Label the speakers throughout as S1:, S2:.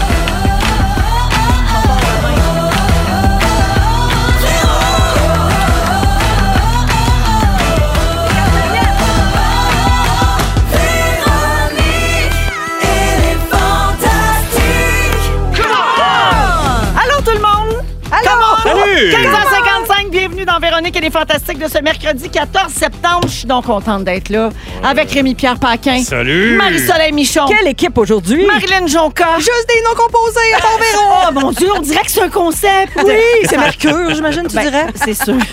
S1: Allô tout le monde! Allô!
S2: Salut!
S1: 15h55, bienvenue dans Véronique et les Fantastiques de ce mercredi 14 septembre. Je suis donc contente d'être là avec Rémi-Pierre Paquin.
S2: Salut!
S1: Marie-Soleil Michon.
S3: Quelle équipe aujourd'hui?
S1: Marilyn Jonca.
S3: Juste des noms composés, on verra.
S1: Oh mon Dieu, on dirait que c'est un concept.
S3: Oui, c'est Mercure, j'imagine, tu
S1: Ben,
S3: dirais.
S1: C'est sûr. non,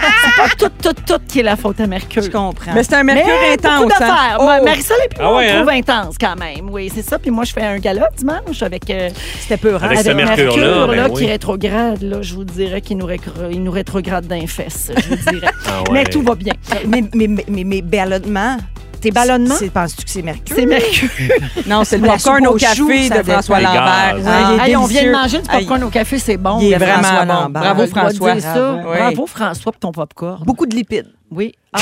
S1: c'est pas tout, tout, tout qui est la faute à Mercure.
S3: Je comprends. Mais c'est un Mercure
S1: Mais
S3: intense.
S1: Beaucoup d'affaires.
S3: hein?
S1: Ouais,
S3: Oh,
S1: Marie-Soleil puis
S2: Ah
S1: moi,
S2: ouais,
S1: on
S2: hein?
S1: trouve intense quand même. Oui, c'est ça. Puis moi, je fais un gala dimanche avec... euh,
S3: C'était hein? peur.
S2: Avec ce Mercure-là, ben
S1: là,
S2: oui.
S1: qui rétrograde, là, je vous dirais qu'il nous, récro- il nous rétrograde d'un fesse, je vous dirais.
S2: Ah ouais.
S1: Mais tout va bien.
S3: Mais, mais, mais, mais, mais ballonnements.
S1: Tes ballonnements?
S3: C'est- Penses-tu que c'est Mercure?
S1: C'est mercure.
S3: Non, Ben, c'est le
S1: La
S3: popcorn
S1: soupe
S3: au
S1: aux choux,
S3: café
S1: ça
S3: de François
S2: dépend.
S3: Lambert.
S2: Les gaz.
S3: Ah, il est
S1: Hey, on vient de
S3: délicieux.
S1: manger du popcorn
S3: Hey,
S1: au café, c'est bon.
S3: il est
S1: Le
S3: vraiment
S1: François
S3: bon.
S1: Lambert. On
S3: Bravo,
S1: a le droit de
S3: François.
S1: dire ça.
S3: Bravo. Oui.
S1: Bravo, François, pour ton popcorn.
S4: Beaucoup de lipides.
S1: Oui. Ah,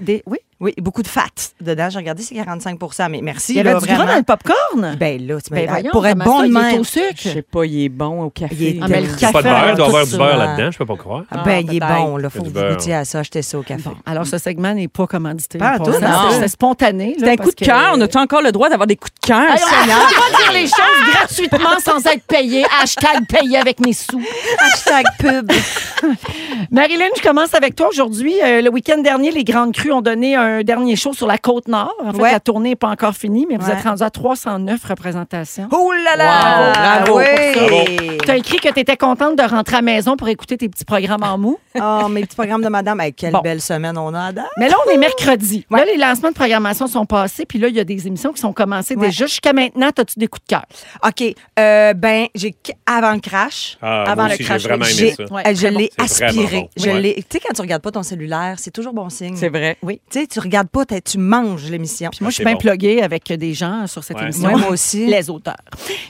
S1: des- oui.
S4: Oui, beaucoup de fat dedans. J'ai regardé, c'est 45 mais merci.
S1: Il y avait
S4: là,
S1: du gras dans le popcorn.
S4: Ben là, tu m'as
S1: Ben voyons,
S4: Pour être
S1: comment
S4: bon
S1: ça,
S4: de
S1: il est
S4: même.
S1: au sucre.
S3: Je sais pas, il est bon au café.
S4: Il est
S1: Ah, mais le
S4: délicieux.
S2: Il y a pas de
S1: café,
S2: beurre, il doit y avoir
S1: tout
S2: du beurre
S1: ça.
S2: là-dedans, je peux pas croire.
S4: Ah, ben, il est
S3: peut-être.
S4: bon,
S2: Il
S4: là.
S2: y
S4: Faut
S2: a
S4: que
S2: du
S4: vous
S2: beurre.
S4: goûtiez à ça, achetez ça au café.
S1: Alors, ce segment n'est pas commandité.
S4: Pas à
S1: Pour
S4: tout,
S1: ça,
S3: non.
S1: C'était spontané.
S3: C'est un coup de cœur. On a-tu encore le droit d'avoir des coups de cœur?
S1: Hey, on ne peut pas dire les choses gratuitement sans être payé. Hashtag payé avec mes sous.
S4: Hashtag pub.
S1: Marilyn, je commence avec toi aujourd'hui. Euh, le week-end dernier, les Grandes Crues ont donné un dernier show sur la Côte-Nord. En fait,
S4: Ouais.
S1: la tournée n'est pas encore finie, mais vous
S4: Ouais.
S1: êtes rendu à 309 représentations.
S4: Oh là là!
S3: Wow, bravo
S4: Oui.
S1: Tu as écrit que tu étais contente de rentrer à la maison pour écouter tes petits programmes en mou.
S4: Oh, mes petits programmes de madame. Hey, quelle
S1: Bon.
S4: belle semaine on a à date.
S1: Mais là, on est mercredi. Là, les lancements de programmation sont passés, puis là, il y a des émissions qui sont commencées
S4: Ouais.
S1: déjà. Jusqu'à maintenant, as-tu des coups de cœur?
S4: OK. euh, ben, j'ai qu- avant le crash.
S2: Ah,
S4: avant
S2: moi aussi, j'ai vraiment aimé
S4: j'ai-
S2: ça.
S1: Ouais,
S4: euh, je
S1: très bon.
S4: l'ai
S2: C'est vraiment
S4: aspiré.
S2: bon.
S4: Je
S2: Ouais.
S4: l'ai. Tu sais, quand tu regardes pas ton cellulaire, c'est toujours bon signe.
S3: C'est vrai.
S4: Oui. Tu sais, tu regardes pas, t'as- tu manges l'émission.
S1: Puis moi, je suis
S2: c'est
S1: bien
S2: bon.
S1: pluguée avec des gens sur cette
S2: Ouais.
S1: émission.
S4: Moi, moi aussi.
S1: les auteurs.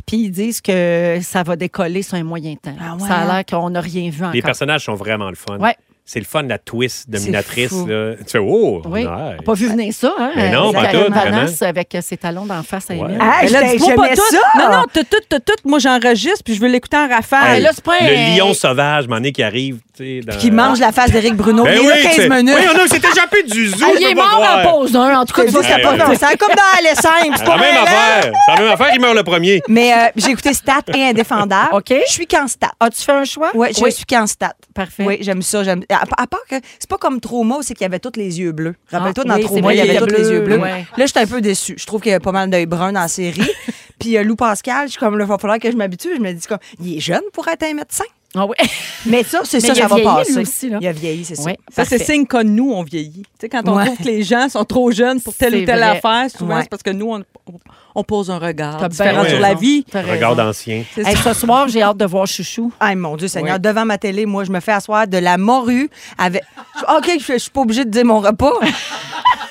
S1: Puis ils disent que ça va décoller sur un moyen temps.
S4: Ah ouais,
S1: Ça a
S4: hein?
S1: l'air qu'on n'a rien vu encore.
S2: Les personnages sont vraiment le fun.
S1: Ah, Ouais.
S2: C'est le fun, la twist dominatrice.
S4: fou.
S2: Là. Tu fais, oh,
S1: Oui.
S2: nice.
S1: On n'a pas vu venir ça, hein?
S2: Mais non,
S1: Euh,
S2: pas
S1: Karine
S2: tout,
S1: Vanasse
S2: vraiment.
S1: avec euh, ses talons d'en face à
S2: Ouais.
S1: Émile.
S4: Hey,
S3: Mais là,
S4: j'étais-
S3: dis-moi pas
S4: j'aimais
S3: tout.
S4: ça.
S3: Non, non, tout, tout, tout, tout. Moi, j'enregistre, puis je veux l'écouter en rafale.
S1: mais Ah, là, c'est pas un-
S2: Le lion sauvage, m'en est qui arrive. tu sais, Dans...
S4: Qui mange la face d'Éric Bruno.
S2: ben
S4: Il
S2: oui,
S4: est là 15
S2: tu sais.
S4: minutes.
S2: Oui, on a, c'était jappé du zoo.
S1: Ah,
S2: je
S1: il est
S2: peux pas
S1: mort
S2: croire.
S1: en pause, hein? En tout cas,
S4: Tu vois, ça
S2: Ouais.
S4: pas de bon sens. Comme dans les simples, c'est
S2: C'est Ben la
S4: pas
S2: même
S4: vrai, là.
S2: affaire. C'est la même affaire, il meurt le premier.
S4: Mais euh, j'ai écouté Stat et Indéfendable.
S1: OK.
S4: Je suis qu'en Stat.
S1: As-tu fait un choix?
S4: Ouais, je suis qu'en Stat.
S1: Parfait.
S4: Oui, j'aime ça. J'aime... À, à part que c'est pas comme Trauma, c'est qu'il y avait tous les yeux bleus. Rappelle-toi,
S1: Ah,
S4: dans
S1: oui, c'est
S4: Trauma,
S1: vrai,
S4: il y avait tous les yeux bleus.
S1: ouais.
S4: Là, j'étais un peu déçue. Je trouve qu'il y a pas mal d'œils bruns dans la série. Puis euh, Lou Pascal, je suis comme, il va falloir que je m'habitue. Je me dis, comme, il est jeune pour être un médecin.
S1: Ah oui.
S4: Mais ça, c'est
S1: Mais
S4: ça,
S1: il a
S4: ça va
S1: vieilli, lui
S4: passer.
S1: aussi, là.
S4: Il a vieilli, c'est ça.
S1: Ouais,
S3: Ça, c'est
S1: parfait.
S3: signe que nous, on vieillit. Tu sais, quand on
S4: Ouais.
S3: trouve que les gens sont trop jeunes pour telle
S1: C'est
S3: ou telle
S1: vrai.
S3: affaire, souvent,
S4: Ouais.
S3: c'est parce que nous, on, on pose un regard
S1: T'as
S3: différent
S1: bien
S3: sur la
S1: raison.
S3: vie.
S1: T'as raison.
S2: Regarde ancien.
S3: C'est
S1: Hey,
S3: ça.
S1: ce soir, j'ai hâte de voir Chouchou.
S4: Ay, mon Dieu Seigneur,
S3: Oui.
S4: devant ma télé, moi, je me fais asseoir de la morue avec. Je- OK, je, je suis pas obligée de dire mon repas.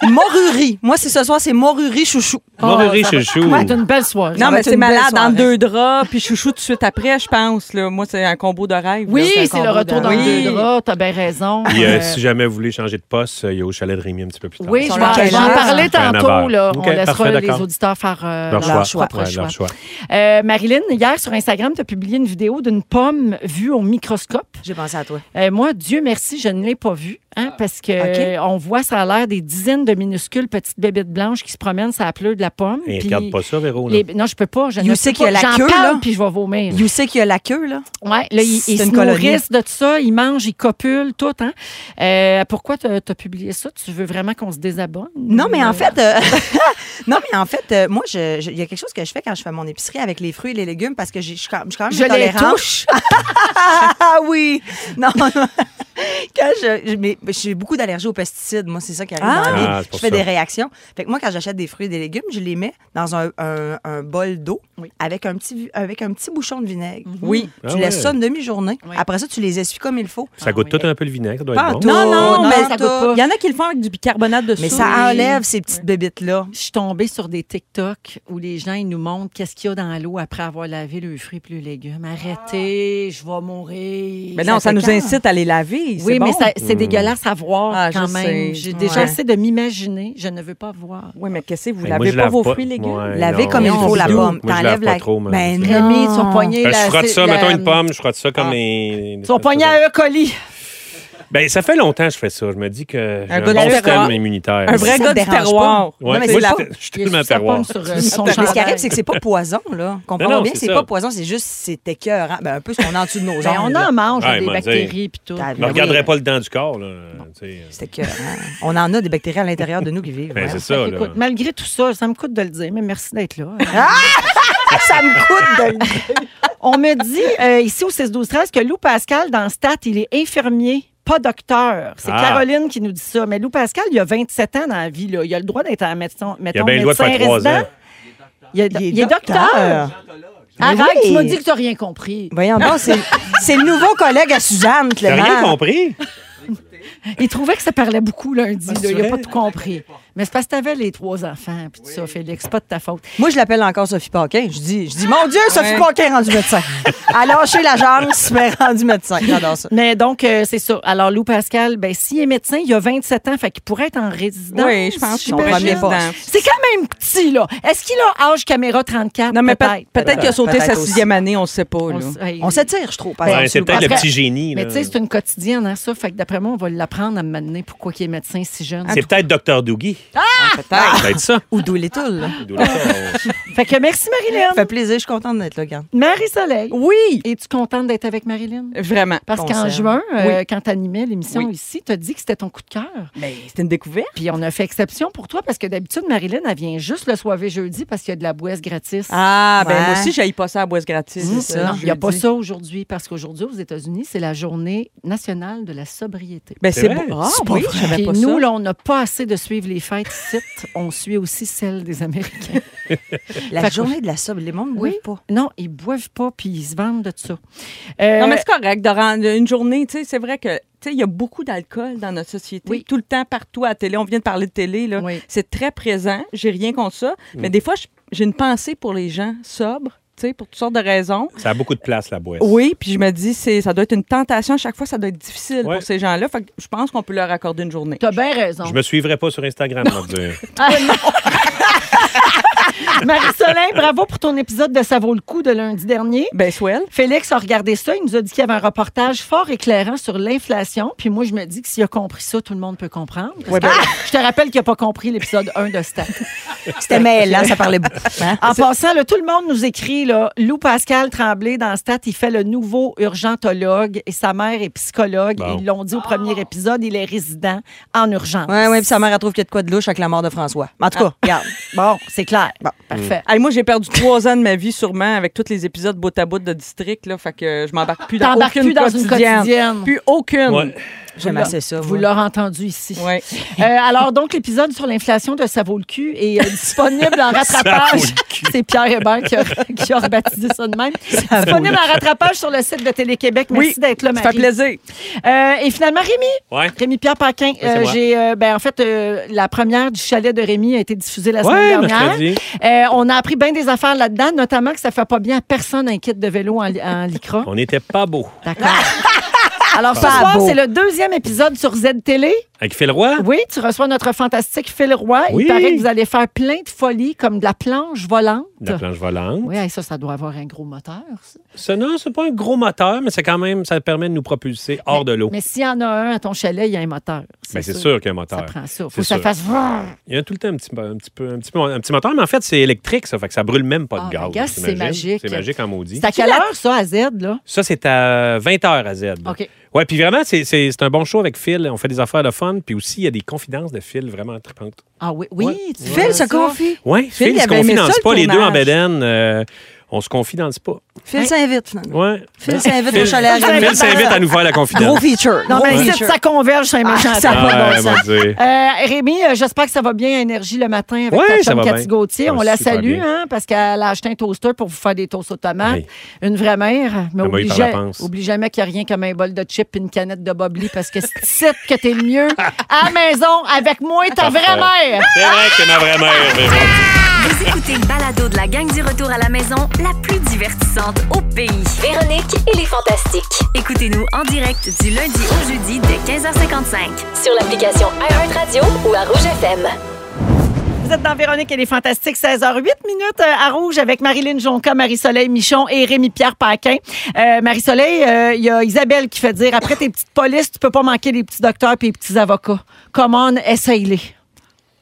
S4: Morurie. Moi, c'est ce soir, c'est morurie chouchou.
S2: Morurie
S1: Oh, ça va-
S2: chouchou.
S1: Ouais, c'est une belle soirée.
S3: Non,
S4: va
S3: mais
S4: être
S3: c'est
S4: une belle
S3: malade en
S4: soirée.
S3: deux draps, puis chouchou tout de suite après, je pense. Là. Moi, c'est un combo de rêve. là.
S1: Oui,
S3: un
S1: c'est le
S3: combo
S1: retour
S3: de
S1: dans
S3: rêve.
S1: le
S3: Oui.
S1: drap. T'as bien raison.
S2: Puis, euh,
S1: Euh,
S2: si jamais vous voulez changer de poste, euh, il y a au chalet de Rémi un petit peu plus tard.
S1: Oui, je
S3: Sur
S1: vais
S3: laquelle
S1: je vais en
S3: heure?
S1: parler
S2: Sur un
S1: tantôt.
S2: abord.
S1: Là.
S2: OK,
S1: On laissera
S2: parfait,
S1: les
S2: d'accord.
S1: auditeurs faire euh,
S2: leur,
S1: leur
S2: choix.
S1: propre
S2: Ouais,
S1: choix.
S2: leur choix.
S1: Euh, Marilyn, hier sur Instagram, tu as publié une vidéo d'une pomme vue au microscope.
S4: J'ai pensé à toi.
S1: Euh, moi, Dieu merci, je ne l'ai pas vue, hein, parce que
S4: Ah, OK.
S1: euh, on voit ça a l'air des dizaines de minuscules petites bébêtes blanches qui se promènent sur la pleure de la pomme.
S2: Et
S1: puis
S2: regarde pas ça, Véro. là.
S1: les- Non, je peux pas. Je
S4: You
S1: ne
S4: sais
S1: peux
S4: qu'il y a
S1: pas.
S4: la
S1: J'en
S4: queue,
S1: parle,
S4: là?
S1: puis je vais vomir.
S4: You sais qu'il y a la queue, là?
S1: Ouais, là, ils,
S4: C'est
S1: ils
S4: une
S1: se
S4: colonie.
S1: nourrissent de ça, ils mangent, ils copulent, tout. Hein. Euh, pourquoi tu as, publié ça? Tu veux vraiment qu'on se désabonne?
S4: Non, mais
S1: Euh,
S4: en fait, euh, non, mais en fait, euh, moi, je- je- il y a quelque chose que je fais quand je fais mon épicerie avec les fruits et les légumes parce que j'ai- je suis quand je suis quand même
S1: Je les
S4: intolérante.
S1: touche.
S4: Ah oui! Non, non. quand je, je- mais mais j'ai beaucoup d'allergies aux pesticides. Moi, c'est ça qui arrive.
S3: Ah!
S4: dans la vie.
S2: Ah, c'est pour
S4: je fais
S2: ça.
S4: des réactions. Fait que moi, quand j'achète des fruits et des légumes, je les mets dans un, un- un bol d'eau
S1: Oui. Mm-hmm.
S4: avec, un petit, vi- avec un petit bouchon de vinaigre.
S3: Oui.
S4: Tu
S2: Ah
S4: laisses
S2: ouais.
S4: ça une demi-journée.
S1: Oui.
S4: Après ça, tu les essuies comme il faut.
S2: Ça
S1: Ah,
S2: goûte tout hein. un peu le vinaigre, ça doit
S4: Pas
S2: être
S4: en
S2: bon.
S4: tout.
S3: Non,
S4: Non,
S3: non,
S4: mais
S3: mais
S4: ça goûte pas.
S3: Il y en a qui le font avec du bicarbonate de soude.
S4: Mais ça
S1: Oui.
S4: enlève ces petites bébites-là.
S1: Je suis tombée sur des TikTok où les gens ils nous montrent qu'est-ce qu'il y a dans l'eau après avoir lavé le fruit plus les légumes. Arrêtez, je vais mourir.
S3: Mais non, ça
S4: fait
S3: nous
S4: quand?
S3: incite à les laver. c'est
S1: Oui, mais
S3: bon. Hmm.
S1: ça- c'est dégueulasse à voir
S3: Ah,
S1: quand
S3: je
S1: même.
S3: sais.
S1: J'ai déjà
S3: Ouais.
S1: essayé de m'imaginer. Je ne veux pas voir.
S3: Oui, mais qu'est-ce que vous
S2: Hey, moi,
S3: lavez
S2: je
S3: pas
S2: lave
S3: vos
S2: pas.
S3: fruits, légumes?
S2: Ouais,
S4: Laver
S2: non,
S4: comme il
S2: non,
S4: faut
S2: c'est
S4: la
S2: ça.
S4: pomme.
S2: Moi, je
S4: T'enlèves
S2: lave
S4: la.
S2: pas trop, moi.
S4: Ben
S2: Ben,
S4: non.
S1: Rémi, tu poigné
S2: je frotte ça, mettons une pomme, je frotte ça comme mes.
S1: Ils sont pognés à E. coli.
S2: Ben, ça fait longtemps que je fais ça. Je me dis que j'ai
S3: Un
S2: un,
S3: gars
S2: bon
S3: de terroir.
S2: système immunitaire.
S3: Un vrai
S4: Ça
S3: gars du
S4: me dérange
S3: terroir.
S4: pas. Non,
S2: Ouais,
S4: mais
S2: moi,
S4: c'est la-
S2: j'étais- je suis tellement terroir.
S1: sur euh, son
S4: Mais ce qui arrive,
S1: chandail.
S4: c'est que c'est pas poison, là. Comprends
S2: Non, non,
S4: bien,
S2: c'est
S4: c'est
S2: ça.
S4: pas poison, c'est juste c'est écœurant. Ben, un peu ce qu'on a en dessous de nos
S1: Ben,
S4: jambes.
S1: on
S4: là.
S1: en mange
S2: Ouais,
S1: des
S2: moi,
S1: bactéries puis tout.
S4: Ah,
S2: Je ne
S4: Ben oui.
S2: regarderai pas le dent du corps. Là, tu sais.
S4: C'est écœurant. On en a des bactéries à l'intérieur de nous qui vivent. hein.
S2: Ben,
S4: voyons.
S2: c'est ça. Là.
S1: Écoute, malgré tout ça, ça me coûte de le dire, mais merci d'être là. Euh,
S4: ça me coûte de
S1: On me dit euh, ici au 6-12-13 que Lou Pascal, dans Stat, il est infirmier, pas docteur. C'est
S2: Ah.
S1: Caroline qui nous dit ça. Mais Lou Pascal, il a 27 ans dans la vie. Là. Il a le droit d'être un médecin,
S2: Il y a
S1: mettons,
S2: bien le droit de
S1: médecin
S2: faire trois
S1: résident.
S2: ans.
S1: Il, est doc- il est docteur. Arrête,
S4: Mais oui.
S1: tu m'as dit que tu n'as rien compris.
S4: Voyons donc, c'est, c'est le nouveau collègue à Suzanne,
S2: T'as
S4: Clément.
S2: rien compris?
S1: Il trouvait que ça parlait beaucoup lundi.
S2: Ah,
S1: là.
S2: c'est
S1: Il n'a pas
S2: vrai?
S1: tout compris. Mais c'est parce que tu avais les trois enfants, puis tout ça, Félix. C'est pas de ta faute.
S4: Moi, je l'appelle encore Sophie Paquin. Je dis, je dis mon Dieu, Sophie
S3: Ouais.
S4: Paquin est rendue médecin. Elle a lâché la l'agence, mais rendue médecin. J'adore ça.
S1: Mais donc, euh, c'est ça. Alors, Lou Pascal, ben, s'il est médecin, il a 27 ans, fait qu'il pourrait être en résidence.
S3: Oui, je pense.
S4: Son
S3: qu'on
S1: j'imagine.
S4: premier
S3: revient
S4: poste.
S3: dedans.
S1: C'est quand même petit, là. Est-ce qu'il a âge caméra 34?
S3: Non, mais peut- peut-être qu'il a
S4: Peut-être.
S3: sauté sa
S4: Peut-être aussi.
S3: sixième année, on ne sait pas.
S1: On
S3: Là.
S1: le sait.
S4: On s'attire, je trouve. Par
S1: Ben,
S4: exemple,
S2: Ouais, c'est
S4: sur le
S2: peut-être le
S1: Après-
S2: petit génie.
S1: Mais
S2: là.
S1: tu sais, c'est une quotidienne, hein, ça. Fait que d'après moi, on va l'apprendre à m'amener pourquoi il est médecin si jeune.
S2: C'est peut-être Dr. Doogie.
S3: Ah! Peut-être.
S2: Peut-être ça.
S4: Ou Doolittle. là.
S2: D'où le sens.
S1: Fait que merci,
S4: Ça fait
S1: Marilyn.
S4: plaisir, je suis contente d'être là, regarde.
S1: Marie-Soleil.
S3: Oui, Euh,
S1: Es-tu contente d'être avec Marilyn?
S3: vraiment.
S1: Parce
S4: Qu'on
S1: qu'en
S4: s'aime.
S1: juin, euh, quand t'animais l'émission
S3: hein. Oui.
S1: ici, t'as dit que c'était ton coup de cœur.
S3: C'était une découverte.
S1: Puis on a fait exception pour toi parce que d'habitude, Marilyn, elle vient juste le soir et jeudi parce qu'il y a de la boisse gratis.
S3: Ah, ben
S4: Ouais.
S3: moi aussi, j'aille pas ça à Boisse Gratis.
S4: C'est ça.
S1: Non, il n'y a pas
S3: jeudi.
S1: ça aujourd'hui parce qu'aujourd'hui, aux États-Unis, c'est la journée nationale de la sobriété.
S3: Ben
S2: C'est
S3: c'est
S2: vrai?
S3: beau. Ah
S4: C'est pas
S3: oui,
S4: vrai.
S3: je savais
S1: Puis
S3: pas
S1: nous,
S3: ça.
S1: là, on n'a pas assez de suivre les fêtes ici. On suit aussi celle des Américains.
S4: La
S1: Fait que-
S4: journée de la sobre, les mondes ne
S1: Oui.
S4: boivent pas.
S1: Non, ils boivent pas puis ils se vendent de ça. Euh,
S3: Non, mais c'est correct de rendre une journée, tu sais, c'est vrai que, tu sais, il y a beaucoup d'alcool dans notre société.
S1: Oui.
S3: Tout le temps, partout, à la télé, on vient de parler de télé, là.
S1: Oui.
S3: C'est très présent, j'ai rien contre ça. Mais des fois, je- j'ai une pensée pour les gens sobres, tu sais, pour toutes sortes de raisons.
S2: Ça a beaucoup de place, la boisse.
S3: Oui, puis je me dis, c'est, ça doit être une tentation à chaque fois, ça doit être difficile
S2: Ouais.
S3: pour ces gens-là. Fait que je pense qu'on peut leur accorder une journée.
S1: T'as bien raison.
S2: Je me suivrai pas sur Instagram, on va dire.
S1: Marie-Soleil, bravo pour ton épisode de Ça vaut le coup de lundi dernier.
S3: Ben, Swell.
S1: Félix a regardé ça. Il nous a dit qu'il y avait un reportage fort éclairant sur l'inflation. Puis moi, je me dis que s'il a compris ça, tout le monde peut comprendre. Parce
S3: Ouais,
S1: que Je te rappelle qu'il n'a pas compris l'épisode 1 de Stat.
S4: C'était mêlant, ça parlait beaucoup. Hein?
S1: En passant, là, tout le monde nous écrit, là, Lou Pascal Tremblay dans Stat, il fait le nouveau urgentologue et sa mère est psychologue.
S2: Bon.
S1: Ils l'ont dit au premier épisode, il est résident en urgence.
S4: Ouais, ouais, puis sa mère, elle trouve qu'il y a de quoi de louche avec la mort de François. Mais en tout
S1: Ah,
S4: cas, regarde.
S1: Bon, c'est clair. Parfait.
S3: Hey, moi, j'ai perdu trois ans de ma vie, sûrement, avec tous les épisodes bout à bout de District, là. Fait que je m'embarque plus dans
S1: T'embarques
S3: aucune
S1: plus dans une quotidienne.
S3: Plus aucune.
S2: Ouais.
S4: Hum, J'aime
S1: Vous
S4: assez ça.
S1: Vous
S4: moi.
S1: l'aurez entendu ici.
S3: Ouais.
S1: Euh, alors, donc, l'épisode sur l'inflation de Ça vaut le cul est euh, disponible en
S2: vaut
S1: rattrapage.
S2: le cul.
S1: C'est Pierre Hébert qui a, qui a rebaptisé ça de même. Disponible en rattrapage sur le site de Télé-Québec. Merci
S3: Oui,
S1: d'être là,
S3: Ça
S1: Marie.
S3: fait plaisir.
S1: Euh, et finalement, Rémi.
S2: Ouais.
S1: Rémi-Pierre Paquin.
S2: c'est
S1: Euh,
S2: moi.
S1: j'ai, euh, ben, en fait, euh, la première du chalet de Rémi a été diffusée la
S2: Ouais,
S1: semaine dernière.
S2: mercredi.
S1: Euh, on a appris bien des affaires là-dedans, notamment que ça fait pas bien à personne un kit de vélo en, li- en lycra.
S2: On n'était pas beau.
S1: D'accord. Alors, ce
S4: Pas
S1: soir,
S4: beau.
S1: c'est le deuxième épisode sur Z-Télé.
S2: Avec Phil Roy?
S1: Oui, tu reçois notre fantastique Phil Roy. Il
S2: Oui.
S1: paraît que vous allez faire plein de folies, comme de la planche volante.
S2: La planche volante.
S1: Oui, hey, ça, ça doit avoir un gros moteur. ça.
S2: Ça, non, c'est pas un gros moteur, mais c'est quand même, ça permet de nous propulser hors de l'eau.
S1: Mais s'il y en a un à ton chalet, il y a un moteur.
S2: Ben, c'est sûr qu'il y a un
S1: Ça
S2: moteur.
S1: prend ça. Faut
S2: C'est
S1: que ça
S2: sûr.
S1: fasse... vrrr.
S2: Il y a tout le temps un petit, un petit peu, un petit, peu- un petit moteur, mais en fait, c'est électrique, ça. Fait que ça brûle même pas
S1: Ah,
S2: de
S1: ben,
S2: gaz.
S1: gars, c'est
S2: t'imagines?
S1: magique.
S2: C'est magique en maudit.
S1: C'est à quelle heure, ça, à Z, là?
S2: Ça, c'est à 20h à Z.
S1: OK.
S2: Ouais, puis vraiment, c'est- c'est c'est un bon show avec Phil. On fait des affaires de fun. Puis aussi, il y a des confidences de Phil vraiment tripantes.
S1: Ah oui, oui.
S2: Ouais.
S1: tu
S4: Phil
S1: vois
S4: se
S1: ça.
S4: confie.
S2: Oui, Phil,
S3: il
S2: il se
S3: avait aimé ça,
S2: confidence
S3: le
S2: pas. Les deux en
S3: tournage.
S2: bédaine. euh, on se confie dans le spa.
S4: Phil s'invite, finalement.
S2: Ouais.
S4: Phil s'invite au chalet
S2: Phil
S4: Arena.
S2: s'invite à nous faire la
S4: Gros
S2: confidence.
S4: feature.
S1: Non,
S4: gros
S1: mais ici,
S4: feature.
S1: ça converge, c'est un méchant.
S4: ça
S1: temps.
S4: va
S2: Ah,
S1: Bon,
S2: mon Dieu.
S1: Euh, Rémi, euh, j'espère que ça va bien à Énergie le matin avec
S2: Ouais,
S1: ta
S2: ça
S1: chum
S2: va
S1: Cathy
S2: bien.
S1: Gauthier.
S2: Ça
S1: On
S2: va
S1: la
S2: super
S1: salue,
S2: bien.
S1: hein, parce qu'elle a acheté un toaster pour vous faire des toasts aux tomates.
S2: Oui.
S1: Une vraie mère. Mais
S2: Elle m'a eu
S1: oublie,
S2: par la
S1: ja-
S2: pince.
S1: oublie jamais qu'il n'y a rien comme un bol de chips et une canette de bobli, parce que c'est ici que t'es le mieux. À la maison, avec moi, ta vraie mère.
S2: C'est vrai que ma vraie mère, Véro.
S5: Vous écoutez le balado de la gang du retour à la maison, la plus divertissante au pays.
S6: Véronique et les Fantastiques.
S5: Écoutez-nous en direct du lundi au jeudi dès 15h55.
S6: Sur l'application iHeartRadio ou à Rouge FM.
S1: Vous êtes dans Véronique et les Fantastiques, 16h08 minutes euh, à Rouge avec Marilyn Jonca, Marie-Soleil Michon et Rémi-Pierre Paquin. Euh, Marie-Soleil, euh, il y a Isabelle qui fait dire après tes petites polices, tu peux pas manquer les petits docteurs et les petits avocats. Commande, essaye-les.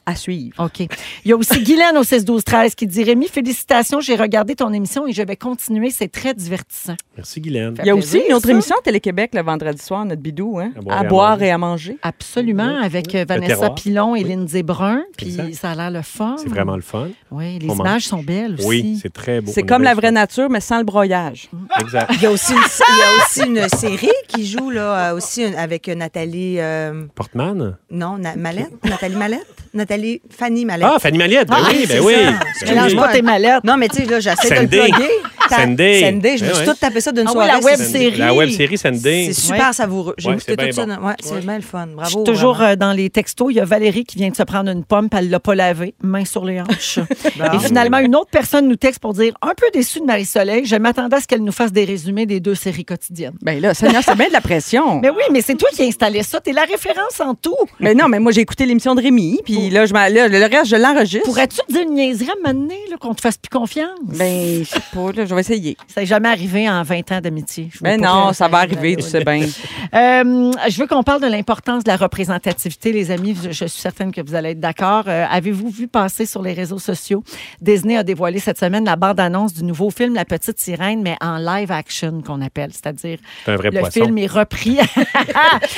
S3: À suivre.
S1: OK. Il y a aussi Guylaine au 16-12-13 qui dit Rémi, félicitations, j'ai regardé ton émission et je vais continuer, c'est très divertissant.
S2: Merci, Guylaine.
S1: Fait
S3: Il y a
S1: plaisir,
S3: aussi une autre
S1: ça.
S3: émission à Télé-Québec le vendredi soir, notre bidou, hein?
S2: À boire et
S3: À
S2: à
S3: boire
S2: manger.
S3: et à manger.
S1: Absolument, avec euh, Vanessa
S2: terroir.
S1: Pilon et
S2: Oui.
S1: Lindsay Brun. Puis
S2: Exact.
S1: ça a l'air le fun.
S2: C'est vraiment le fun.
S1: Oui, les
S2: On mange.
S1: images sont belles aussi.
S2: Oui, c'est très beau.
S3: C'est
S2: On
S3: comme
S2: est
S3: la
S2: bien
S3: vraie nature, mais sans le broyage.
S1: Mm.
S2: sûr. Exact.
S4: Il y a aussi une, il y a aussi une série qui joue là, euh, aussi une- avec euh, Nathalie. euh,
S2: Portman.
S4: non, Na- Mallette. Nathalie Mallette. Nathalie Fanny Mallette.
S2: Ah, Fanny Maliette. Ben oui, ben
S4: c'est
S2: oui.
S4: ça.
S2: Ben
S4: Je
S2: oui.
S1: Mélange pas tes mallettes.
S4: Non, mais tu sais, là, j'essaie de le
S2: Sandy.
S4: plugger. Ta-
S2: Sandy.
S4: Sandy, je me
S2: Eh
S4: suis
S2: ouais.
S4: tout tapé ça d'une
S1: Ah oui,
S4: soirée.
S1: la web
S4: c'est-
S1: série.
S2: La web série Sunday.
S4: C'est super savoureux. J'ai
S2: Ouais,
S4: goûté
S2: c'est
S4: tout
S2: bien
S4: ça.
S2: bon.
S4: dans- Ouais, c'est bien le fun.
S1: Je
S4: Bravo.
S1: suis toujours
S4: vraiment.
S1: euh, dans les textos. Il y a Valérie qui vient de se prendre une pomme, puis elle l'a pas lavée, main sur les hanches.
S4: Bon.
S1: Et finalement, une autre personne nous texte pour dire un peu déçue de Marie-Soleil, je m'attendais à ce qu'elle nous fasse des résumés des deux séries quotidiennes.
S3: Ben là, Seigneur, c'est bien de la pression.
S1: Mais oui, mais c'est toi qui as installé ça. T'es la référence en tout.
S3: Mais non, mais moi, j'ai écouté l'émission de Rémi, puis là, je m'en- là, le reste, je l'enregistre.
S1: Pourrais-tu dire une niaiserie à un moment donné, là, qu'on te fasse plus confiance?
S3: Ben, je sais pas, là, je vais essayer.
S1: Ça n'est jamais arrivé en 20 ans d'amitié. Je veux
S3: Mais
S1: pas
S3: Ben
S1: Ben
S3: non,
S1: que-
S3: ça va arriver, tu sais bien.
S1: Euh, je veux qu'on parle de l'importance de la représentativité, les amis. Je, je suis certaine que vous allez être d'accord. Euh, Avez-vous vu passer sur les réseaux sociaux? Disney a dévoilé cette semaine la bande-annonce du nouveau film La Petite Sirène, mais en live action qu'on appelle. C'est-à-dire,
S2: C'est un vrai
S1: le
S2: poisson.
S1: film est repris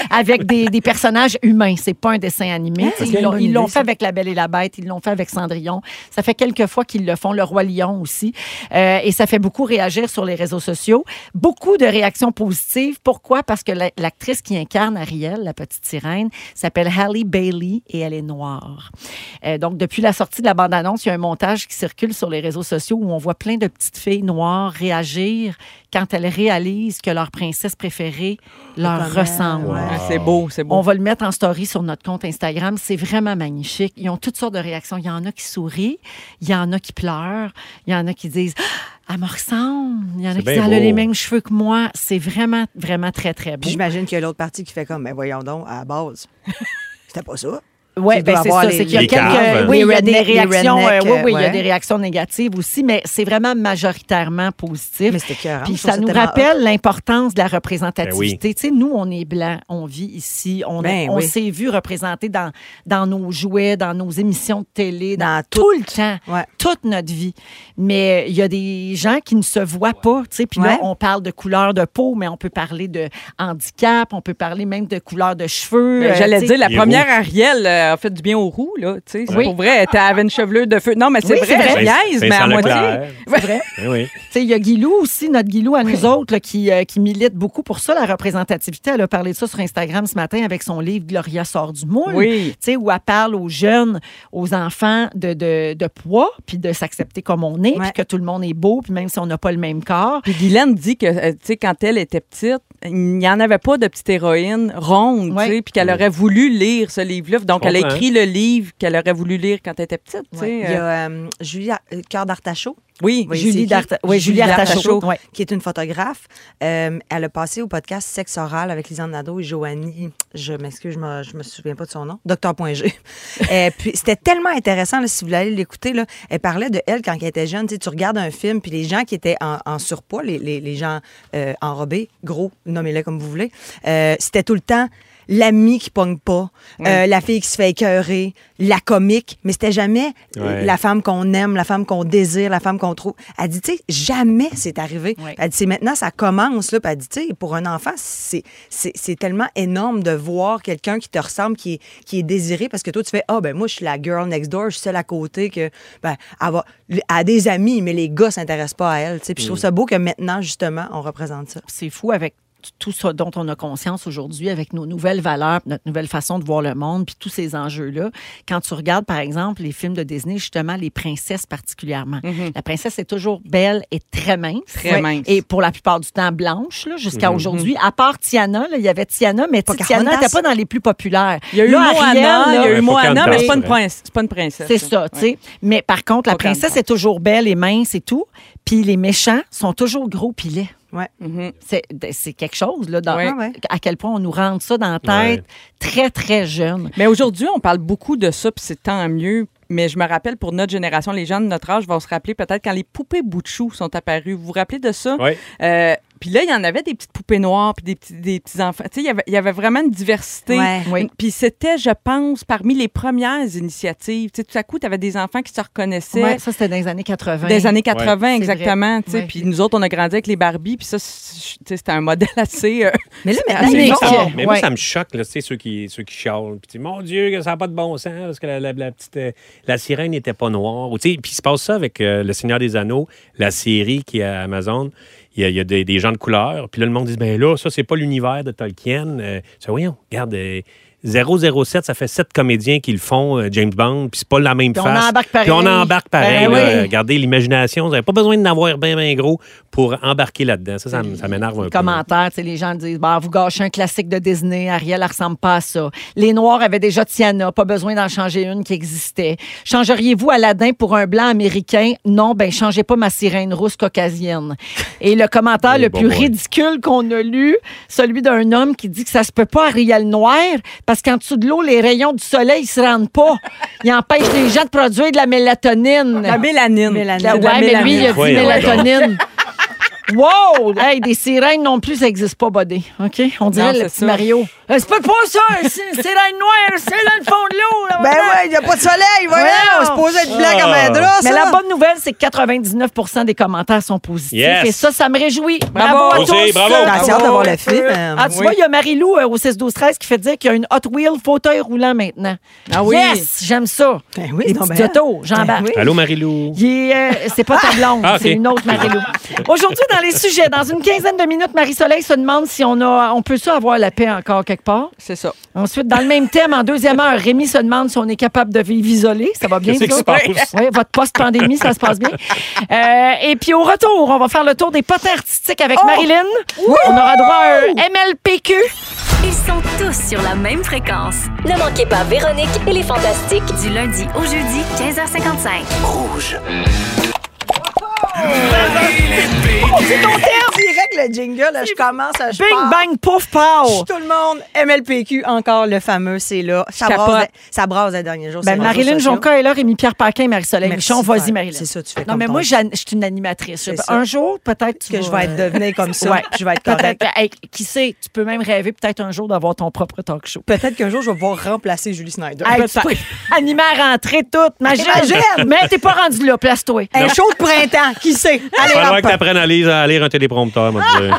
S1: avec des, des personnages humains. C'est pas un dessin animé.
S2: Ok.
S1: Ils l'ont- Ils l'ont
S4: idée,
S1: fait avec La Belle et la Bête, ils l'ont fait avec Cendrillon. Ça fait quelques fois qu'ils le font, Le Roi Lion aussi. Euh, et ça fait beaucoup réagir sur les réseaux sociaux. Beaucoup de réactions positives. Pourquoi? Parce que la- l'actrice qui incarne Ariel, la petite sirène, s'appelle Halle Bailey et elle est noire. Euh, donc, depuis la sortie de la bande-annonce, il y a un montage qui circule sur les réseaux sociaux où on voit plein de petites filles noires réagir quand elles réalisent que leur princesse préférée leur
S4: Comme, euh,
S1: ressemble.
S4: ouais.
S3: Ah, c'est beau, c'est
S1: On
S3: beau.
S1: va le mettre en story sur notre compte Instagram. C'est vraiment magnifique. Ils ont toutes sortes de réactions. Il y en a qui sourient, il y en a qui pleurent, il y en a qui disent Ah, elle me ressemble. Il y en a
S2: C'est
S1: qui
S2: bien
S1: disent Elle a
S2: beau.
S1: les mêmes cheveux que moi. C'est vraiment, vraiment très, très beau.
S4: Puis j'imagine qu'il y a l'autre partie qui fait comme, mais voyons donc, à la base. C'était pas ça.
S1: Oui,
S4: Tu dois
S1: ben c'est
S4: avoir
S1: ça.
S4: les-
S1: C'est qu'il y a
S2: les
S1: quelques.
S2: caves.
S1: Oui,
S4: Les
S1: il y a des
S4: rednecks, les
S1: réactions. euh,
S4: rednecks,
S1: oui, oui, il y a
S4: ouais.
S1: des réactions négatives aussi, mais c'est vraiment majoritairement positif.
S4: Mais c'était cœur.
S1: Puis ça nous rappelle l'importance de la représentativité. Tu sais, nous, on est blancs, on vit ici, on, a-
S4: Ben
S1: on
S4: oui.
S1: s'est vu représenté dans, dans nos jouets, dans nos émissions de télé, dans,
S4: Dans
S1: tout, le temps,
S4: Ouais.
S1: toute notre vie. Mais euh, il y a des gens qui ne se voient pas, tu sais. Puis là,
S4: Ouais.
S1: on parle de couleur de peau, mais on peut parler de handicap, on peut parler même de couleur de cheveux.
S3: Ben,
S1: euh,
S3: J'allais
S1: tu sais.
S3: dire, la
S2: Les
S3: première Ariel euh, a fait du bien aux roues, là. tu sais. C'est
S1: Oui.
S3: Pour vrai, elle était- elle avait une chevelure de feu. Non, mais c'est
S1: Oui, c'est
S3: vrai,
S1: vrai.
S3: je niaise, mais
S2: Ben,
S3: à
S2: Vincent
S3: moitié.
S2: Leclerc.
S3: Vrai.
S2: Ben oui.
S1: Tu sais, Il y a Guilou aussi, notre Guilou à nous autres, là, qui, euh, qui milite beaucoup pour ça, la représentativité. Elle a parlé de ça sur Instagram ce matin avec son livre Gloria sort du moule.
S3: Oui.
S1: Tu sais, où elle parle aux jeunes, aux enfants de, de, de poids, puis de s'accepter comme on est,
S4: Ouais.
S1: puis que tout le monde est beau, puis même si on n'a pas le même corps.
S3: Puis Guylaine dit que, euh, tu sais, quand elle était petite, il n'y en avait pas de petite héroïne ronde,
S1: Ouais.
S3: tu sais, puis qu'elle aurait voulu lire ce livre-là. Donc,
S2: Je
S3: elle a
S2: comprends.
S3: écrit le livre qu'elle aurait voulu lire quand elle était petite, tu sais.
S4: Il y
S3: euh,
S4: a euh, Julie Ar- euh, Cœur d'Artachot,
S3: Oui,
S4: Oui, c'est
S1: Julie
S4: qui?
S1: Darta- ouais,
S4: Julie
S1: Julie Artachot.
S4: Artachot.
S1: Ouais.
S4: qui est une photographe. Euh, elle a passé au podcast Sexe oral avec Lisanne Nadeau et Joanie. Je m'excuse, je me, je me souviens pas de son nom. Docteur.g. et puis c'était tellement intéressant, là, si vous voulez l'écouter, là, elle parlait de elle quand elle était jeune. Tu, sais, tu regardes un film, puis les gens qui étaient en, en surpoids, les, les- les gens euh, enrobés, gros, nommez-les comme vous voulez, euh, c'était tout le temps. l'ami qui pogne pas, euh, la fille qui se fait écœurer, la comique, mais c'était jamais
S2: Ouais.
S4: la femme qu'on aime, la femme qu'on désire, la femme qu'on trouve. Elle dit, tu sais, jamais c'est arrivé.
S1: Ouais.
S4: Elle dit, c'est maintenant, ça commence, là. Puis elle dit, tu sais, pour un enfant, c'est, c'est, c'est tellement énorme de voir quelqu'un qui te ressemble, qui est, qui est désiré, parce que toi, tu fais, ah, ben moi, je suis la girl next door, je suis celle à côté, que, ben, elle, va- elle a des amis, mais les gars s'intéressent pas à elle, tu sais. Puis je trouve
S1: Mm.
S4: ça beau que maintenant, justement, on représente ça.
S1: c'est fou avec t- tout ce dont on a conscience aujourd'hui, avec nos nouvelles valeurs, puis notre nouvelle façon de voir le monde, puis tous ces enjeux-là. Quand tu regardes, par exemple, les films de Disney, justement, les princesses particulièrement. La princesse est toujours belle et très mince.
S3: Mhm. Très mince. Mhm.
S1: Et pour la plupart du temps, blanche, là, jusqu'à aujourd'hui. À part Tiana, là, il y avait Tiana, mais tu sais, Tiana
S4: Pocahontas.
S1: n'était pas dans les plus populaires.
S3: Il y a eu
S1: Là, Ariel,
S3: Moana, il y
S1: là,
S3: a eu
S2: Ouais,
S3: Moana,
S2: Pocahontas,
S3: mais c'est pas une
S2: c'est
S3: princesse. C'est pas une princesse.
S1: c'est ça, tu sais. Mais par contre, la
S3: Pas comme
S1: princesse
S3: ça.
S1: est toujours belle et mince et tout. Puis les méchants sont toujours gros puis laids.
S4: Ouais.
S3: Mhm.
S1: C'est c'est quelque chose, là, dans-
S3: Ouais.
S4: Ah ouais.
S1: à quel point on nous rentre ça dans la tête
S2: Ouais.
S1: très, très jeune.
S3: Mais aujourd'hui, on parle beaucoup de ça, puis c'est tant mieux. Mais je me rappelle, pour notre génération, les gens de notre âge vont se rappeler peut-être quand les poupées Boutchou sont apparues. Vous vous rappelez de ça?
S2: Ouais.
S3: Euh, puis là, il y en avait des petites poupées noires, puis des petits, des petits enfants. Tu sais, il y avait- il y avait vraiment une diversité.
S4: Ouais.
S1: Oui.
S3: Puis c'était, je pense, parmi les premières initiatives. Tu sais, tout à coup, tu avais des enfants qui se reconnaissaient.
S1: Ouais, ça, c'était dans les années 80.
S3: Des années 80,
S1: C'est
S3: exactement.
S1: vrai.
S3: tu sais.
S1: Ouais.
S3: Puis nous autres, on a grandi avec les Barbies, puis ça, c'est- tu sais, c'était un modèle assez. euh,
S4: Mais là, maintenant,
S2: Mais,
S1: Mais
S2: moi,
S4: ils
S1: bon,
S2: ça,
S4: font-
S1: c'est-
S2: mais moi,
S1: ouais.
S2: ça me choque, là, tu sais, ceux qui, ceux qui chialent. Puis, tu sais, mon Dieu, que ça n'a pas de bon sens, parce que la, la- la petite, euh, la sirène n'était pas noire. Ou, tu sais, Puis, il se passe ça avec euh, Le Seigneur des Anneaux, la série qui est à Amazon. Il y a, il y a des, des gens de couleur. Puis là, le monde dit, ben là, ça, c'est pas l'univers de Tolkien. Euh, tu sais, voyons, regarde, euh, 007, ça fait sept comédiens qui le font, euh, James Bond, puis c'est pas la même
S1: Puis on
S2: face.
S1: embarque
S2: Puis on
S1: pareil.
S2: embarque pareil.
S1: Ben
S2: là.
S1: oui.
S2: Euh, Regardez, l'imagination, vous n'avez pas besoin de n'avoir bien, bien gros pour embarquer là-dedans. Ça, ça, m- ça m'énerve un peu.
S1: Commentaires, tu sais, les gens disent bah, Vous gâchez un classique de Disney, Ariel, elle ressemble pas à ça. Les Noirs avaient déjà Tiana, pas besoin d'en changer une qui existait. Changeriez-vous Aladdin pour un blanc américain Non, ben changez pas ma sirène rousse caucasienne. Et le commentaire
S2: Oui,
S1: le
S2: bon
S1: plus
S2: point.
S1: ridicule qu'on a lu, celui d'un homme qui dit que ça se peut pas Ariel noir parce qu'en dessous de l'eau, les rayons du soleil se rendent pas. Il empêche les gens de produire de la mélatonine.
S3: la mélanine.
S4: Mélanine.
S3: C'est
S1: La-
S3: de la
S1: ouais, mais lui, il a dit
S2: Voyons
S1: mélatonine. Wow! Hey, des sirènes non plus, ça n'existe pas, Bodé. OK? On dirait
S3: Non,
S1: le
S3: c'est
S1: petit
S3: ça.
S1: Mario. Euh, C'est pas pour ça! C'est une sirène noire! C'est dans le fond de l'eau! là,
S4: Ben
S1: voilà.
S4: ouais, il n'y a pas de soleil, voyons,
S1: Voyons.
S4: on se posait être blanc comme un
S1: Ah.
S4: drap, ça.
S1: Mais la bonne nouvelle, c'est que 99 des commentaires sont positifs.
S2: Yes.
S1: Et ça, ça me réjouit. Bravo, à
S2: Aussi,
S1: tous!
S2: bravo.
S4: J'ai hâte d'avoir le film.
S1: Ah, tu
S3: Oui.
S1: vois, il y a Marie-Lou euh, au 16-12-13 qui fait dire qu'il y a une Hot Wheel fauteuil roulant maintenant.
S3: Ah oui.
S1: Yes! J'aime ça.
S4: Ben oui,
S1: Les
S4: non,
S1: petits
S4: ben-
S1: autos, j'embarque.
S2: Allô, Marie-Lou?
S1: Il est, euh, c'est pas ta blonde,
S2: Ah, ok.
S1: c'est une autre Marie-Lou. Aujourd'hui, dans les sujets, dans une quinzaine de minutes, Marie-Soleil se demande si on, a, on peut ça avoir la paix encore quelque part.
S3: C'est ça.
S1: Ensuite, dans le même thème, en deuxième heure, Rémi se demande si on est capable de vivre isolé. Ça va bien,
S2: Qu'est-ce
S1: vous
S2: qui se
S1: autres?
S2: passe?
S1: Oui, votre post-pandémie, ça se passe bien. Euh, et puis au retour, on va faire le tour des potins artistiques avec
S4: Oh!
S1: Marilyn. On aura droit à un MLPQ.
S5: Ils sont tous sur la même fréquence.
S6: Ne manquez pas Véronique et les Fantastiques.
S5: Du lundi au jeudi, 15h55.
S4: direct le jingle, là, je commence à je pars.
S1: Bing, bang, pouf, pow.
S4: Chut, Tout le monde, MLPQ, encore le fameux, c'est là. Ça
S3: Capote.
S4: brasse, ça brasse les derniers jours.
S1: Ben,
S4: sur les
S1: Marilyn
S4: réseaux sociaux.
S1: Jonca est là, Rémi-Pierre Paquin et Marie-Soleil
S4: Merci,
S1: Michon. Vas-y,
S4: Fer.
S1: Marilyn.
S4: C'est ça, tu fais
S1: Non,
S4: comme
S1: mais
S4: ton
S1: moi,
S4: chef.
S1: j'an- je suis une animatrice.
S4: C'est
S1: Un
S4: ça.
S1: jour, peut-être tu
S4: que
S1: vas-
S4: je vais être devenue comme ça.
S1: Ouais.
S4: puis Je vais être correcte.
S1: Peut-être. Hey, qui sait, tu peux même rêver peut-être un jour d'avoir ton propre talk show.
S4: Peut-être qu'un jour, je vais pouvoir remplacer Julie Snyder.
S1: Hey, tu peux animer à rentrer toute, imagine.
S4: Imagine!
S1: Mais t'es pas rendu là, place-toi.
S4: Un show de printemps, qui sait? Allez,
S2: Il va falloir
S4: hop.
S2: que tu apprennes à lire, à lire un téléprompteur, moi, je veux dire.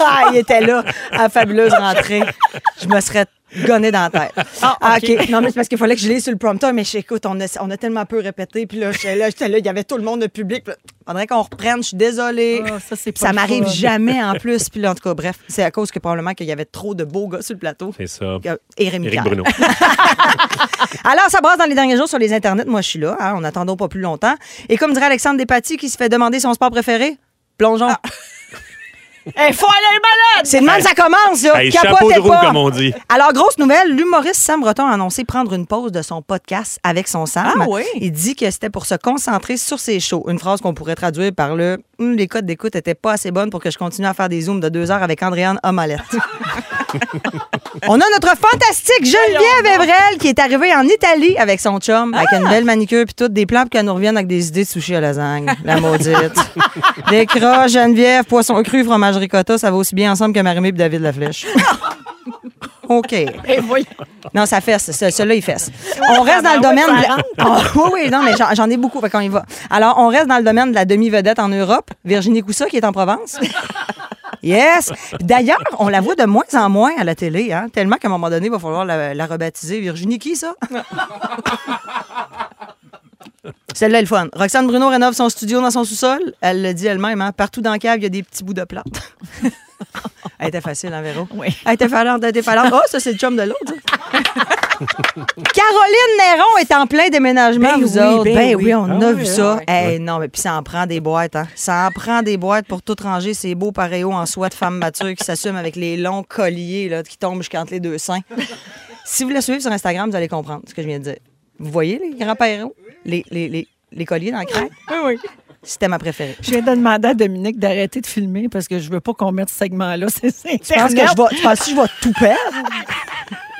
S4: Ah, il était là, à la fabuleuse rentrée. Je me serais gonné dans la tête. Ah, OK. Non, mais c'est parce qu'il fallait que je lise sur le prompteur, mais je- écoute, on a, on a tellement peu répété, puis là, j'étais là, j'étais là, il y avait tout le monde, le public. puis là, Faudrait qu'on reprenne, je suis désolée.
S1: Ah, ça, c'est
S4: Puis
S1: pas
S4: ça
S1: le
S4: m'arrive
S1: fun.
S4: jamais en plus. Puis là, en tout cas, bref, c'est à cause que probablement qu'il y avait trop de beaux gars sur le plateau.
S2: C'est ça.
S4: Euh, Et Rémi
S2: Éric
S4: Pierre.
S2: Bruno.
S4: Alors, ça brasse dans les derniers jours sur les internets. Moi, je suis là. hein, on attendons pas plus longtemps. Et comme dirait Alexandre Despatie, qui se fait demander son sport préféré, plongeons.
S1: Hey, faut aller malade!
S4: Ah. C'est de même que ça commence, là.
S2: Hey,
S4: Capotez
S2: chapeau de roue,
S4: pas.
S2: comme on dit.
S4: Alors, grosse nouvelle, l'humoriste Sam Breton a annoncé prendre une pause de son podcast avec son Sam.
S3: Ah oui?
S4: Il dit que c'était pour se concentrer sur ses shows. Une phrase qu'on pourrait traduire par le Hum, les codes d'écoute étaient pas assez bonnes pour que je continue à faire des zooms de deux heures avec Andréane Omalette. On a notre fantastique Geneviève Evrel qui est arrivée en Italie avec son chum,
S3: Ah!
S4: avec une belle manicure puis toutes des plans pour qu'elle nous revienne avec des idées de sushi à lasagne. La maudite. des crocs, Geneviève, poisson cru, fromage ricotta, ça va aussi bien ensemble que Marimé et David Laflèche. OK.
S1: Et voyons.
S4: Non, ça fesse. Ce- Celui-là, il fesse. On reste dans le
S1: ben ouais,
S4: domaine.
S1: ça
S4: de- Oh, oui, oui, non, mais j'en- j'en ai beaucoup. Fait qu'on y va. Alors, on reste dans le domaine de la demi-vedette en Europe. Virginie Coussa, qui est en Provence. Yes. D'ailleurs, on la voit de moins en moins à la télé, hein, tellement qu'à un moment donné, il va falloir la, la rebaptiser. Virginie qui, ça? Celle-là, elle est fun. Roxane Bruno rénove son studio dans son sous-sol. Elle le dit elle-même. hein. Partout dans la cave, il y a des petits bouts de plantes. elle était facile, hein, Véro?
S1: Oui.
S4: Elle était fallante, elle était fallante. Oh, ça, c'est le chum de l'autre. ça. Caroline Néron est en plein déménagement,
S7: Ben
S4: vous
S7: oui,
S4: autres.
S7: ben oui.
S4: on
S2: Ah
S4: a
S2: oui,
S4: vu
S2: ah
S4: ça.
S2: oui.
S4: Hey, non, mais puis ça en prend des boîtes, hein. Ça en prend des boîtes pour tout ranger ces beaux pareos en soie de femme mature qui s'assument avec les longs colliers là, qui tombent jusqu'entre les deux seins. Si vous la suivez sur Instagram, vous allez comprendre ce que je viens de dire. Vous voyez les grands pareos? Les, les, les, les colliers dans le crâne?
S3: Oui, oui.
S4: C'était ma préférée.
S1: Je viens de demander à Dominique d'arrêter de filmer parce que je veux pas qu'on mette ce segment-là. C'est
S4: Je pense que je vais, tu penses-tu que je vais tout perdre.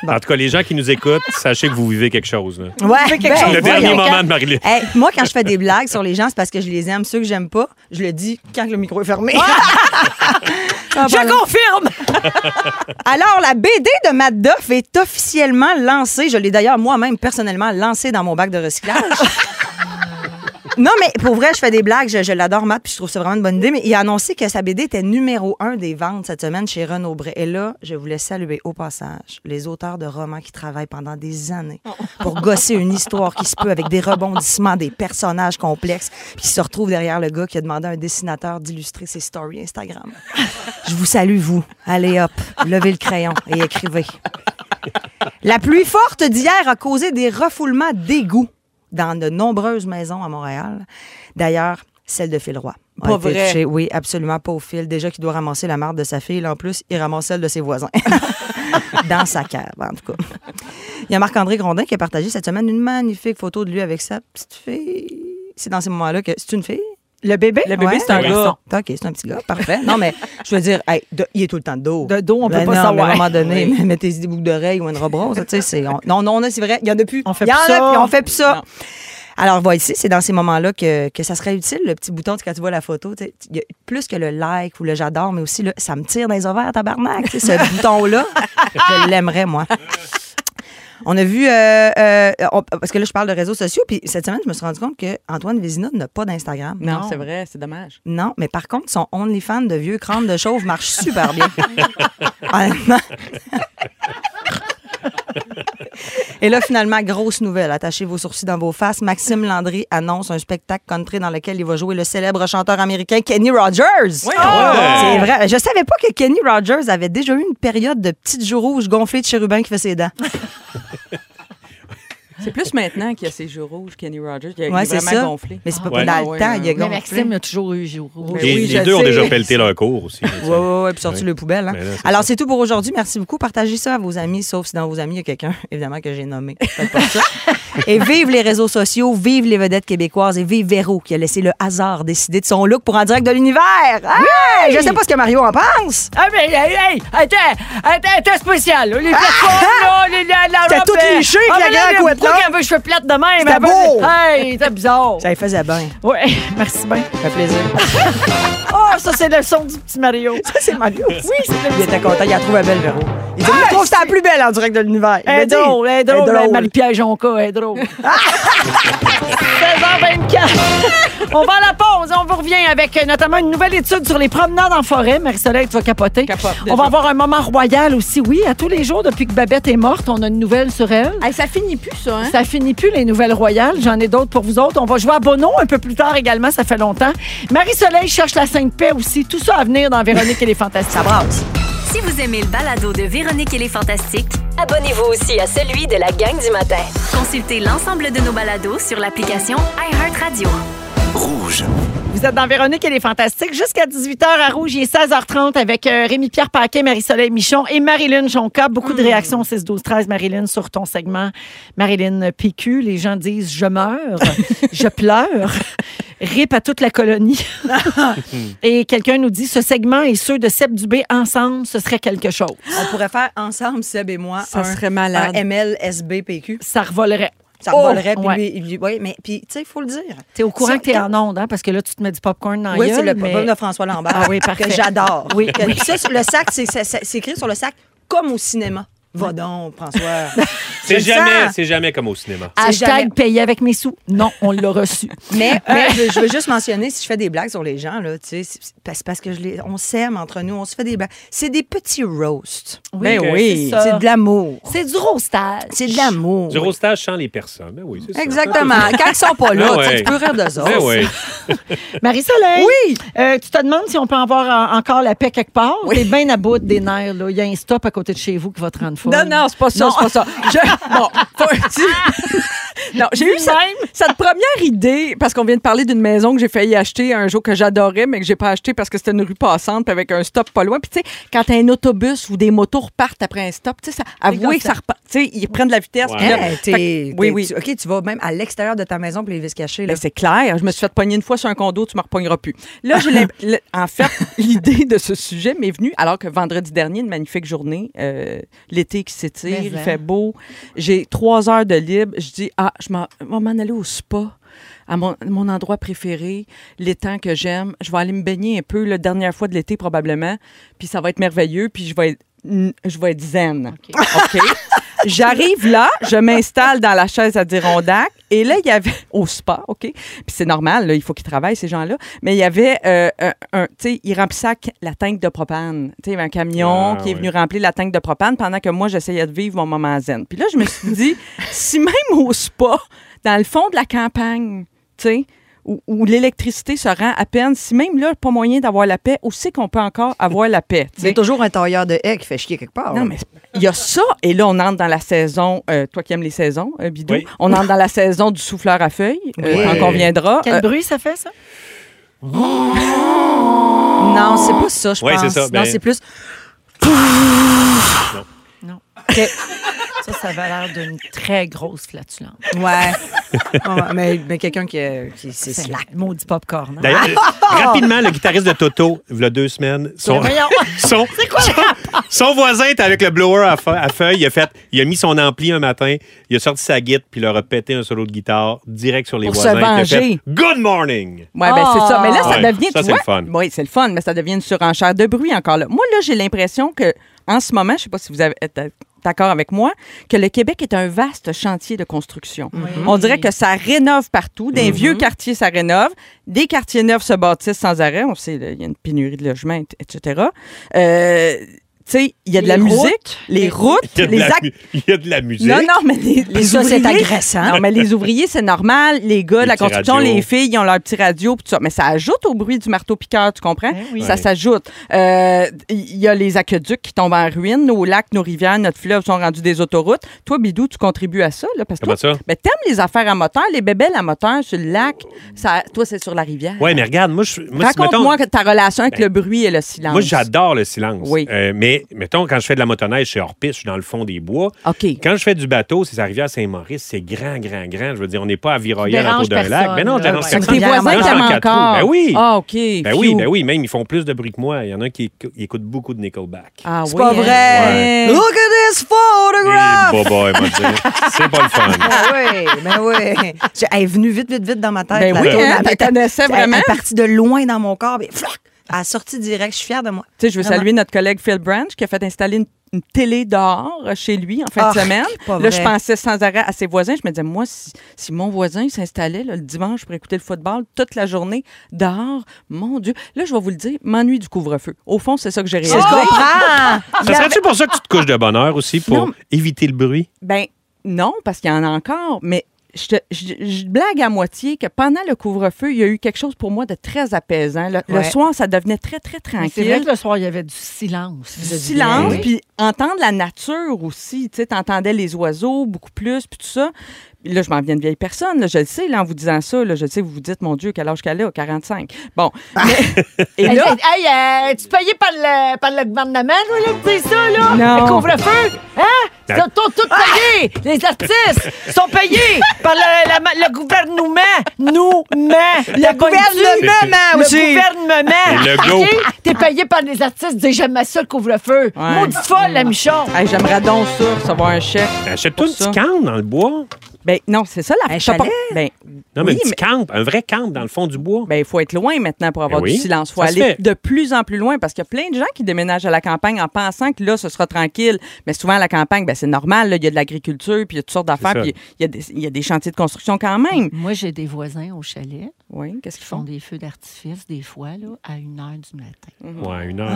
S2: En tout cas, les gens qui nous écoutent, sachez que vous vivez quelque chose. là.
S4: Ouais, ben,
S2: le
S4: voyons.
S2: dernier moment de Marilyn.
S4: Hey, moi, quand je fais des blagues sur les gens, c'est parce que je les aime. Ceux que j'aime pas, je le dis quand le micro est fermé. Ah,
S1: Je
S4: pardon.
S1: confirme!
S4: Alors, la BD de Matt Duff est officiellement lancée. Je l'ai d'ailleurs moi-même personnellement lancée dans mon bac de recyclage. Non, mais pour vrai, je fais des blagues. Je, je l'adore, Matt, puis je trouve ça vraiment une bonne idée. Mais il a annoncé que sa BD était numéro un des ventes cette semaine chez Renaud Bray. Et là, je voulais saluer au passage les auteurs de romans qui travaillent pendant des années pour gosser une histoire qui se peut avec des rebondissements, des personnages complexes, puis qui se retrouvent derrière le gars qui a demandé à un dessinateur d'illustrer ses stories Instagram. Je vous salue, vous. Allez hop, levez le crayon et écrivez. La pluie forte d'hier a causé des refoulements d'égouts dans de nombreuses maisons à Montréal. D'ailleurs, celle de Phil Roy. a
S3: Pas
S4: été
S3: vrai.
S4: touchée. Oui, absolument pas au fil. Déjà qu'il doit ramasser la marde de sa fille, là, en plus, il ramasse celle de ses voisins. dans sa cave, en tout cas. Il y a Marc-André Grondin qui a partagé cette semaine une magnifique photo de lui avec sa petite fille. C'est dans ces moments-là que. C'est une fille?
S1: Le bébé?
S3: Le bébé,
S4: Ouais.
S3: c'est un
S4: Ouais.
S3: gars.
S4: OK, c'est un petit gars, parfait. Non, mais je veux dire, hey, de- il est tout le temps de dos.
S1: De dos, on peut
S4: Ben
S1: pas
S4: non,
S1: savoir.
S4: mais À un moment donné, mettez des boucles d'oreilles ou une robe rose. tu sais, c'est- on- non, non, non, c'est vrai, il y en a plus.
S1: On fait
S4: Il y en
S1: plus
S4: a
S1: ça.
S4: plus, on fait plus ça.
S3: Non.
S4: Alors, voici, c'est dans ces moments-là que, que ça serait utile, le petit bouton, tu sais, quand tu vois la photo. tu sais, il y a plus que le like ou le j'adore, mais aussi le ça me tire dans les ovaires, tabarnak. tu sais, Ce bouton-là, je l'aimerais, moi. On a vu, euh, euh, on- parce que là, je parle de réseaux sociaux, puis cette semaine, je me suis rendu compte que Antoine Vézina n'a pas d'Instagram.
S3: Non,
S1: Non.
S3: c'est vrai, c'est dommage.
S4: Non, mais par contre, son OnlyFans de vieux crâne de chauve marche super bien. Honnêtement. Et là, finalement, grosse nouvelle. Attachez vos sourcils dans vos faces. Maxime Landry annonce un spectacle country dans lequel il va jouer le célèbre chanteur américain Kenny Rogers.
S3: Ah!
S4: C'est vrai. Je savais pas que Kenny Rogers avait déjà eu une période de petites joues rouges gonflées de chérubin qui fait ses dents.
S3: C'est plus maintenant qu'il y a ces jeux rouges, Kenny Rogers. Il, a- il
S4: Ouais,
S3: est
S4: c'est
S3: vraiment
S4: ça.
S3: gonflé.
S4: Mais c'est pas
S2: Ouais.
S4: dans le
S3: Ah ouais,
S4: temps. Il a
S3: ouais.
S4: gonflé.
S1: Mais Maxime, il a toujours eu jour rouge.
S2: Et
S3: oui,
S2: les
S3: je
S2: deux ont
S3: sais.
S2: déjà pelleté leur cours aussi. là, tu sais.
S4: Ouais, ouais, ouais, puis sorti
S2: Ouais.
S4: le poubelle. hein.
S2: Mais là, c'est
S4: Alors, c'est tout pour aujourd'hui. Merci beaucoup. Partagez ça à vos amis, sauf si dans vos amis, il y a quelqu'un, évidemment, que j'ai nommé. Faites pas ça. et vive les réseaux sociaux, vive les vedettes québécoises et vive Véro qui a laissé le hasard décider de son look pour en direct de l'univers. Hey, Je sais pas ce que Mario en pense.
S1: Ah, mais, hey, hey, attends, attends, attends, spécial. là, Les plateformes, là, les, la, la
S4: C'était
S1: robe,
S4: Ah! tout
S1: euh,
S4: léché,
S1: ah,
S4: puis la
S1: mais là,
S4: grande
S1: mais
S4: couette
S1: Pourquoi
S4: longue?
S1: qu'elle veut que je fais plate de même?
S4: C'était
S1: Elle veut-
S4: beau.
S1: Hey, c'était bizarre.
S4: Ça les faisait bien.
S1: Ouais, merci bien.
S4: Ça fait plaisir.
S1: Oh, ça, c'est le son du petit Mario.
S4: Ça, c'est Mario. Oui,
S1: c'est le
S4: Il était content. Il a trouvé belle, Véro. Il dit, moi, je trouve que c'est la plus belle en direct de l'univers. Il
S1: Elle est
S4: l'a dit.
S1: Eh, drôle, elle est
S4: Elle est
S1: drôle,
S4: drôle.
S1: Marie-Pierre Jonca, elle est eh, drôle. 16h24. On va à la pause, on vous revient avec euh, notamment une nouvelle étude sur les promenades en forêt. Marie-Soleil, tu vas capoter.
S3: Capote,
S1: on
S3: déjà.
S1: va avoir un moment royal aussi, oui. À tous les jours, depuis que Babette est morte, on a une nouvelle sur elle.
S3: Hey, ça finit plus, ça, hein?
S1: Ça finit plus les nouvelles royales. J'en ai d'autres pour vous autres. On va jouer à Bono un peu plus tard également. Ça fait longtemps. Marie-Soleil cherche la Sainte Paix aussi. Tout ça à venir dans Véronique et les Fantastiques. Ça brasse.
S5: Si vous aimez le balado de Véronique et les Fantastiques,
S6: Abonnez-vous aussi à celui de la gang du matin.
S5: consultez l'ensemble de nos balados sur l'application iHeartRadio.
S1: Vous êtes dans Véronique, elle est fantastique. Jusqu'à 18h à Rouge, il est 16h30 avec euh, Rémi-Pierre Paquet, Marie-Soleil Michon et Marilyn Jonca. Beaucoup
S4: Hmm.
S1: de réactions au 6, 12, 13. Marilyn, sur ton segment Marilyn PQ, les gens disent « Je meurs »,« Je pleure »,« Rip à toute la colonie ». Et quelqu'un nous dit « Ce segment et ceux de Seb Dubé ensemble, ce serait quelque chose
S4: On pourrait faire ensemble, Seb et moi,
S3: Ça
S4: un,
S3: serait malade.
S4: un MLSBPQ. ».
S1: Ça revolerait.
S4: Ça
S1: Oh!
S4: revolerait, puis
S1: Ouais.
S4: lui- lui- oui, mais puis, tu sais, il faut le dire.
S1: T'es au courant
S4: Ça-
S1: que t'es en onde, hein, parce que là, tu te mets du popcorn dans la
S4: Oui, c'est
S1: gueule,
S4: le
S1: mais-
S4: problème de François Lambert.
S1: Ah oui, parfait.
S4: Que j'adore.
S1: Oui.
S4: Que- puis ça, sur le sac, c'est- c'est c'est- c'est écrit sur le sac comme au cinéma. Va donc, François.
S2: C'est
S4: Je le
S2: jamais,
S4: sens. Ah,
S2: c'est jamais comme au cinéma.
S4: C'est
S1: Hashtag
S4: jamais-
S1: payé avec mes sous. Non, on l'a reçu.
S4: Mais, mais je, je veux juste mentionner, si je fais des blagues sur les gens, là, tu sais, c'est- c'est parce- parce que je les, on s'aime entre nous, on se fait des blagues. C'est des petits roasts.
S3: Ben
S2: ok,
S3: oui.
S1: ça.
S4: C'est de l'amour.
S1: C'est du roastage.
S4: C'est de l'amour.
S2: Du rostage sans les personnes. Ben oui, c'est ça.
S4: Exactement. Quand ils sont pas là,
S2: Ah
S4: tu sais,
S2: ouais.
S4: tu peux rire d'eux autres.
S2: Ben oui.
S1: Marie-Soleil, oui. tu te demandes si on peut avoir en- encore la paix quelque part. T'es bien à bout des nerfs. Là. Il y a un stop à côté de chez vous qui va te rendre folle.
S3: Non, non, c'est pas ça, c'est pas ça. Je- bon, faut- tu- non, j'ai eu cette, cette première idée parce qu'on vient de parler d'une maison que j'ai failli acheter un jour que j'adorais, mais que j'ai pas acheté parce que c'était une rue passante puis avec un stop pas loin. Puis tu sais, quand un autobus ou des motos repartent après un stop, tu sais, ça- avouez que ça repart. Tu sais, ils prennent de la vitesse.
S2: Ouais.
S3: puis là-
S4: Hey, t'es-
S3: Fait que-
S4: Hein, t'es-
S3: oui, oui.
S4: tu- OK, tu vas même à l'extérieur de ta maison pour les vis cachées. Là.
S3: Ben, c'est clair. Je me suis fait pogner une fois sur un condo, tu me repogneras plus. Là, j'ai l'im- le- en fait, l'idée de ce sujet m'est venue alors que vendredi dernier, une magnifique journée, euh, l'été qui s'étire,
S1: Mais
S3: il
S1: hein.
S3: fait beau. J'ai trois heures de libre. Je dis, ah, je m'en- je vais m'en aller au spa, à mon, mon endroit préféré, les temps que j'aime. Je vais aller me baigner un peu, la dernière fois de l'été probablement, puis ça va être merveilleux, puis je vais être, je vais être zen. OK. J'arrive là, je m'installe dans la chaise à Dirondac et là, il y avait au spa, OK? Puis c'est normal, là, il faut qu'ils travaillent, ces gens-là. Mais il y avait euh, un, un- tu sais, ils remplissaient la tank de propane. Tu sais, il y avait un camion
S2: Ah,
S3: qui est
S2: oui.
S3: venu remplir la tank de propane pendant que moi, j'essayais de vivre mon moment zen. Puis là, je me suis dit, si même au spa, dans le fond de la campagne, tu sais, où, où l'électricité se rend à peine, si même là, pas moyen d'avoir la paix, où c'est qu'on peut encore avoir la paix? tu
S4: C'est
S3: sais?
S4: toujours un tailleur de haie qui fait chier quelque part.
S3: Non, mais il y a ça, et là, on entre dans la saison, euh, toi qui aimes les saisons, euh, Bidou,
S2: Oui.
S3: on entre dans la saison du souffleur à feuilles, euh,
S2: Oui.
S3: quand on viendra.
S1: Quel
S3: Euh,
S1: bruit ça fait, ça?
S4: Non, c'est pas ça, je
S2: Ouais, c'est
S4: pense.
S2: ça,
S4: Non,
S2: ben-
S4: c'est plus...
S1: Ça, ça avait l'air d'une très grosse flatulence.
S4: Ouais. Ouais, mais mais quelqu'un qui, euh, qui c'est
S1: C'est
S4: slack.
S1: la maudit popcorn. hein?
S2: D'ailleurs, euh, rapidement, le guitariste de Toto, il y a deux semaines,
S4: Ben
S2: son,
S1: Voyons.
S2: son, son- son voisin était avec le blower à, feu- à feuille. Il a, fait, il a mis son ampli un matin, il a sorti sa guitare, puis il leur a pété un solo de guitare direct sur les
S3: Pour se
S2: voisins. Il a
S3: venger.
S2: fait Good morning!
S3: Ouais, ben, c'est ça. Mais là, ça
S2: Ah! Ouais,
S3: devient.
S2: ça,
S3: tu
S2: c'est le
S3: vois,
S2: fun.
S3: Oui, c'est le fun, mais ça devient une surenchère de bruit encore là. Moi, là, j'ai l'impression que, en ce moment, je sais pas si vous avez- êtes d'accord avec moi, que le Québec est un vaste chantier de construction. On dirait que ça rénove partout.
S2: Mhm.
S3: Des vieux quartiers, ça rénove. Des quartiers neufs se bâtissent sans arrêt. On sait, là, il y a une pénurie de logements, et- etc. Euh, tu sais, il y a de la
S1: Les
S3: musique,
S1: routes.
S3: les routes,
S2: Il y a de,
S3: les
S2: la,
S3: actes
S2: mu- il y a de la musique.
S3: non, non, mais les, les
S4: Ça, c'est
S3: ouvriers-
S4: agressant.
S3: Non, mais les ouvriers, c'est normal. Les gars de
S2: Les
S3: la
S2: petits
S3: construction,
S2: radios.
S3: les filles, ils ont leur petit radio, pis tout ça. Mais ça ajoute au bruit du marteau-piqueur, tu comprends?
S1: Ben
S4: Eh
S1: oui.
S3: Ça
S2: Ouais.
S3: s'ajoute. Euh, Il y a les aqueducs qui tombent en ruine. Nos lacs, nos rivières, notre fleuve sont rendus des autoroutes. Toi, Bidou, tu contribues à ça, là, parce que
S2: Comment
S3: toi,
S2: ça?
S3: ben, t'aimes les affaires à moteur, les bébelles à moteur sur le lac. Ça, toi, c'est sur la rivière.
S2: Oh. Ouais, mais regarde, moi, je. moi, si, mettons- ben,
S3: Raconte-moi que ta relation avec le bruit et le silence.
S2: Moi, j'adore le silence.
S3: Oui.
S2: Euh, mais, mettons, quand je fais de la motoneige, je suis hors piste, je suis dans le fond des bois.
S3: OK.
S2: Quand je fais du bateau, c'est arrivé à Saint-Maurice, c'est grand, grand, grand. Je veux dire, on n'est pas à Viroyal
S1: dérange
S2: autour d'un lac.
S1: personne,
S2: Mais non,
S1: là,
S2: je dérange
S1: ouais.
S3: Donc,
S2: personne.
S3: tes voisins
S2: Quand je suis en
S3: t'aiment
S2: quatre roues,
S3: encore.
S2: Ben oui.
S3: Ah, OK.
S2: Ben oui,
S3: Phew.
S2: ben oui, même ils font plus de bruit que moi. Il y en a qui écou- ils écoutent beaucoup de Nickelback.
S3: Ah,
S4: C'est
S3: oui,
S4: pas
S3: hein?
S4: vrai.
S2: Ouais.
S4: Look at this
S2: Eh,
S4: photograph!
S2: boy, boy, moi, je dis, c'est pas le fun.
S4: Ben oui, ben oui. Je- Elle est venue vite, vite, vite dans ma tête.
S3: Ben
S4: la
S3: oui,
S4: tour,
S3: hein,
S4: elle
S3: t'as
S4: m'était-
S3: connaissais
S4: elle-
S3: vraiment?
S4: Elle est partie de loin dans mon corps, mais flac, elle a sorti direct. Je suis fière de moi.
S3: Tu sais, je veux
S4: Vraiment.
S3: saluer notre collègue Phil Branch qui a fait installer une, une télé dehors euh, chez lui en fin de
S4: Ah,
S3: semaine.
S4: pas
S3: Là, je
S4: vrai.
S3: pensais sans arrêt à ses voisins. Je me disais, moi, si, si mon voisin s'installait là, le dimanche pour écouter le football toute la journée dehors, mon Dieu. Là, je vais vous le dire, m'ennuie du couvre-feu. Au fond, c'est ça que j'ai
S4: Je
S3: réalisé.
S4: comprends.
S2: Ça serait-tu pour ça que tu te couches de bonne heure aussi, pour
S3: Non.
S2: éviter le bruit?
S3: Ben non, parce qu'il y en a encore, mais je, te- je- je blague à moitié que pendant le couvre-feu, il y a eu quelque chose pour moi de très apaisant. Le, le
S4: Ouais.
S3: soir, ça devenait très, très
S1: Mais C'est vrai
S3: tranquille.
S1: que le soir, il y avait du silence.
S3: du silence,
S2: Oui.
S3: puis entendre la nature aussi. Tu sais, t'entendais les oiseaux beaucoup plus, puis tout ça. Puis Là, je m'en viens de vieille personne, là, je le sais, là, en vous disant ça, là, je le sais, vous vous dites, mon Dieu, quel âge qu'elle a, 45. Bon,
S4: Ah.
S3: mais- et
S1: Hey,
S3: là,
S1: hey, hey, euh, tu payais par le, par le gouvernement, toi, là, pour dire ça, là?
S3: Non.
S1: Le couvre-feu? Hein? Ils sont tous
S2: Ah!
S1: tous payés. Les artistes sont payés par le, la- le gouvernement. Nous, mais. Le
S4: gouvernement
S1: Le
S4: aussi.
S1: gouvernement.
S2: Et le go.
S1: OK? T'es payé par les artistes. Dis jamais ça, le couvre-feu.
S3: Ouais.
S1: Maudit folle, la Michon.
S3: Hey, J'aimerais donc ça, recevoir un chèque.
S2: Achète-toi
S3: Pour
S2: une
S3: ça.
S2: petite canne dans le bois.
S3: Ben non, c'est ça la
S4: Un
S3: t'as pas-
S4: chalet?
S3: Ben,
S2: Non, mais
S3: Oui,
S2: un petit
S3: mais-
S2: camp, un vrai camp dans le fond du bois.
S3: ben, il faut être loin maintenant pour avoir
S2: Ben oui,
S3: du silence. faut
S2: ça se
S3: aller
S2: fait.
S3: de plus en plus loin parce qu'il y a plein de gens qui déménagent à la campagne en pensant que là, ce sera tranquille. Mais souvent, à la campagne, ben, c'est normal. là, Il y a de l'agriculture, puis il y a toutes sortes d'affaires,
S2: ça.
S3: puis il y, a des- il y a des chantiers de construction quand même.
S8: Moi, j'ai des voisins au chalet
S3: Oui, qu'est-ce qu'ils
S8: qui font
S3: font?
S8: des feux d'artifice, des fois, là, à 1 h du matin.
S2: Ouais, une heure.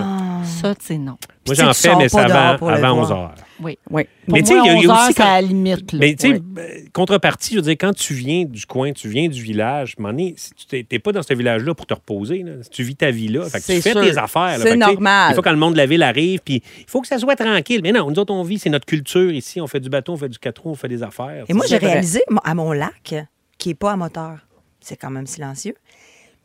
S8: Ça, tu sais, non.
S2: Moi,
S4: tu sais,
S2: j'en
S4: tu
S2: fais,
S4: sors
S2: mais
S4: pas
S2: c'est
S4: dehors
S2: avant,
S4: pour le
S2: avant
S4: voir.
S2: 11 heures.
S8: Oui.
S3: Oui.
S8: Pour
S2: Mais tu sais,
S8: moi,
S2: il y a- il y a
S8: 11 heures,
S2: aussi
S8: c'est
S2: quand-
S8: à la limite. là.
S2: Mais tu sais,
S8: Oui.
S2: euh, contrepartie, je veux dire, quand tu viens du coin, tu viens du village, à un moment donné, si tu t'es- t'es pas dans ce village-là pour te reposer. là. Si tu vis ta vie là, fait que
S3: C'est
S2: tu fais
S3: sûr.
S2: tes affaires. là.
S3: C'est
S2: Fait que, tu sais,
S3: normal.
S2: Il faut quand le monde de la ville arrive, puis il faut que ça soit tranquille. Mais non, nous autres, on vit, c'est notre culture ici. On fait du bateau, on fait du quatre roues, on fait des affaires.
S4: Et moi, j'ai
S3: C'est vrai.
S4: réalisé mo- à mon lac, qui n'est pas à moteur, c'est quand même silencieux.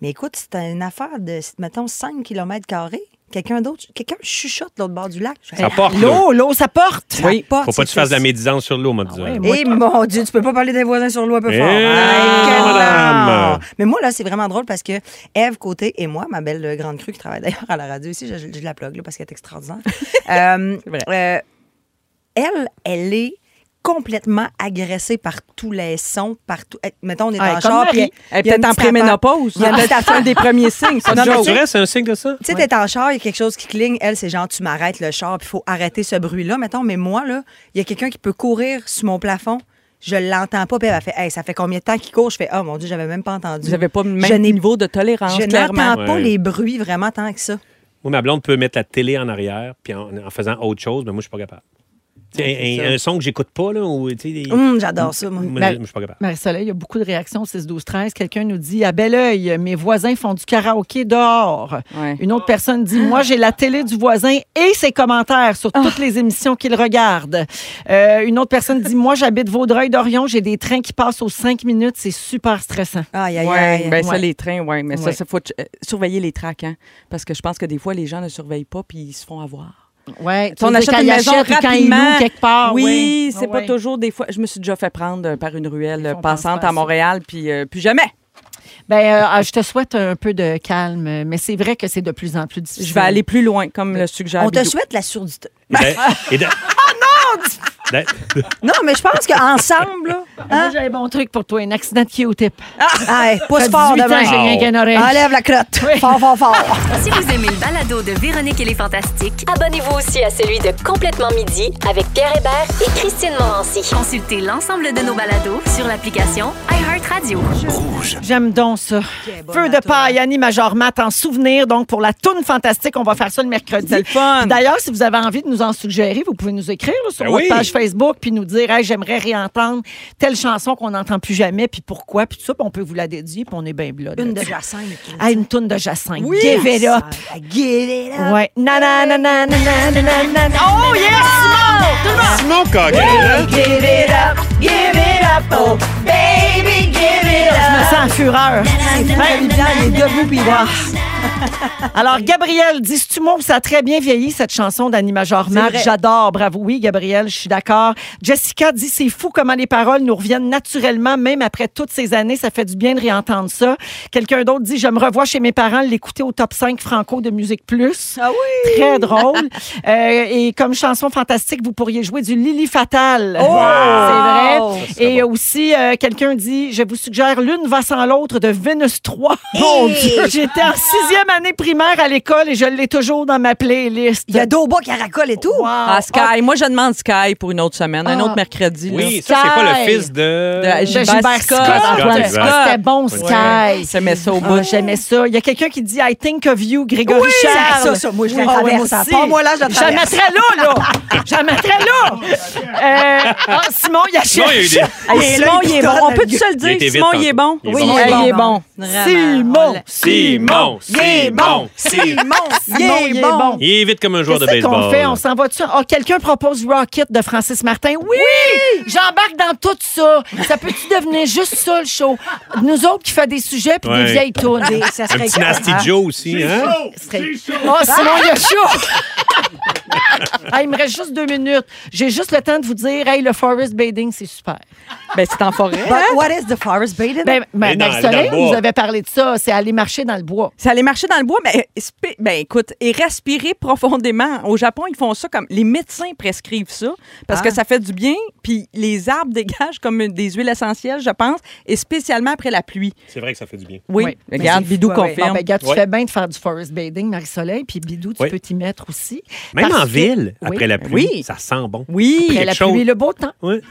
S4: Mais écoute, c'est une affaire de, mettons, 5 km. Quelqu'un d'autre, quelqu'un chuchote l'autre bord du lac. Je fais,
S2: Ça porte, là.
S1: L'eau, l'eau, ça porte.
S4: Ça porte,
S2: Faut pas que tu
S4: c'est
S2: fasses de la
S4: ça.
S2: médisance sur l'eau, m'a dit.
S4: Et mon Dieu, tu peux pas parler des voisins sur l'eau un peu
S2: Eh,
S4: fort. Hey, que non!
S2: madame.
S4: Mais moi, là, c'est vraiment drôle parce que Eve Côté et moi, ma belle euh, grande crue qui travaille d'ailleurs à la radio ici, je, je- je la plug là, parce qu'elle est extraordinaire. Euh,
S3: C'est vrai.
S4: euh, elle, elle est complètement agressée par tous les sons, par tout. eh, Mettons, on est
S1: Ouais,
S4: en
S1: comme
S4: char, puis
S1: Marie.
S3: Ah, Elle est
S4: il y
S3: peut-être
S4: a une
S3: en
S4: petite affaire-
S3: préménopause.
S4: Il y a une petite
S3: C'est un des premiers signes. ça,
S4: Non, mais
S3: Joe.
S2: C'est vrai, c'est un signe de ça?
S4: Tu sais, t'es en char, il y a quelque chose qui cligne. Elle, c'est genre, tu m'arrêtes le char, puis il faut arrêter ce bruit-là, mettons. Mais moi, là, il y a quelqu'un qui peut courir sur mon plafond. Je l'entends pas, puis elle va fait, hey, ça fait combien de temps qu'il court? Je fais, oh mon Dieu, j'avais même pas entendu.
S3: Vous n'avez pas le
S4: Je
S3: même
S4: n'ai-
S3: niveau de tolérance,
S4: Je
S3: clairement.
S4: n'entends pas
S2: Ouais.
S4: les bruits vraiment tant que ça.
S2: Moi, ma blonde peut mettre la télé en arrière, puis en, en faisant autre chose, mais moi, je suis pas capable. Tu sais, un, un son que j'écoute pas, là, ou, tu sais, des-
S4: Hum, J'adore ça, moi.
S2: moi,
S1: Ben-
S2: je je suis pas capable.
S1: Marie-Soleil, il y a beaucoup de réactions au 6-12-13. Quelqu'un nous dit à bel oeil, mes voisins font du karaoké dehors.
S3: Ouais.
S1: Une autre personne dit Moi, j'ai la télé du voisin et ses commentaires sur toutes les émissions qu'il regarde. Euh, une autre personne dit Moi, j'habite Vaudreuil-Dorion, j'ai des trains qui passent aux cinq minutes, c'est super stressant.
S4: Aïe, aïe,
S3: Oui,
S4: aïe.
S3: ben ça,
S1: Ouais.
S3: les trains, oui. Mais ça,
S1: Ouais.
S3: ça, faut euh, surveiller les traques, hein, parce que je pense que des fois, les gens ne surveillent pas puis ils se font avoir.
S1: Ouais,
S3: on achète une maison rapidement.
S1: quelque part.
S3: oui,
S1: ouais.
S3: c'est
S1: Ah
S3: pas
S1: ouais.
S3: toujours des fois. Je me suis déjà fait prendre euh, par une ruelle
S1: Ils
S3: euh,
S1: font penser
S3: passante
S1: à
S3: à
S1: ça.
S3: Montréal, puis euh, plus jamais.
S1: Ben, euh, je te souhaite un peu de calme, mais c'est vrai que c'est de plus en plus difficile.
S3: Je vais aller plus loin, comme le suggère
S4: On te
S3: Bidou.
S4: souhaite la surdité.
S2: Et de- et de- Ben,
S4: Non, mais je pense qu'ensemble, là,
S1: Ah, Moi,
S4: hein?
S1: j'ai un bon truc pour toi, un accident de Q-tip.
S4: Aïe, pousse
S1: T'as
S4: fort
S1: 18 ans,
S4: demain.
S1: j'ai rien qu'un oreille.
S4: Enlève la crotte. Fort, fort, fort.
S5: Si vous aimez le balado de Véronique et les Fantastiques,
S6: Abonnez-vous aussi à celui de Complètement Midi avec Pierre Hébert et Christine Morancy.
S5: consultez l'ensemble de nos balados sur l'application iHeartRadio.
S1: J'aime donc ça. Feu de paille, Annie Major Mat en souvenir. Donc, pour la toune fantastique, on va faire ça le mercredi.
S3: C'est le fun.
S1: Puis D'ailleurs, si vous avez envie de nous en suggérer, vous pouvez nous écrire là, sur
S2: Ben
S1: notre
S2: oui.
S1: page Facebook puis nous dire Hey, j'aimerais réentendre telle chanson qu'on n'entend plus jamais, puis pourquoi, puis tout ça. Puis on peut vous la dédier, puis on est bien blood.
S4: Une de
S1: là-dessus.
S4: Jacinthe.
S1: Ah, une toune de Jacinthe.
S4: Oui.
S1: Give it up.
S4: Ah, Give it up.
S1: Ouais. Na, na, na, na, na, na, na, na, na, na. Oh, yes! Simon! Tout le monde!
S2: Simon Coggin,
S4: Give it up. Give it up. Oh, baby, give it up.
S1: Je me sens en fureur.
S4: Bien, les debout, puis là.
S1: Alors, Gabriel, dis tu moi, ça a très bien vieilli, cette chanson d'Animajor Matt.
S4: vrai.
S1: J'adore, bravo. Oui, Gabriel, je suis d'accord. Jessica dit, c'est fou comment les paroles nous reviennent naturellement, même après toutes ces années. Ça fait du bien de réentendre ça. Quelqu'un d'autre dit, je me revois chez mes parents l'écouter au top 5 franco de Musique Plus.
S4: Ah oui.
S1: Très drôle. Euh, et comme chanson fantastique, vous pourriez jouer du Lily Fatal.
S4: Oh, Ah,
S1: C'est vrai.
S2: Ça serait
S1: Et
S2: bon.
S1: aussi, euh, quelqu'un dit, je vous suggère L'une va sans l'autre de Vénus 3. Mon Dieu! J'étais en sixième année primaire à l'école et je l'ai toujours dans ma playlist.
S4: Il y a Doba qui racole et tout.
S1: Wow.
S3: Ah, Sky. Moi, je demande Sky pour une autre semaine, un
S1: Ah.
S3: autre mercredi. là.
S2: Oui, ça, c'est pas le fils de.
S3: De-
S1: De Gilbert Scott.
S3: Scott,
S1: Antoine
S2: exact.
S1: Scott. C'était bon, Sky.
S3: Ouais. Ça met ça au bout.
S1: Ah, J'aimais ça. Il y a quelqu'un qui dit I think of you, Grégory
S4: Oui,
S1: Charles.
S4: ça, ça, moi, je la
S1: Ah, ouais,
S4: traverse.
S1: aussi.
S4: Pas moi, là, je la
S1: Je la
S4: traverse.
S1: mettrais là, là. Je la mettrais là. Euh, ah, Simon, il achète.
S2: Non, il y a eu des-
S3: Hey,
S4: Et
S3: Simon,
S4: là,
S3: il est
S4: il
S3: bon.
S4: donne
S3: On
S4: le
S3: peut-tu
S4: gueule.
S3: se le
S2: Il a été vite
S3: dire? Simon, il
S2: tantôt.
S3: est bon.
S2: Il est bon.
S3: Hey, il est bon.
S1: Simon.
S2: Simon! Simon! Simon!
S4: Simon, il est bon.
S2: Il est vite comme un joueur de
S1: Qu'est-ce
S2: baseball.
S1: qu'on fait? On s'en va dessus. Ah, quelqu'un propose Rocket de Francis Martin. Oui! J'embarque dans tout ça. Ça peut-tu devenir juste ça, le show? Nous autres qui fait des sujets puis
S2: Ouais.
S1: des vieilles tournées.
S4: Des- ça
S2: Un
S4: serait
S2: petit
S4: cool,
S2: Nasty
S4: hein?
S2: Joe aussi, hein?
S1: Oh, Simon, il a chaud! Ah, il me reste juste deux minutes. J'ai juste le temps de vous dire, hey, le forest bathing, c'est super.
S3: Ben, c'est en forêt.
S4: But what is the forest bathing?
S1: Ben,
S2: Mais
S1: ben,
S2: dans-
S1: Marie-Soleil
S2: dans le bois.
S1: nous avait parlé de ça. C'est aller marcher dans le bois.
S3: C'est aller marcher dans le bois, mais espi- ben, écoute, et respirer profondément. Au Japon, ils font ça comme les médecins prescrivent ça parce que
S4: Ah.
S3: ça fait du bien. Puis les arbres dégagent comme des huiles essentielles, je pense, et spécialement après la pluie.
S2: C'est vrai que ça fait du bien.
S3: Oui,
S1: Oui.
S3: regarde,
S4: Mais c'est
S3: Bidou
S4: fou, ouais, ouais.
S1: Bon,
S3: confirme.
S1: ben, regarde, tu
S2: Ouais.
S1: fais bien de faire du forest bathing, Marie-Soleil, puis Bidou, tu
S2: Oui.
S1: peux t'y mettre aussi.
S2: Même
S1: Parce
S2: en
S1: que-
S2: ville,
S1: Oui.
S2: après la pluie,
S3: Oui.
S2: ça sent bon.
S3: oui,
S1: Après la
S2: quelque chose.
S1: pluie, le beau temps.
S2: Ouais.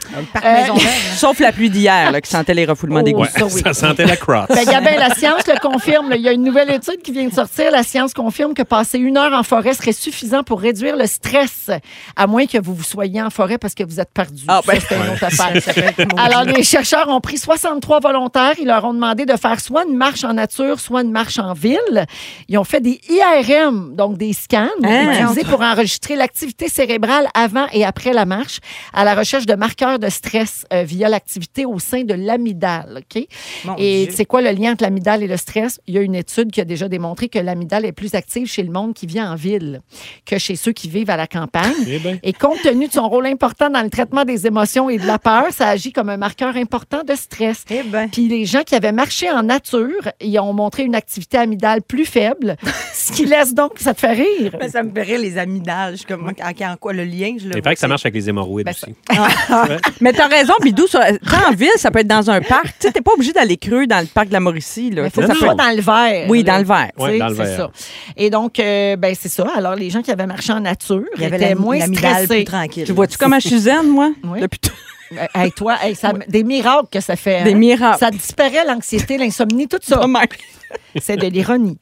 S1: Euh,
S3: sauf la pluie d'hier là, qui sentait les refoulements des
S1: Oh,
S3: goûts.
S2: Ouais,
S1: ça, oui.
S2: ça, sentait la crotte.
S1: Ben, Gabin, la science le confirme. là. Il y a une nouvelle étude qui vient de sortir. La science confirme que passer une heure en forêt serait suffisant pour réduire le stress, à moins que vous vous soyez en forêt parce que vous êtes perdu.
S3: Ah, ben.
S1: Ça, c'est une autre affaire. Alors, les chercheurs ont pris 63 volontaires. Ils leur ont demandé de faire soit une marche en nature, soit une marche en ville. Ils ont fait des IRM, donc des scans,
S3: Hein?
S1: utilisés pour enregistrer l'activité cérébrale avant et après la marche, à la recherche de marqueurs de stress euh, via l'activité au sein de l'amygdale. OK?
S4: Mon
S1: Et
S4: Dieu.
S1: c'est quoi le lien entre l'amygdale et le stress? Il y a une étude qui a déjà démontré que l'amygdale est plus active chez le monde qui vit en ville que chez ceux qui vivent à la campagne.
S2: Eh ben.
S1: Et compte tenu de son rôle important dans le traitement des émotions et de la peur, ça agit comme un marqueur important de stress.
S4: Eh ben.
S1: Puis les gens qui avaient marché en nature, ils ont montré une activité amygdale plus faible, ce qui laisse donc, ça te fait rire.
S4: Mais ça me ferait les amygdales. Je suis comme, en, en quoi le lien? Je le
S2: Il
S4: vois,
S2: paraît que ça marche avec les hémorroïdes
S1: Ben,
S2: aussi.
S3: Mais t'as raison, Bidou, sur- tant en ville, ça peut être dans un parc. Tu sais, t'es pas obligé d'aller creux dans le parc de la Mauricie. Là.
S1: Il faut
S2: Non,
S1: que ça
S2: non.
S1: soit dans le verre.
S3: Oui,
S1: là.
S3: dans le verre.
S1: Tu sais,
S2: Ouais, dans le
S1: c'est
S2: verre.
S1: ça. Et donc, euh, ben, c'est ça. Alors, les gens qui avaient marché en nature
S4: Il y avait
S1: étaient
S4: l'ami-
S1: moins
S4: l'amygdale
S1: stressés.
S4: plus tranquille.
S3: Tu vois-tu comment je suis zen, moi?
S1: Oui.
S3: Depuis tout-
S1: Euh, hey, toi, hey, ça- des miracles que ça fait.
S3: Des
S1: hein?
S3: miracles.
S1: Ça disparaît l'anxiété, l'insomnie, tout ça.
S3: Oh my-
S1: C'est de l'ironie.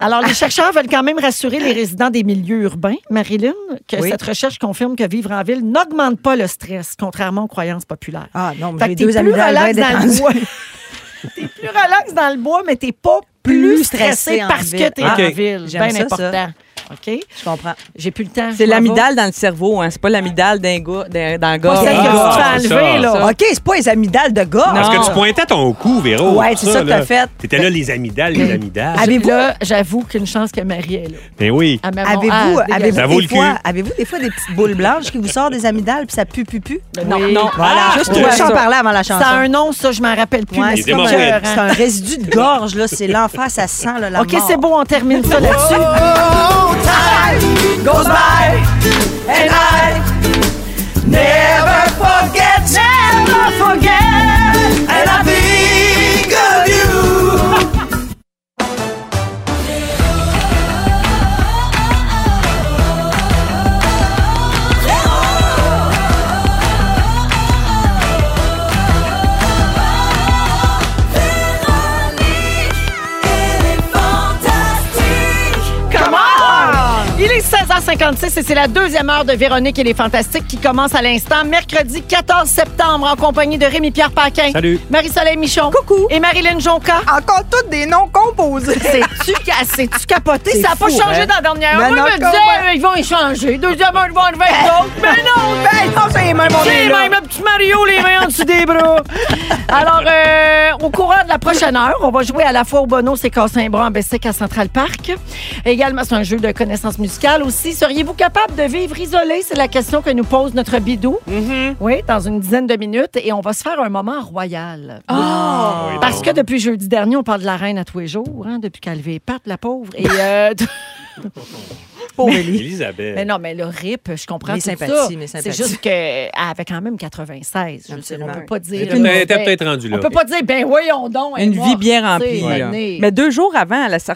S1: Alors, les chercheurs veulent quand même rassurer les résidents des milieux urbains, Marilyn, que
S4: Oui.
S1: cette recherche confirme que vivre en ville n'augmente pas le stress, contrairement aux croyances populaires.
S4: Ah
S1: Fait
S4: non, mais j'ai
S1: que t'es
S4: deux
S1: plus
S4: amygdales
S1: relax
S4: bien
S1: dans le
S4: détendues.
S1: bois. t'es plus relax dans le bois, mais t'es pas plus
S4: Plus
S1: stressé
S4: stressé en
S1: parce que
S4: ville.
S1: t'es
S2: OK.
S1: en ville.
S4: J'aime
S1: Bien
S4: ça, ça.
S1: important. OK?
S4: Je comprends.
S1: J'ai plus le temps. Je
S3: C'est
S1: m'en vais.
S3: l'amygdale dans le cerveau, hein. C'est pas l'amygdale d'un gars, d'un d'un gars.
S1: Celle que
S2: Ah,
S1: tu
S2: c'est
S1: te fais
S2: ça,
S1: enlever, là.
S3: ça.
S4: OK, c'est pas les amygdales de gars.
S2: Parce
S3: Non.
S2: que tu pointais ton cou, Véro.
S4: Ouais, c'est ça que t'as
S2: là.
S4: fait.
S2: T'étais là, les amygdales, les amygdales.
S1: Puis Là, j'avoue qu'une chance que Marie est là.
S2: Mais oui.
S1: Ah, mais bon,
S4: Avez-vous
S1: ah,
S4: avez-vous
S2: Ça vaut
S4: des,
S2: le
S4: fois-
S2: cul.
S4: avez-vous des fois des petites boules blanches qui vous sortent des amygdales puis ça pue, pue, pue?
S1: dégage.
S3: Non,
S1: Oui.
S3: non. ah,
S4: Voilà.
S3: Juste
S4: Juste ouais,
S3: toi,
S4: j'en
S3: ça.
S4: parlais avant la chanson.
S1: Ça a un nom, ça, je m'en rappelle plus.
S4: Ouais,
S1: mais
S2: Les
S1: c'est comme
S2: hémorroïdes.
S1: écœurant.
S4: C'est un résidu de gorge, là. C'est l'enfer, ça sent, là, la
S1: OK, c'est bon, on termine ça là-dessus.
S4: Goes by, and I never forget, never forget, and I think of you.
S1: Il est 16h56 et c'est la deuxième heure de Véronique et les Fantastiques qui commence à l'instant, mercredi 14 septembre, en compagnie de Rémi-Pierre Paquin.
S2: Salut.
S1: Marie-Soleil Michon. Coucou. Et Marilyn Jonca.
S4: Encore toutes des noms composés.
S1: C'est-tu ca- c'est-tu capoté?
S4: C'est
S1: Ça n'a pas
S4: fou,
S1: changé
S4: hein?
S1: dans la dernière heure.
S4: Non,
S1: Moi,
S4: non,
S1: je me
S4: je
S1: disais,
S4: comprends.
S1: euh, ils vont échanger. Deuxième heure, ils vont enlever les autres. Mais non!
S4: Ben non, c'est les mêmes, on
S1: C'est
S4: est là.
S1: même le petit Mario, les mains en dessous des bras. Alors, euh, au courant de la prochaine heure, on va jouer à la fois au Bono, c'est cassé un bras en Bessic à Central Park. Également, c'est un jeu de connaissances musicales aussi. Seriez-vous capable de vivre isolé? C'est la question que nous pose notre bidou.
S2: Mm-hmm.
S1: Oui, dans une dizaine de minutes. Et on va se faire un moment royal.
S2: Ah! Oui,
S1: Parce
S2: donc.
S1: que depuis jeudi dernier, on parle de la reine à tous les jours, hein, depuis qu'elle est patte, la pauvre. Et, euh,
S2: Elisabeth.
S1: Mais non, mais le RIP, je comprends
S4: Mes
S1: tout ça.
S4: sympathies, mes
S1: C'est
S4: sympathies.
S1: juste qu'elle avait quand même 96. Je veux dire, on
S4: Absolument.
S1: peut pas dire...
S2: Elle
S1: une
S2: était- était
S1: mauvaise-
S2: peut-être rendue là.
S1: on peut
S2: OK.
S1: pas dire, ben voyons donc. elle
S3: Une
S1: est morte,
S3: vie bien
S1: tu
S3: remplie.
S1: sais,
S3: là.
S1: mané.
S3: Mais deux jours avant, elle, asser-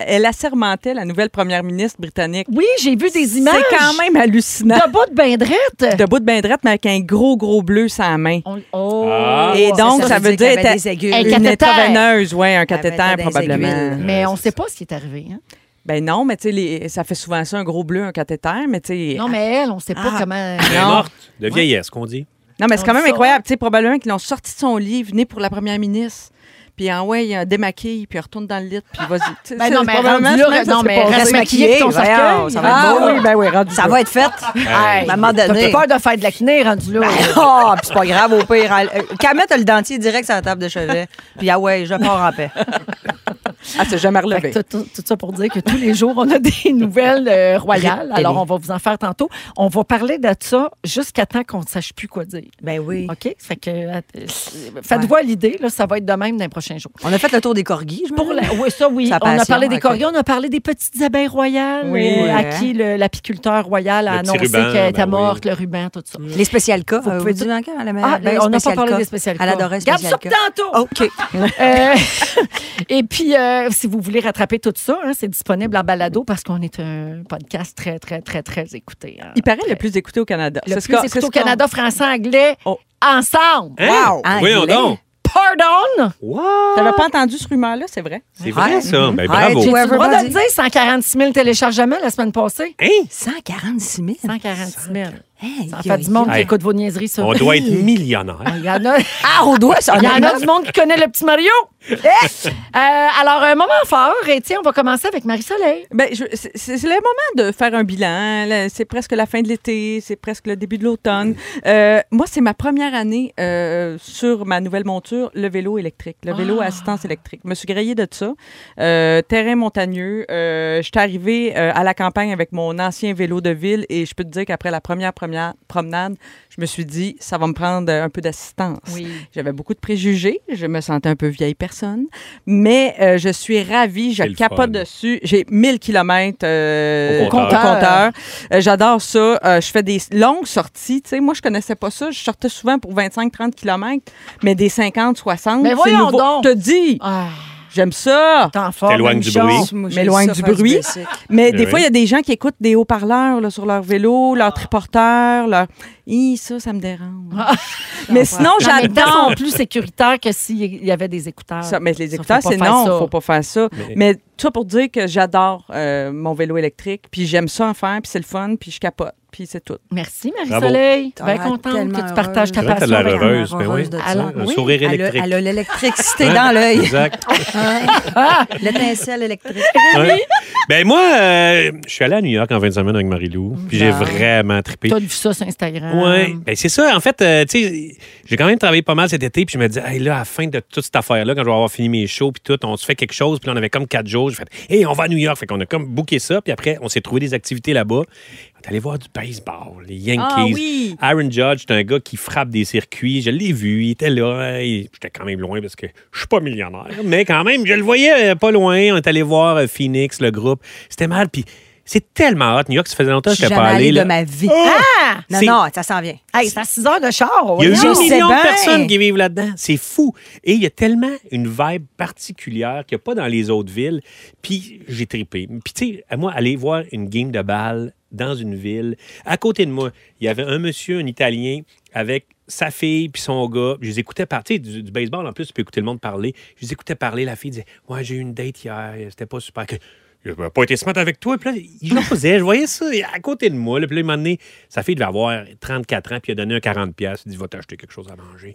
S3: elle assermentait la nouvelle première ministre britannique.
S1: Oui, j'ai vu des images.
S3: C'est quand même hallucinant.
S1: De bas de bindrette.
S3: De bout de baindrette, mais avec un gros, gros bleu sans main.
S1: On- Oh.
S2: Ah.
S3: Et donc, ça, veut dire
S4: qu'elle avait
S3: était
S4: des aiguilles.
S1: Un
S3: une
S1: cathéter.
S3: intraveineuse, oui, un
S4: mettait
S3: cathéter
S4: des
S3: probablement.
S4: aiguilles.
S1: Mais
S2: Euh,
S1: on
S2: c'est
S1: sait pas ce qui est arrivé. hein.
S3: Ben non, mais tu sais, les- ça fait souvent ça, un gros bleu, un cathéter, mais tu sais...
S1: Non, mais elle, on sait pas
S3: Ah.
S1: comment. Ben
S2: Elle est
S3: Non.
S2: morte de vieillesse, qu'on dit.
S3: Non, mais c'est
S1: On
S3: quand
S1: dit
S3: même
S1: ça,
S3: incroyable. Tu sais, probablement qu'ils l'ont sorti de son livre, né pour la première ministre. Puis en ouais, il euh, démaquille, puis il retourne dans le lit, puis vas-y. Tu sais,
S1: Ben
S3: c'est
S1: non, mais
S3: probablement
S1: rendu là,
S3: ce même, ça
S1: non,
S3: s'est
S1: mais
S3: passé.
S1: reste maquillée avec ton
S4: maquillée,
S1: cercueil.
S4: voyons, ça va
S3: Ah
S4: être beau,
S3: oui, ben oui, rendu
S4: Ça
S3: là.
S4: va être fait.
S1: Hey,
S4: À un moment
S1: T'as
S4: donné.
S1: plus peur de faire de l'acné rendu là.
S4: Ah, puis c'est pas grave, au pire. elle- euh, Qu'elle mette le dentier direct sur la table de chevet. Puis ah ouais, je pars en paix.
S3: Elle s'est jamais
S1: Fait que
S3: relevée.
S1: tout, tout- tout ça pour dire que tous les jours, on a des nouvelles euh, royales. Alors, on va vous en faire tantôt. On va parler de ça jusqu'à temps qu'on ne sache plus quoi dire.
S4: Ben oui.
S1: OK? Fait que, euh, faites-vous à l'idée, là, ça va être de même dans les prochains jours.
S4: On a fait le tour des corgis, je me
S1: Pour la- oui, ça, oui.
S4: Sa
S1: on a
S4: passion,
S1: parlé des
S4: ok.
S1: corgis, on a parlé des petites abeilles royales
S3: Oui.
S1: euh, à
S4: Ouais.
S1: qui le- l'apiculteur royal a
S2: Le petit
S1: annoncé
S2: ruban,
S1: qu'elle était
S2: ben oui.
S1: morte, le ruban, tout ça.
S4: Les spécial cas.
S1: Vous
S4: euh,
S1: pouvez
S4: vous
S1: tout-
S4: dites dans quel, la-
S1: Ah,
S4: ben,
S1: on n'a pas
S4: spécial
S1: parlé
S4: cas.
S1: des spéciales.
S4: Elle
S1: cas.
S4: adorait
S1: Garde ça
S4: spécial
S1: pour
S4: cas. Oh,
S1: tantôt!
S4: OK.
S1: Euh, et puis, euh, si vous voulez rattraper tout ça, hein, c'est disponible en balado parce qu'on est un podcast très, très, très, très écouté. hein.
S3: Il paraît le plus écouté au Canada.
S1: Le
S3: C'est
S1: plus
S3: ce qu'a-
S1: écouté
S3: c'est ce
S1: au
S3: qu'on-
S1: Canada, français, anglais,
S3: Oh.
S1: ensemble.
S2: Hein?
S4: Wow!
S2: Voyons
S4: Anglais.
S2: donc!
S1: Pardon!
S2: Wow!
S3: T'avais pas entendu ce rumeur-là, c'est vrai?
S2: C'est vrai,
S4: Ouais.
S2: ça. Ben,
S4: Ouais,
S2: bravo.
S4: tu-
S1: J'ai-tu le droit de
S4: everybody.
S1: le dire, 146 000 téléchargements la semaine passée?
S2: Hein?
S4: 146 000.
S1: 146 000.
S4: Hey,
S1: Ça fait du monde qui
S2: Hey.
S1: écoute vos niaiseries sur...
S2: On
S1: Il
S2: doit être millionnaire.
S1: y en a...
S4: Ah, au doigt, ça.
S1: Il y en a du monde qui connaît le petit Mario. Euh, alors, un moment fort. Et tiens, on va commencer avec Marie-Soleil.
S3: Ben, je- c'est c'est le moment de faire un bilan. Là, C'est presque la fin de l'été, c'est presque le début de l'automne. Euh, moi, c'est ma première année euh, sur ma nouvelle monture, le vélo électrique, le vélo à assistance électrique. Je me suis grillée de ça. Euh, terrain montagneux. Euh, J'étais arrivée euh, à la campagne avec mon ancien vélo de ville et je peux te dire qu'après la première, première promenade, je me suis dit, ça va me prendre un peu d'assistance. J'avais beaucoup de préjugés. Je me sentais un peu vieille personne. Mais euh, je suis ravie. Je
S2: C'est le
S3: capote
S2: fun.
S3: dessus. J'ai 1000 km
S2: Au
S3: au compteur.
S2: compteur.
S3: Euh, J'adore ça. Euh, je fais des longues sorties. Tu sais, moi, je connaissais pas ça. Je sortais souvent pour 25-30 km, mais des 50, 60.
S1: Mais
S3: c'est
S1: voyons
S3: nouveau.
S1: donc.
S3: Je te dis,
S1: Ah,
S3: j'aime ça.
S1: t'es en forme,
S2: T'éloignes du
S1: Michon.
S2: bruit.
S3: M'éloigne du bruit. Mais des
S2: Oui.
S3: fois, il y a des gens qui écoutent des hauts-parleurs là, sur leur vélo, leur triporteur, leur. Hi, ça, ça me dérange. mais sinon,
S1: Ah. Non, Ah, mais
S3: j'adore.
S1: dans plus sécuritaire que s'il y avait des
S4: Ah,
S1: écouteurs.
S3: Ça, mais les
S1: Ça,
S3: écouteurs,
S1: faut pas
S3: c'est
S1: faire
S3: non,
S1: ça.
S3: faut pas faire ça.
S2: Mais-
S3: Mais, ça pour dire que j'adore euh, mon vélo électrique, puis j'aime ça en faire, puis c'est le fun, puis je capote, puis c'est tout.
S1: Merci, Marie-Soleil. Bien
S4: Bravo. T'as l'air
S1: contente
S4: tellement
S1: que tu partages ta
S2: C'est vrai que
S1: passion.
S2: t'as de l'air
S1: avec-
S2: heureuse,
S4: elle a
S2: mais
S4: l'air
S2: ben oui.
S4: heureuse de
S2: Un
S4: ça.
S1: Oui.
S2: sourire
S4: Elle a-
S2: électrique.
S4: elle a l'électricité
S2: Hein?
S4: dans l'œil.
S2: Exact.
S4: Hein? L'étincelle électrique.
S2: Hein? Ben moi, euh, je suis allé à New York en fin de semaine avec Marie-Lou, puis j'ai
S1: Ah.
S2: vraiment trippé.
S1: T'as vu ça sur Instagram.
S2: Ouais, ben c'est ça. En fait, euh, tu sais, j'ai quand même travaillé pas mal cet été, puis je me disais, hey, là, à la fin de toute cette affaire-là, quand je vais avoir fini mes shows, puis tout, on se fait quelque chose, puis là, on avait comme quatre jours. J'ai fait, hey, on va à New York. Fait qu'on a comme booké ça, puis après, on s'est trouvé des activités là-bas. On est allé voir du baseball, les Yankees.
S3: Ah oui!
S2: Aaron Judge, c'est un gars qui frappe des circuits. Je l'ai vu, il était là. Il- J'étais quand même loin parce que je suis pas millionnaire, mais quand même, je le voyais euh, pas loin. On est allé voir euh, Phoenix, le groupe. C'était mal, puis c'est tellement hot. New York, ça faisait longtemps que
S4: Je
S2: je n'étais
S4: suis jamais
S2: pas allé.
S4: allée
S2: là.
S4: de ma vie.
S1: Ah!
S4: Non,
S2: C'est-
S4: non, ça s'en vient.
S1: Hey, c'est à 6 heures de char.
S2: Il y a eu
S1: voyons.
S2: un
S4: Je sais
S2: million
S4: bien.
S2: de personnes qui vivent là-dedans. C'est fou. Et il y a tellement une vibe particulière qu'il n'y a pas dans les autres villes. Puis j'ai trippé. Puis tu sais, à moi, aller voir une game de balle dans une ville. À côté de moi, il y avait un monsieur, un Italien, avec sa fille puis son gars. Je les écoutais parler. Du, du baseball, en plus, tu peux écouter le monde parler. Je les écoutais parler. La fille disait « Ouais, j'ai eu une date hier. C'était pas super. » Que- il n'a pas été se mettre avec toi. Puis là, il jasait. Je voyais ça à côté de moi. Là, puis là, un moment donné, sa fille devait avoir 34 ans, puis il a donné un 40$. piastres. Il dit Va t'acheter quelque chose à manger.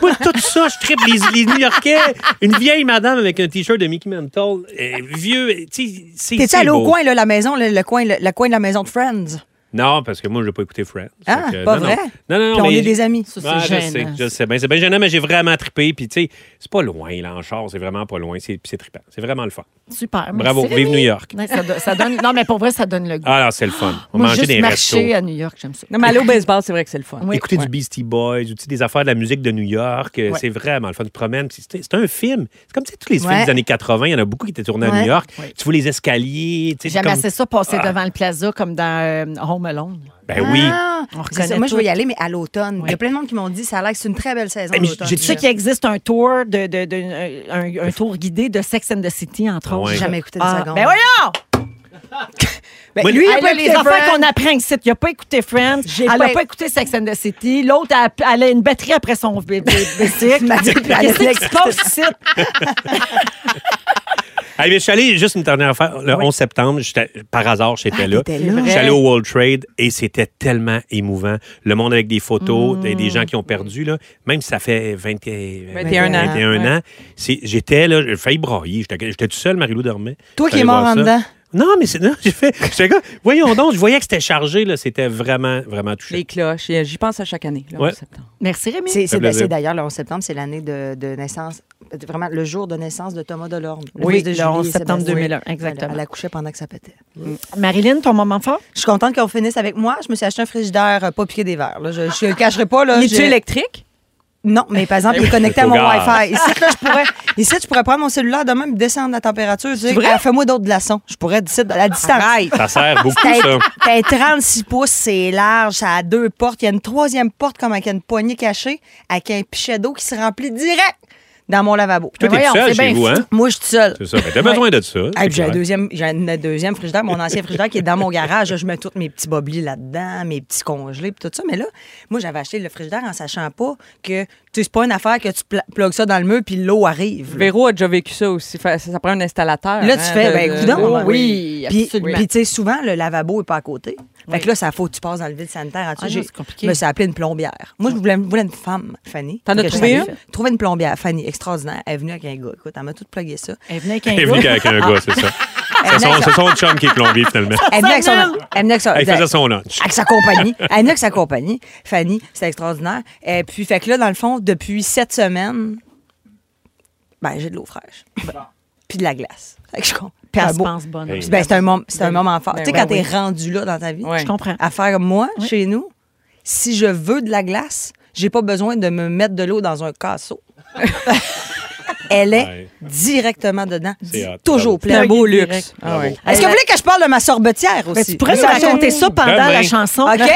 S2: Moi, tout ça, je tripe les, les New-Yorkais. Une vieille madame avec un T-shirt de Mickey Mantle, euh, vieux. Tu sais, c'est.
S4: T'es-tu
S2: c'est
S4: allé au
S2: beau.
S4: coin, là, la maison, le, le coin, le, le coin de la maison de Friends?
S2: Non, parce que moi, je n'ai pas écouté Friends.
S4: Ah,
S2: Fait que,
S4: pas
S2: non,
S4: vrai?
S2: Non, non, non.
S4: Puis on
S2: mais-
S4: est des amis.
S1: Ça, c'est
S2: Ah, je
S1: gênant.
S2: sais, je sais bien. C'est bien gênant, mais j'ai vraiment trippé. Puis, tu sais, c'est pas loin, là, en char. C'est vraiment pas loin. C'est puis c'est trippant. C'est vraiment le fun.
S1: Super.
S2: Bravo.
S1: merci,
S2: Vive
S1: Rémi.
S2: New York.
S1: Ouais, ça, do- ça donne, non, mais pour vrai, ça donne le goût.
S2: Ah, alors, c'est le fun. On
S1: Moi,
S2: mangeait
S1: juste
S2: des
S1: marcher
S2: restos.
S1: à New York, j'aime ça.
S3: Non, mais aller au baseball, c'est vrai que c'est le fun.
S1: Oui.
S2: Écouter du Beastie Boys, ou tu sais, des affaires de la musique de New York, euh,
S1: Ouais.
S2: c'est vraiment le fun. Tu te promènes, puis c'est c'est un film. C'est comme tu sais, tous les films
S4: Ouais.
S2: des années 80, il y en a beaucoup qui étaient tournés à
S4: Ouais.
S2: New York.
S1: Ouais.
S2: Tu vois les escaliers, tu sais,
S1: J'aime
S2: comme- Ah.
S1: assez ça passer devant le plaza comme dans euh, Home Alone.
S2: Ben oui.
S4: Ah,
S1: On
S4: c'est ça.
S1: reconnaît
S4: Moi, je
S1: tout.
S4: vais y aller, mais à l'automne. Il y
S1: Ouais.
S4: a plein de monde qui m'ont dit ça a l'air que c'est une très belle saison.
S2: Eh, mais
S4: l'automne.
S2: j'ai-
S1: Tu sais qu'il existe un tour de, de- de- euh, un, un tour guidé de Sex and the City, entre
S2: Ah
S1: autres.
S2: ouais.
S4: J'ai jamais écouté de
S1: Ah,
S4: seconde.
S1: ben voyons!
S4: Ben,
S2: Moi,
S4: lui, il a
S1: Hey,
S4: pas
S1: là,
S4: écouté
S1: les affaires
S4: Friends.
S1: qu'on apprend ici, il n'a pas écouté Friends,
S4: J'ai
S1: elle n'a
S4: pas
S1: pas...
S4: éc-
S1: écouté Sex and the City, l'autre, elle, a- elle a une batterie après son vé- vé-
S4: Tu
S1: bicycle.
S4: m'as dit, puis elle
S1: Qu'est-ce qui
S4: était-
S1: se passe ici?
S2: Ah, mais je suis allé juste une dernière fois, le 11 septembre, j'étais- par hasard, j'étais là.
S4: Ah, t'étais là.
S2: Je suis allé au World Trade et c'était tellement émouvant. Le monde avec des
S4: Mm.
S2: photos, des, des gens qui ont perdu, là, même si ça fait 20 et-
S3: 21
S4: ans.
S2: 21 ans, c'est- j'étais là, j'ai failli brailler. J'étais j'étais tout seul, Marie-Lou dormait.
S4: Toi
S2: Je suis
S4: qui es
S2: allé
S4: mort
S2: voir
S4: en
S2: ça.
S4: dedans.
S2: Non, mais c'est. Non, j'ai fait. j'étais comme, voyons donc, je voyais que c'était chargé, là. C'était vraiment, vraiment touché.
S3: Les cloches. Et J'y pense à chaque année, le
S2: Ouais.
S3: 11 septembre.
S1: Merci, Rémi.
S4: C'est- C'est
S2: plaisir.
S4: c'est d'ailleurs le 11 septembre, c'est l'année de, de naissance, de- vraiment le jour de naissance de Thomas Delorme.
S1: Oui,
S4: fils de
S1: le
S4: Julie
S1: 11
S4: et
S1: septembre
S4: Sébastien.
S1: 2001,
S4: Elle-
S1: exactement.
S4: Elle accouchait pendant que ça pétait.
S1: Marilyn, ton moment fort?
S4: Je suis contente qu'on finisse avec moi. Je me suis acheté un frigidaire euh, pas piqué des verres. là. Je ne le cacherai pas. Là,
S3: Il est
S4: J'ai-
S3: électrique?
S4: Non, mais par exemple, il est connecté à
S2: Au
S4: mon
S2: gaz.
S4: Wi-Fi. Ici, là, je pourrais, ici, je pourrais prendre mon cellulaire demain et descendre la température. Tu sais, Ah, fais-moi d'autres glaçons. Je pourrais d'ici à la distance.
S2: Ça sert beaucoup, ça.
S4: T'as t'as 36 pouces, c'est large, ça a deux portes. Il y a une troisième porte comme avec une poignée cachée, avec un pichet d'eau qui se remplit direct dans mon lavabo.
S2: Toi, t'es
S1: voyons,
S2: tout
S1: c'est
S2: seul chez
S1: bien
S2: vous, hein?
S4: Moi, je suis seule.
S2: C'est ça. Ben, t'as besoin de ça.
S4: Hey,
S2: c'est
S4: puis Ah, j'ai un
S2: clair.
S4: deuxième, j'ai un deuxième frigidaire, mon ancien frigidaire qui est dans mon garage. là, Je mets tous mes petits boblis là-dedans, mes petits congelés, puis tout ça. Mais là, moi, j'avais acheté le frigidaire en sachant pas que, tu sais, c'est pas une affaire que tu pla- plugues ça dans le mur puis l'eau arrive. là.
S3: Véro a déjà vécu ça aussi. Fait- Ça, ça prend un installateur.
S4: Là, tu
S3: hein,
S4: fais,
S3: de-
S4: ben,
S3: de-
S4: coudonc, maman.
S3: Oui,
S4: Puis,
S3: absolument.
S4: puis, tu sais, souvent, le lavabo est pas à côté. Fait que là, ça faut que tu passes dans le vide sanitaire. En dessous.
S1: Ah non,
S4: J'ai-
S1: c'est compliqué.
S4: Me suis appelée une plombière. Moi, je voulais, je voulais une femme, Fanny.
S3: T'en as
S4: Que je
S3: trouvé
S4: salue. Trouvé une plombière, Fanny, extraordinaire. Elle est venue avec un gars. Écoute, elle m'a tout plugué ça.
S1: Elle venait avec un
S2: T'es venu
S1: gars.
S2: avec un gars, c'est Ah, ça.
S4: Elle
S2: C'est
S4: venait
S2: son,
S4: avec
S2: c'est son chum qui est plombier, finalement.
S4: elle venait avec son. Elle venait avec son.
S2: Il faisait son lunch.
S4: avec sa compagnie. Elle venait avec sa compagnie. Fanny, c'était extraordinaire. Et puis, fait que là, dans le fond, depuis sept semaines, ben, j'ai de l'eau fraîche. Puis de la glace. Fait que je comprends. Puis
S1: Ça
S4: un
S1: se
S4: beau-
S1: pense bonne.
S2: Hey.
S4: Ben, c'est un, mom- c'est un moment fort.
S3: Ben
S4: tu sais,
S3: ouais,
S4: quand t'es
S3: oui.
S4: rendu là dans ta vie,
S3: Ouais.
S1: Je comprends.
S4: à faire comme moi, chez nous, si je veux de la glace, j'ai pas besoin de me mettre de l'eau dans un casseau. Elle est
S2: Ouais.
S4: directement dedans.
S2: C'est hot.
S4: Toujours
S3: C'est un
S4: pleine.
S3: beau
S1: direct.
S3: luxe. Ah ouais.
S4: Est-ce que vous voulez que je parle de ma sorbetière aussi?
S1: Mais tu pourrais nous
S4: Ça,
S1: raconter ben, ça pendant
S2: Demain.
S1: la chanson.
S4: OK?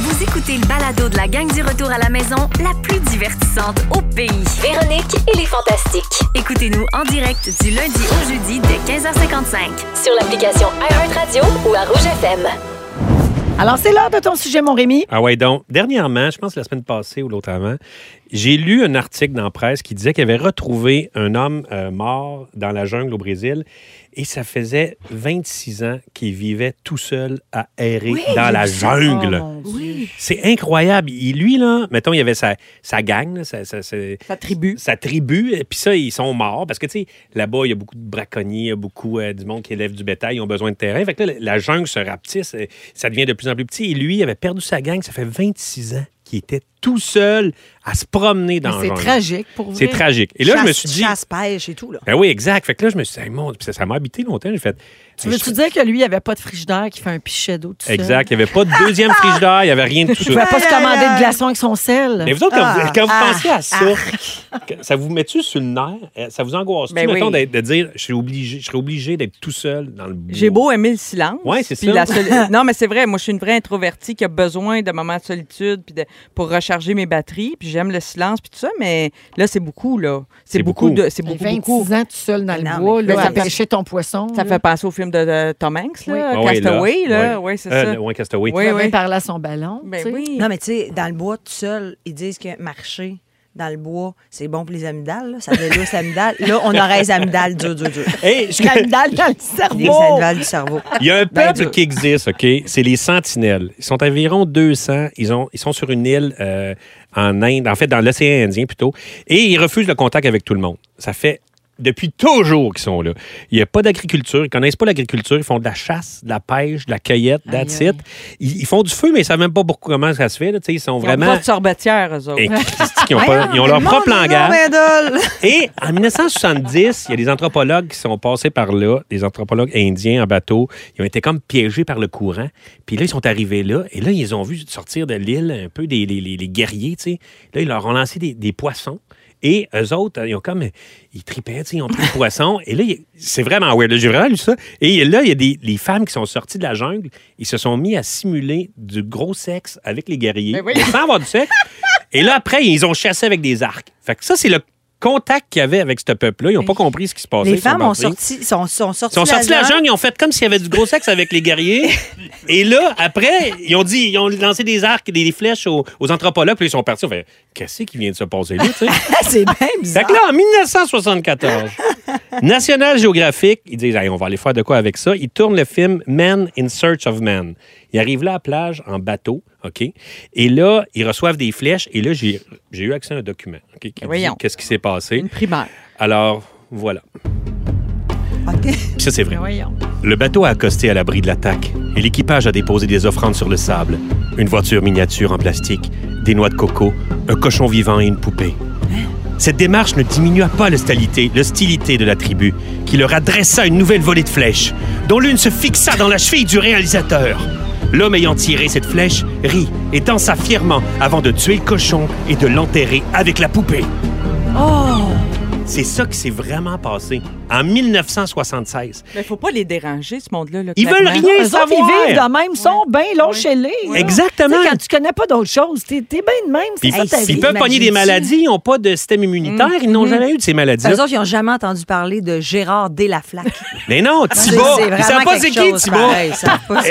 S5: Vous écoutez le balado de la gang du retour à la maison, la plus divertissante au pays.
S6: Véronique et les Fantastiques.
S5: Écoutez-nous en direct du lundi au jeudi dès 15h55.
S6: Sur l'application iHeartRadio ou à Rouge FM.
S1: Alors, c'est l'heure de ton sujet, mon Rémi.
S2: Ah ouais, donc, dernièrement, je pense la semaine passée ou l'autre avant, j'ai lu un article dans la presse qui disait qu'il avait retrouvé un homme euh, mort dans la jungle au Brésil et ça faisait 26 ans qu'il vivait tout seul à errer dans la jungle. C'est incroyable. Il, lui, là, mettons, il avait sa, sa gang, là, sa, sa- sa-
S3: Sa tribu.
S2: sa tribu, et puis ça, ils sont morts parce que, tu sais, là-bas, il y a beaucoup de braconniers, il y a beaucoup euh, du monde qui élève du bétail, ils ont besoin de terrain. Fait que là, la jungle se rapetisse, euh, ça devient de plus en plus petit. Et lui, il avait perdu sa gang, ça fait 26 ans qu'il était tout seul à se promener dans la
S1: C'est
S2: jungle.
S1: tragique pour vous.
S2: C'est tragique. Et là, je me suis dit.
S4: Chasse, pêche et tout, là.
S2: Ben oui, exact. Fait que là, je me suis dit, hey, mon Dieu, puis ça, ça m'a habité longtemps. J'ai fait.
S1: Tu veux-tu dire que lui, il avait pas de frigidaire qui fait un pichet d'eau tout seul?
S2: Exact. Il n'y avait pas de deuxième frigidaire, il n'y avait rien de tout
S1: Il ne
S2: ça.
S1: pouvait pas se commander de glaçons avec son sel.
S2: Mais vous autres, quand
S4: Ah,
S2: vous, quand vous
S4: ah,
S2: pensez à ça, que- ça vous met-tu sur le nerf? Euh, Ça vous angoisse-tu,
S3: Ben
S2: mettons,
S3: oui.
S2: de, de dire, je suis obligé, je serais obligé d'être tout seul dans le bois?
S3: J'ai beau aimer le silence.
S2: Ouais, c'est
S3: puis
S2: ça.
S3: la soli- non, mais c'est vrai, moi, je suis une vraie introvertie qui a besoin de moments de solitude puis de- pour recharger mes batteries. Puis j'aime le silence, puis tout ça, mais là, c'est beaucoup, là.
S2: C'est
S3: C'est beaucoup,
S2: beaucoup.
S3: de. C'est
S1: Mais
S3: beaucoup,
S1: 26
S3: beaucoup.
S1: ans tout seul dans
S4: Non,
S1: le bois,
S4: mais-
S1: là,
S3: Mais ça
S1: à
S3: fait-
S1: pêcher ton poisson.
S3: Ça fait penser au film de, de Tom Hanks, là,
S2: Ah ouais,
S3: Castaway, là. Oui, c'est
S2: Euh,
S3: ça.
S2: le- ouais, Castaway.
S3: Oui, oui.
S1: parler à son ballon.
S3: Ben
S1: tu sais.
S3: oui.
S4: Non, mais tu sais, dans le bois, tout seul, ils disent que marcher dans le bois, c'est bon pour les amygdales. là. Ça délousse les amygdales. Là, on aurait les amygdales dures, dures, dures.
S2: Hey, je-
S1: L'amidale dans le
S4: Les
S1: cerveau.
S4: amygdales du cerveau.
S2: Il y a un
S4: Ben,
S2: peuple
S4: dur.
S2: qui existe, OK? C'est les Sentinelles. Ils sont environ 200. Ils, ont, ils sont sur une île euh, en Inde, en fait, dans l'océan Indien plutôt, et ils refusent le contact avec tout le monde. Ça fait depuis toujours qu'ils sont là. Il n'y a pas d'agriculture. Ils connaissent pas l'agriculture. Ils font de la chasse, de la pêche, de la cueillette, that's it. Ils, ils font du feu, mais ils savent même pas pourquoi, comment ça se fait. là. Tu sais, Ils sont
S3: Ils ont pas
S2: vraiment...
S3: de sorbetière, eux autres.
S2: Et Christy, ils ont, pas- ils ont leur
S4: Le monde
S2: propre
S4: est donc
S2: langage.
S4: bien dole.
S2: Et en 1970, il y a des anthropologues qui sont passés par là, des anthropologues indiens en bateau. Ils ont été comme piégés par le courant. Puis là, ils sont arrivés là. Et là, ils ont vu sortir de l'île un peu des, les, les- les guerriers, tu sais. Là, ils leur ont lancé des, des poissons. Et eux autres, ils ont comme. Ils tripaient, tu sais, ils ont pris le poisson. Et là, il- c'est vraiment weird. là, J'ai vraiment lu ça. Et là, il y a des les femmes qui sont sorties de la jungle. Ils se sont mis à simuler du gros sexe avec les guerriers.
S3: Ben oui.
S2: mais Sans avoir du sexe. Et là, après, ils ont chassé avec des arcs. Fait que ça, c'est le contact qu'il y avait avec ce peuple-là. Ils n'ont pas compris ce qui se passait.
S4: Les
S2: Ils sont
S4: femmes ont
S2: barbés.
S4: sorti, sont, sont
S2: Ils
S4: sorties
S2: sont
S4: de
S2: sortis de la jungle, ils ont fait comme s'il y avait du gros sexe avec les guerriers. Et là, après, ils ont dit, ils ont lancé des arcs, et des flèches aux, aux anthropologues, puis ils sont partis. On fait, qu'est-ce qui vient de se passer là, tu sais?
S4: C'est bien
S2: Fait
S4: bizarre.
S2: que là, en 1974, National Geographic, ils disent, Hey, on va aller faire de quoi avec ça. Ils tournent le film Men in Search of Men. Ils arrivent là à la plage en bateau, OK? Et là, ils reçoivent des flèches. Et là, j'ai j'ai eu accès à un document, OK? Qui dit
S3: Voyons.
S2: qu'est-ce qui s'est passé.
S3: Une primaire.
S2: Alors, voilà.
S4: OK.
S2: Ça, c'est vrai.
S3: Ben
S1: Voyons.
S2: Le bateau a accosté à l'abri de l'attaque et l'équipage a déposé des offrandes sur le sable. Une voiture miniature en plastique, des noix de coco, un cochon vivant et une poupée. Cette démarche ne diminua pas l'hostilité, l'hostilité de la tribu, qui leur adressa une nouvelle volée de flèches, dont l'une se fixa dans la cheville du réalisateur. L'homme ayant tiré cette flèche rit et dansa fièrement avant de tuer le cochon et de l'enterrer avec la poupée. C'est ça qui s'est vraiment passé en 1976.
S3: Mais faut pas les déranger, ce monde-là. là,
S2: Ils veulent
S3: clairement.
S2: rien
S1: Eux autres,
S2: savoir.
S1: ils vivent de même, sont bien longs chez les.
S2: Exactement.
S1: Tu sais, Quand tu connais pas d'autre chose, t'es t'es bien de même. c'est
S2: Puis,
S1: ça ta
S2: ils
S1: vie. Mhm.
S2: peuvent pogner des maladies, ils n'ont pas de système immunitaire, ils n'ont jamais eu de ces maladies-là.
S4: Eux autres, ils n'ont jamais entendu parler de Gérard Delaflaque.
S2: Mais non,
S1: ah,
S2: Thibault, ils savent pas c'est qui, Thibault.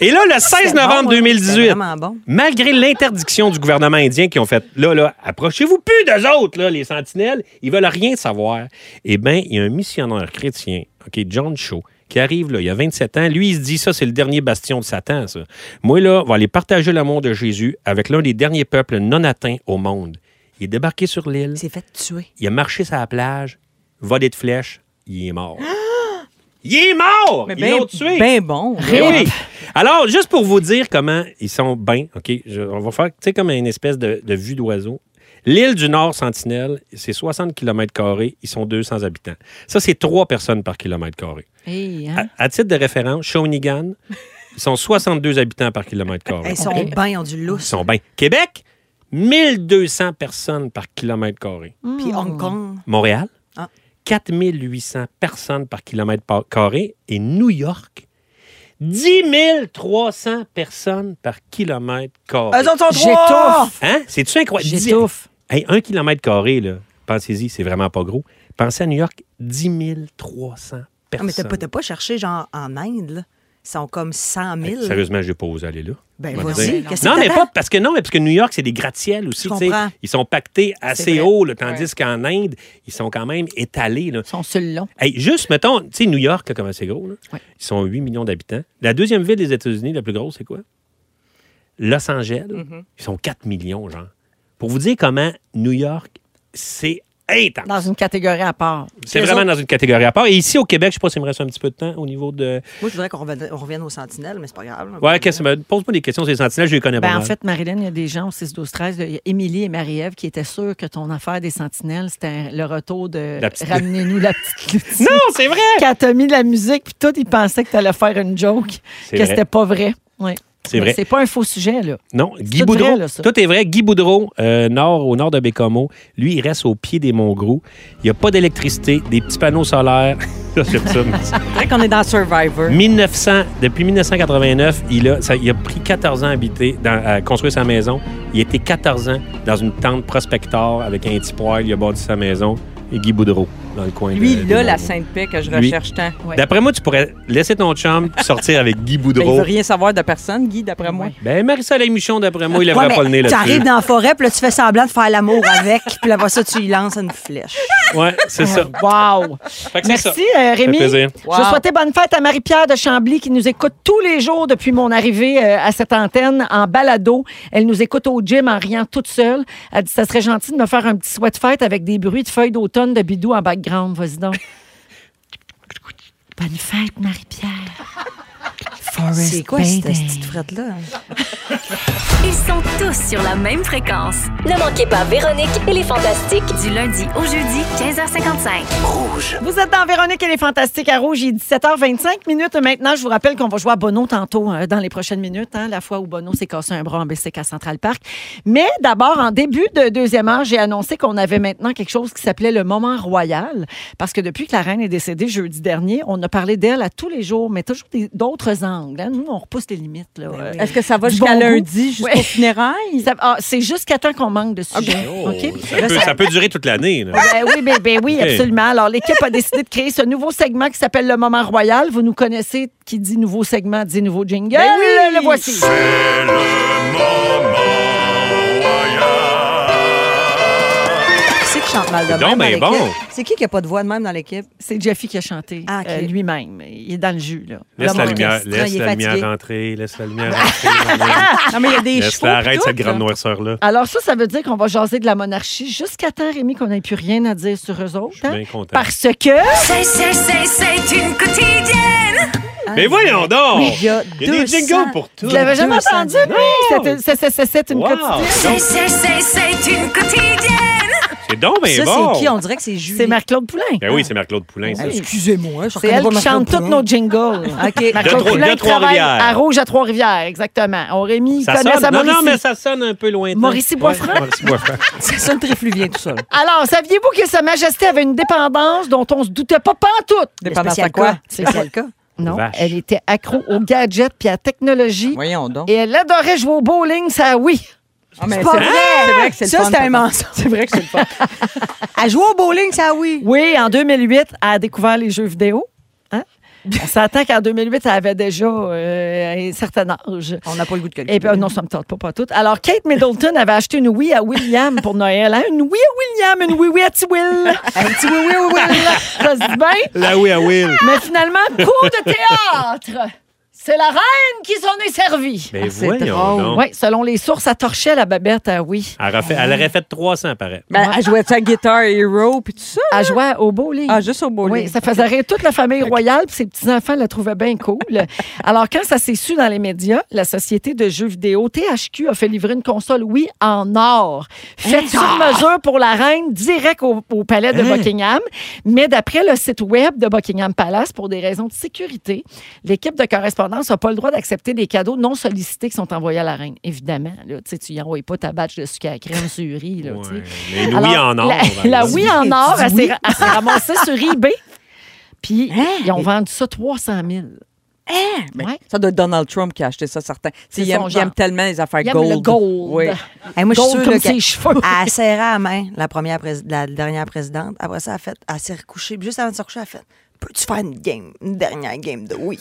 S2: Et là, le 16 novembre 2018,
S4: vraiment bon.
S2: malgré l'interdiction du gouvernement indien qui ont fait là, là, approchez-vous plus d'eux autres, là, les sentinelles, ils veulent rien savoir. Eh bien, il y a un missionnaire chrétien, OK, John Shaw, qui arrive là, il y a 27 ans. Lui, il se dit ça, c'est le dernier bastion de Satan, ça. Moi, là, on va aller partager l'amour de Jésus avec l'un des derniers peuples non atteints au monde. Il est débarqué sur l'île.
S4: Il s'est fait tuer.
S2: Il a marché sur la plage, volé de flèches, il est mort. il est mort!
S3: Mais
S2: Ils l'ont tué!
S3: ben, ben bon.
S2: Eh oui. Alors, juste pour vous dire comment ils sont bien, OK, je- on va faire, tu sais, comme une espèce de, de vue d'oiseau. L'île du Nord Sentinelle, c'est 60 km, ils sont 200 habitants. Ça, c'est trois personnes par kilomètre carré.
S1: Hey, hein?
S2: À, à titre de référence, Shawinigan, ils sont 62 habitants par kilomètre carré.
S4: Ils sont bien, ils ont du
S2: Ils
S4: lousse.
S2: sont bien. Québec, 1200 personnes par kilomètre carré.
S4: Puis Hong Kong.
S2: Montréal,
S4: Ah.
S2: 4800 personnes par kilomètre par- carré. Et New York, 10 300 personnes par kilomètre carré.
S4: Eux autres sont trois!
S1: J'étouffe.
S2: Hein? C'est-tu incroyable? Dix-
S1: J'étouffe.
S2: Hey, un kilomètre carré, là, pensez-y, c'est vraiment pas gros. Pensez à New York, 10 300
S4: Ah,
S2: personnes.
S4: Mais t'as pas, t'as pas cherché, genre, en Inde, là. Ils sont comme 100
S2: Hey,
S4: 000.
S2: Sérieusement, je n'ai pas osé aller là.
S4: Ben,
S2: Je vais
S4: vas-y,
S2: dire.
S4: qu'est-ce que
S2: Non, mais
S4: t'attends?
S2: pas parce que non, mais parce que New York, c'est des gratte-ciels aussi.
S4: Je
S2: tu sais.
S4: comprends.
S2: Ils sont pactés assez
S3: vrai.
S2: haut, là, tandis qu'en Inde, ils sont quand même étalés. Là.
S1: Ils sont sur le long.
S2: Hey, juste, mettons, tu sais, New York, là, comment c'est gros, là?
S1: Ouais.
S2: Ils sont 8 millions d'habitants. La deuxième ville des États-Unis, la plus grosse, c'est quoi? Los Angeles.
S1: Mm-hmm.
S2: Ils sont 4 millions, genre. Pour vous dire comment New York, c'est intense.
S1: Dans une catégorie à part.
S2: c'est
S4: les
S2: vraiment
S4: autres-
S2: dans une catégorie à part. Et ici, au Québec, je sais pas s'il me reste un petit peu de temps au niveau de.
S4: Moi, je voudrais qu'on revienne, on revienne aux sentinelles, mais c'est pas grave. là.
S2: Ouais, qu'est-ce que Pose-moi des questions sur les sentinelles, je les connais pas.
S1: Ben, en
S2: mal.
S1: fait, Marilyn, il y a des gens au 6, 12, 13. Il y a Émilie et Marie-Ève qui étaient sûres que ton affaire des sentinelles, c'était le retour de
S2: La petite-
S1: Ramenez-nous la petite Lucie.
S2: non, c'est vrai!
S1: Quand t'as mis de la musique, puis tout, ils pensaient que t'allais faire une joke,
S2: C'est
S1: que
S2: vrai.
S1: c'était pas vrai. Ouais.
S2: C'est
S1: Mais
S2: vrai.
S1: C'est pas un faux sujet, là.
S2: Non, Guy
S1: tout
S2: Boudreau.
S1: vrai, là, ça.
S2: tout est vrai. Guy Boudreau, euh, nord, au nord de Bécomo, lui, il reste au pied des monts Gros. Il n'y a pas d'électricité, des petits panneaux solaires. Ça, j'aime ça, mais-
S3: C'est vrai qu'on est dans Survivor.
S2: 1900, depuis 1989, il a, ça- il a pris 14 ans à habiter, dans- à construire sa maison. Il était 14 ans dans une tente prospector avec un petit poêle. Il a bâti sa maison. Et Guy Boudreau, dans le coin de-
S3: Lui,
S2: de
S3: là, la
S2: Longueuil.
S3: Sainte-Paix que je
S2: Lui.
S3: recherche tant.
S1: Ouais.
S2: D'après moi, tu pourrais laisser ton chum sortir avec Guy
S3: Ben, il
S2: Boudreau.
S3: veut rien savoir de personne, Guy, d'après moi.
S2: Ben, Marie-Soleil Michon, d'après moi, il
S4: Ouais,
S2: lèverait
S4: mais
S2: pas le nez
S4: tu
S2: là-dessus.
S4: arrives dans la forêt, puis là, tu fais semblant de faire l'amour avec, puis là, après ça, tu y lances une flèche.
S2: Ouais, c'est ça.
S1: Wow!
S2: Fait que c'est ça.
S1: Merci, euh, Rémi.
S2: Ça fait plaisir.
S1: Je veux souhaiter bonne fête à Marie-Pierre de Chambly qui nous écoute tous les jours depuis mon arrivée euh, à cette antenne en balado. Elle nous écoute au gym en riant toute seule. Elle dit Ça serait gentil de me faire un petit souhait de fête avec des bruits de feuilles d'automne de bidou en background. Vas-y donc. bonne fête, Marie-Pierre. Forest
S4: C'est quoi cette
S1: Bathing.
S4: petite frette-là? hein?
S5: Ils sont tous sur la même fréquence.
S6: Ne manquez pas Véronique et les Fantastiques.
S5: Du lundi au jeudi, 15h55.
S1: Vous êtes dans Véronique et les Fantastiques à Rouge. Il est 17h25 minutes maintenant. Je vous rappelle qu'on va jouer à Bono tantôt euh, dans les prochaines minutes, hein, la fois où Bono s'est cassé un bras en bicycle à Central Park. Mais d'abord, en début de deuxième heure, j'ai annoncé qu'on avait maintenant quelque chose qui s'appelait le moment royal. Parce que depuis que la reine est décédée jeudi dernier, on a parlé d'elle à tous les jours, mais toujours des- d'autres angles. hein. Nous, on repousse les limites. là. Euh,
S3: Ben Est-ce que ça va
S1: Du
S3: jusqu'à
S1: bon goût.
S3: lundi, jusqu'au
S1: Ouais.
S3: funérailles?
S1: ça- ah, C'est jusqu'à temps qu'on manque de sujets. OK?
S2: Ça, peut, ça peut durer toute l'année. là.
S1: Ben oui, ben, ben oui,
S2: OK.
S1: absolument. Alors, l'équipe a décidé de créer ce nouveau segment qui s'appelle le Moment Royal. Vous nous connaissez, qui dit nouveau segment, dit nouveau jingle.
S4: Ben
S1: Le voici.
S4: C'est que chante mal
S2: C'est
S4: de même
S2: donc
S4: dans
S2: bien
S4: l'équipe?
S2: bon.
S4: C'est qui qui a pas de voix de même dans l'équipe?
S7: C'est Jeffy qui a chanté
S4: Ah, OK.
S7: euh, lui-même. Il est dans le jus, là.
S2: Laisse
S4: L'homme
S2: la
S4: orchestre,
S2: lumière,
S4: il
S2: laisse
S4: est
S2: la
S4: fatigué.
S2: lumière rentrer, laisse la lumière rentrer.
S3: Non, mais il y a des chevaux.
S2: Ah, Laisse-la arrête
S3: puis
S2: cette
S3: tout,
S2: grande
S3: là.
S2: noirceur-là.
S1: Alors ça, ça veut dire qu'on va jaser de la monarchie jusqu'à temps, Rémi, qu'on n'ait plus rien à dire sur eux autres.
S2: Je suis
S1: hein?
S2: bien content.
S1: Parce que...
S5: C'est, c'est, c'est, c'est une quotidienne!
S2: Mais voyons donc!
S4: Il y a,
S2: Il y a des
S4: 200
S2: jingles pour tout.
S1: Vous l'avez jamais
S4: 200.
S1: entendu, lui? C'était- c'est- c'est- c'est- C'est une
S2: Wow!
S1: quotidienne.
S5: C'est, c'est, c'est, c'est une quotidienne!
S2: C'est donc bien
S4: Ça,
S2: Ben, bon!
S4: c'est qui? On dirait que c'est Julie.
S1: C'est Marc-Claude Poulain.
S2: Ben oui, c'est Marc-Claude Poulain, ça.
S4: Excusez-moi, je
S1: C'est
S4: reconnais
S1: elle
S4: pas
S1: qui
S4: Marc-Claude
S1: chante tous
S4: Poulain.
S1: nos jingles. Marc-Claude
S4: OK.
S2: De Trois-
S1: Poulain
S2: de
S1: travaille
S2: Trois-Rivières.
S1: à Rouge à Trois-Rivières, exactement. On Rémi, il
S2: Ça
S1: connaît
S2: sonne,
S1: sa
S2: non, non,
S1: Mauricie.
S2: mais ça sonne un peu lointain.
S1: Mauricie Boisfranc?
S2: Ouais, Mauricie Boisfranc.
S4: Ça sonne très fluvien tout seul.
S1: Alors, saviez-vous que Sa Majesté avait une dépendance dont on se doutait pas pantoute?
S3: Dépendant
S4: Spécial
S3: à quoi?
S4: cas. Spécial cas.
S1: Non,
S2: Vache.
S1: elle était accro aux gadgets puis à la technologie.
S3: Voyons donc.
S1: Et elle adorait jouer au bowling, ça oui.
S3: Ah, mais
S4: C'est pas
S3: c'est-
S4: vrai!
S3: C'est vrai que c'est le
S4: Ça,
S3: fun,
S4: c'est un
S3: papa.
S4: mensonge.
S3: C'est vrai que c'est le fun.
S4: Elle joue au bowling, ça oui.
S1: Oui, en 2008, elle a découvert les jeux vidéo. Hein? On s'entend qu'en 2008, elle avait déjà euh, un certain âge.
S4: On n'a pas le goût de quelqu'un.
S1: Et puis, euh, non, ça me tente pas, pas tout. Alors, Kate Middleton avait acheté une Wii à William pour Noël. hein? Une Wii à William, une Wii Wii à T-Will.
S4: Un petit oui, oui, oui, oui.
S1: Ça se dit bien.
S2: Là, oui, à Will.
S1: Mais finalement, cours de théâtre. C'est la reine qui s'en est servie.
S2: Mais
S3: c'est
S2: Ben voyons
S3: drôle.
S2: donc.
S1: Oui, selon les sources, elle torchait la babette à oui.
S2: Elle, aurait fait, elle aurait fait 300,
S1: Ah,
S2: paraît.
S3: Ben, elle jouait sa guitare hero puis tout ça.
S1: Elle jouait au bowling.
S3: Ah, juste au bowling.
S1: Oui, ça faisait rire toute la famille royale, puis ses petits-enfants la trouvaient bien cool. Alors, quand ça s'est su dans les médias, la société de jeux vidéo THQ a fait livrer une console, oui, en or, faite sur mesure pour la reine, direct au, au palais de Buckingham. Mais d'après le site web de Buckingham Palace, pour des raisons de sécurité, l'équipe de correspondance n'a pas le droit d'accepter des cadeaux non sollicités qui sont envoyés à la reine. Évidemment, là, tu sais, tu y envoies pas ta batch de sucre à crème sur le riz, là, tu sais.
S2: Ouais. Mais Louis en or.
S1: La, la oui en or, elle s'est elle s'est ramassée sur eBay. Puis, ils ont vendu ça 300 000.
S3: Mais
S1: Ouais.
S3: Ça doit être Donald Trump qui a acheté ça, certain. Tu sais,
S1: C'est
S3: Il aime,
S1: son
S3: il aime
S1: genre.
S3: tellement les affaires
S1: Il aime
S3: gold.
S1: le gold.
S3: Oui.
S4: Hey, moi, je
S1: Gold
S4: suis sûre Ah,
S1: comme
S4: là,
S1: ses
S4: qu'elle-
S1: cheveux.
S4: elle serrait à la main la, première prés- la dernière présidente. Après ça, elle, a fait, elle s'est recouchée. Puis Juste avant de se recoucher, elle a fait Peux-tu faire une game, une dernière game de oui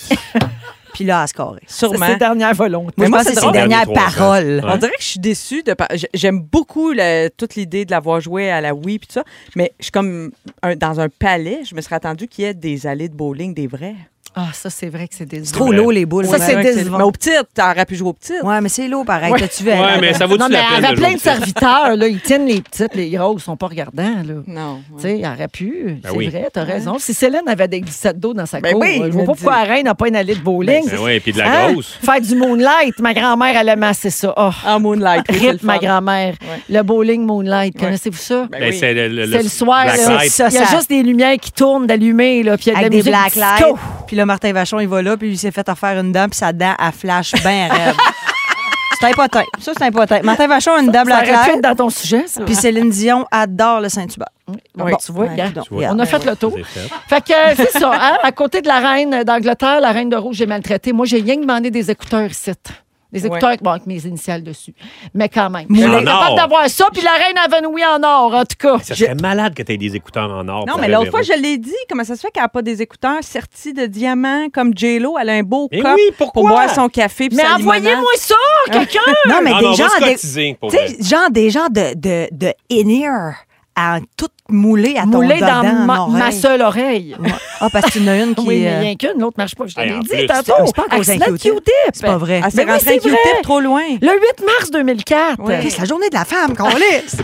S4: Puis là, elle a scoré.
S1: C'est
S3: Sûrement.
S1: ses dernières volontés.
S4: hein? Moi,
S3: moi,
S4: je
S3: c'est
S4: pense que c'est ses
S3: drôle.
S4: dernières
S2: Dernier trois
S4: paroles.
S2: cents. Ouais.
S3: On dirait que je suis déçue. De... par- j- J'aime beaucoup le- toute l'idée de l'avoir joué à la Wii puis tout ça, mais je suis comme un- dans un palais. Je me serais attendu qu'il y ait des allées de bowling, des vrais.
S1: Ah, ça, c'est vrai que c'est des
S4: C'est trop lourd, les boules.
S1: Ça,
S4: Ouais.
S1: c'est
S3: des
S1: décevant.
S3: Mais au petit, t'aurais pu jouer au petit.
S4: Ouais, mais c'est lourd, pareil. T'as-tu vu elle-
S2: Ouais, mais ça vaut-tu
S1: Non,
S2: la
S1: mais
S2: peine
S1: elle avait
S2: de
S1: plein de
S2: jouer au petit?
S1: serviteurs. Là. Ils tiennent les petites, les grosses sont pas regardants. Là.
S3: Non.
S1: Tu sais, elle aurait pu. c'est
S2: Ben oui.
S1: vrai, t'as raison. Si Céline avait des glissades d'eau dans sa
S3: Ben
S1: cour,
S3: oui,
S1: je
S3: je
S1: vois
S3: me
S1: pas pourquoi
S3: dis.
S1: la reine n'a pas une allée de bowling.
S2: Ben oui, puis de la
S1: Hein?
S2: grosse.
S1: Faire du moonlight. Ma grand-mère, elle aimait assez ça. Oh.
S3: En Ah, Moonlight. oui, c'est le
S1: Rip,
S3: fun.
S1: ma grand-mère.
S3: Ouais.
S1: Le bowling moonlight.
S3: Ouais.
S1: Connaissez-vous ça?
S3: Ben
S2: Ben,
S3: oui.
S2: C'est le, le-
S1: C'est le soir,
S2: Black
S1: là.
S2: Light.
S4: Ça,
S1: Il y a
S4: ça-
S1: juste des lumières qui tournent d'allumées, là, puis il y a de la
S4: Avec des
S1: musique
S4: black
S1: disco.
S4: lights. Puis là, Martin Vachon, il va là, puis il s'est fait faire une dent, puis sa dent, elle flash bien raide. C'est important. Ça, c'est important. Martin Vachon a une dent
S1: Ça
S4: black
S1: aurait pu être
S4: light.
S1: dans ton sujet, ça.
S4: Puis Céline Dion adore le Saint-Hubert.
S1: Oui,
S4: Bon,
S1: tu vois,
S4: ouais,
S1: regarde.
S4: donc,
S2: Tu vois.
S4: regarde.
S1: on a fait le tour.
S2: C'est fait.
S1: Fait que euh, c'est ça, hein, à côté de la reine d'Angleterre, la reine de rouge est maltraitée. Moi, j'ai rien demandé des écouteurs ici. Des écouteurs bon, avec mes initiales dessus. Mais quand même.
S4: Mais
S1: on
S2: en
S1: est capable
S2: or.
S1: d'avoir ça, puis la reine avait une oui en or, en tout cas.
S2: Ça serait malade que tu aies des écouteurs en or.
S3: Non,
S2: pour
S3: mais
S2: le
S3: l'autre fois, je
S2: verrou.
S3: l'ai dit. Comment ça se fait qu'elle n'a pas des écouteurs sertis de diamants comme J-Lo? Elle a un beau
S2: Mais
S3: cup
S2: Eh oui,
S3: pour
S2: pourquoi?
S3: boire son café. puis
S1: Mais
S3: sa limonade.
S1: envoyez-moi ça, quelqu'un!
S4: Non, mais
S2: Ah,
S4: des
S2: mais on
S4: gens.
S2: va se
S4: des-
S2: cotiser pour
S4: Tu
S2: vrai.
S4: sais, genre des gens de, de, de in-ear à tout mouler à ton
S1: Moulé dans
S4: dedans,
S1: ma,
S4: en
S1: ma
S4: oreille.
S1: seule oreille.
S4: Ouais. Ah, parce que tu en as une qui.
S1: oui, mais
S4: euh,
S1: rien qu'une, l'autre marche pas. Je te
S2: Hey,
S1: l'ai
S2: en
S1: dit
S2: plus,
S1: tantôt.
S4: c'est pas à cause d'un
S1: Accident de
S4: Q-tip.
S1: Q-tip.
S4: C'est pas vrai.
S3: Elle s'est
S1: Mais oui,
S3: rentrée
S1: c'est
S3: un Q-tip
S1: vrai.
S3: trop loin.
S1: Le 8 mars 2004.
S3: Ouais.
S4: C'est la journée de la femme qu'on lisse.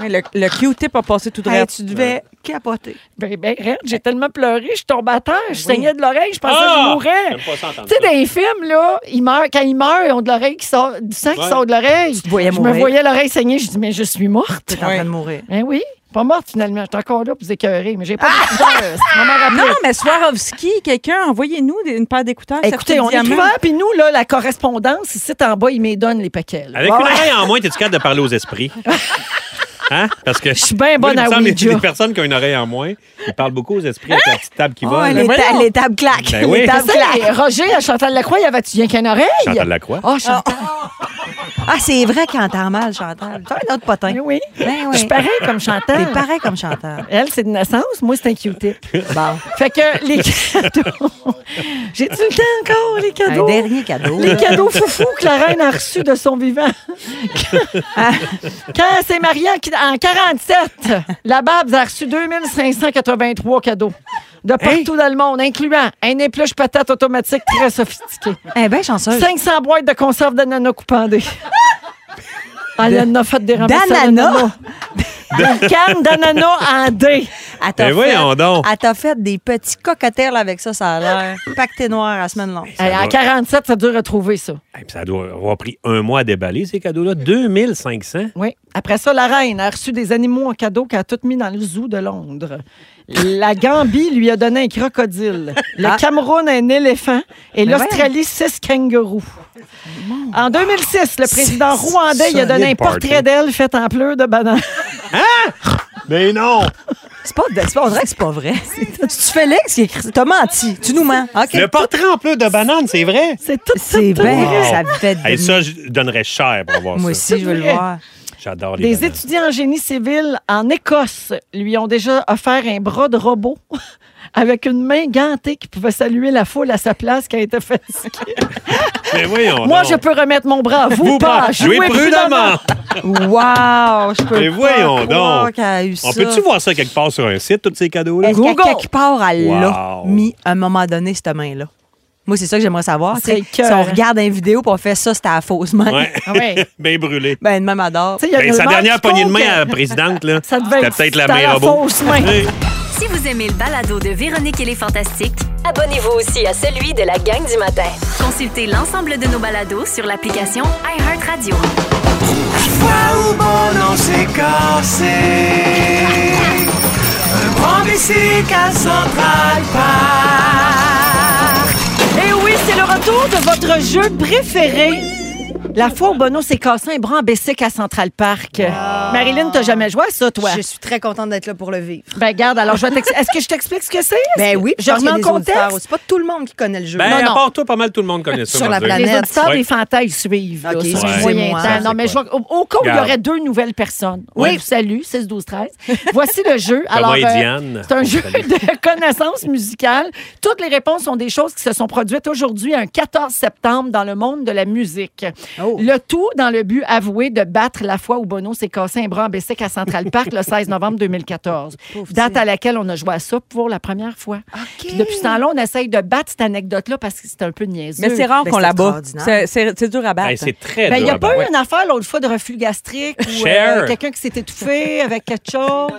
S3: Oui, Le, le Q-tip a passé tout droit.
S4: Hey, tu devais capoter.
S1: Ben, ben, raide, j'ai tellement pleuré, je tombais à terre, je saignais de l'oreille, je pensais que je
S2: Ah!
S1: mourrais.
S2: J'aime pas ça entendre
S1: Tu sais,
S2: ça.
S1: dans les films, là, ils meurent, quand ils meurent, ils ont de l'oreille qui sort, du sang qui
S2: Ouais.
S1: sort de l'oreille. Je
S4: voyais
S1: me
S4: mourir.
S1: voyais l'oreille saigner, je dis, mais je suis morte.
S4: T'es en train de mourir.
S1: Ben oui, pas morte finalement, j'étais encore là pour vous écœurer, mais j'ai pas
S4: Ah!
S1: de couleur.
S3: Non, mais Swarovski, quelqu'un, envoyez-nous des- une paire d'écouteurs.
S1: Écoutez,
S3: sertis
S1: on est
S3: diamants.
S1: ouvert, puis nous, là, la correspondance, ici, en bas, ils me donnent les paquets. là.
S2: Avec
S1: Bon,
S2: une oreille en moins, t'es-tu capable de parler aux esprits? Hein? Parce que. Je
S1: suis bien bonne à Ouija.
S2: Les personnes qui ont une oreille en moins, ils parlent beaucoup aux esprits avec la petite table
S1: Ah,
S2: qui
S4: Oh,
S2: vole.
S4: les, ta- les tables claquent.
S2: Ben oui.
S4: Les tables
S1: ça,
S4: claquent.
S1: Roger, à Chantal Lacroix, il y Ah. avait-tu rien qu'une oreille?
S2: Chantal Lacroix.
S1: Oh, Chantal.
S4: Ah, c'est vrai qu'en temps mal, Chantal. Tu un autre potin.
S1: Ah, Oui.
S4: Ben
S1: Je
S4: oui.
S1: suis pareil comme Chantal.
S4: T'es pareil comme Chantal.
S1: Elle, c'est de naissance. Moi, c'est un Q-tip. Fait que les cadeaux. J'ai-tu le temps encore, les
S4: Un
S1: cadeaux?
S4: dernier cadeau.
S1: Les
S4: là.
S1: cadeaux foufou que la reine a reçus de son vivant. Quand elle s'est mariée en, en 47, la Babs a reçu 2583 cadeaux
S4: Hein?
S1: de partout dans le monde, incluant un épluche patate automatique très sophistiqué,
S4: Eh bien, chanceuse.
S1: 500 boîtes de conserve d'ananas coupandées. Ah, Elle en a fait des remèdes
S4: D'ananas?
S1: Une canne d'ananas en dés.
S4: Elle t'a
S2: Ben voyons
S4: fait-
S2: donc.
S4: Elle t'a fait des petits cocktails avec ça, ça a l'air. Pacté noir à semaine longue.
S1: Hey, en
S2: doit-
S1: 47, Eh, ça dure à trouver ça.
S2: Hey, puis ça doit avoir pris un mois à déballer, ces cadeaux-là. 2500.
S1: Oui. Après ça, la reine a reçu des animaux en cadeau qu'elle a tout mis dans le zoo de Londres. La Gambie lui a donné un crocodile. Le
S4: Ah.
S1: Cameroun, un éléphant. Et
S4: Mais
S1: l'Australie, six kangourous. En 2006, le président
S2: C'est
S1: rwandais il a donné un
S2: solide party.
S1: portrait d'elle fait en pleurs de bananes.
S2: Mais non!
S4: C'est pas, c'est pas- on dirait que c'est pas vrai. tu fais l'ex qui écrit. T'as menti. Tu nous mens. OK.
S2: Le portrait en plus de banane, c'est vrai?
S1: C'est tout ça.
S4: C'est bien.
S2: Wow.
S4: Ça me fait
S2: Hey,
S4: de-
S2: ça, je donnerais cher pour avoir
S4: Moi
S2: ça.
S4: aussi, je veux le
S1: vrai.
S4: voir.
S2: J'adore les
S1: Des
S2: bananes.
S1: étudiants en génie civil en Écosse lui ont déjà offert un bras de robot avec une main gantée qui pouvait saluer la foule à sa place qui a été fatiguée.
S2: Mais voyons
S1: Moi,
S2: donc.
S1: je peux remettre mon bras à vous,
S2: Ah Vous
S1: pas.
S2: pas. Jouez prudemment.
S4: Wow! Je peux
S2: Mais
S4: pas
S2: voyons
S4: croire
S2: donc.
S4: qu'elle a eu
S2: On
S4: ça.
S2: peut-tu voir ça quelque part sur un site, tous ces cadeaux-là?
S4: Est-ce qu'à
S1: Google?
S4: quelque part, elle l'a
S2: Wow.
S4: mis à un moment donné, cette main-là? Moi, c'est ça que j'aimerais savoir.
S1: C'est
S4: tu sais.
S1: écœurant.
S4: Si on regarde une vidéo et on fait ça, c'était à la fausse main.
S2: Ouais.
S1: Ah ouais.
S2: Bien brûlé.
S4: Ben, une main m'adore.
S1: Tu sais, il y a
S2: Ben,
S1: une
S2: sa
S1: rumeur
S2: dernière
S1: qui
S2: poignée de
S1: court
S2: main
S1: que
S2: à la présidente, là.
S1: Ça devait
S2: c'était
S1: être
S2: peut-être la
S1: c'était
S2: main
S1: la
S2: robot.
S1: fausse main.
S2: Hey.
S5: Si vous aimez le balado de Véronique et les Fantastiques,
S6: Abonnez-vous aussi à celui de la gang du matin.
S5: consultez l'ensemble de nos balados sur l'application iHeartRadio.
S1: Et Eh oui, c'est le retour de votre jeu préféré. La fois où Bono s'est cassé un bras en bicycle à Central Park. Marilyn, t'as jamais joué à ça, toi?
S4: Je suis très contente d'être là pour le vivre.
S1: Ben, garde, alors, je vais t'ex- Est-ce que je t'explique ce que c'est? Est-ce
S4: Ben
S1: que-
S4: oui,
S1: je remets en contexte.
S4: C'est pas tout le monde qui connaît le jeu.
S2: Ben,
S1: Non,
S2: à
S1: non.
S2: part toi, pas mal tout le monde connaît ça.
S4: Sur
S2: mon
S4: la
S2: Dieu.
S4: planète.
S1: Les auditeurs
S2: Ouais.
S1: des fantasmes suivent. là,
S4: Ok,
S1: sur le
S2: excusez-moi.
S1: moyen
S4: Ouais.
S1: temps. Non, mais je vais- au, au cas où il y
S2: Garde.
S1: aurait deux nouvelles personnes.
S2: Oui.
S1: Oui, salut, 16, 12, 13. Voici le jeu.
S2: Thomas et
S1: euh,
S2: Diane.
S1: C'est un
S2: On
S1: jeu
S2: salue.
S1: de connaissances musicales. Toutes les réponses sont des choses qui se sont produites aujourd'hui, un 14 septembre, dans le monde de la musique.
S4: Oh.
S1: Le tout dans le but avoué de battre la fois où Bono s'est cassé un bras en bicycle à Central Park le 16 novembre 2014,
S4: Pauvre
S1: date
S4: petit.
S1: à laquelle on a joué à ça pour la première fois. Puis depuis ce temps-là, on essaye de battre cette anecdote-là parce que c'est un peu niaiseux.
S3: Mais c'est rare
S4: Ben,
S3: qu'on
S4: c'est
S3: la bat.
S4: extraordinaire.
S3: C'est- C'est c'est dur à battre.
S2: Hey, c'est très
S1: Ben,
S2: dur
S1: il n'y
S2: à
S1: a pas
S2: battre.
S1: eu une affaire l'autre fois de reflux gastrique ou
S2: Cher.
S1: euh, quelqu'un qui s'est étouffé avec quelque chose.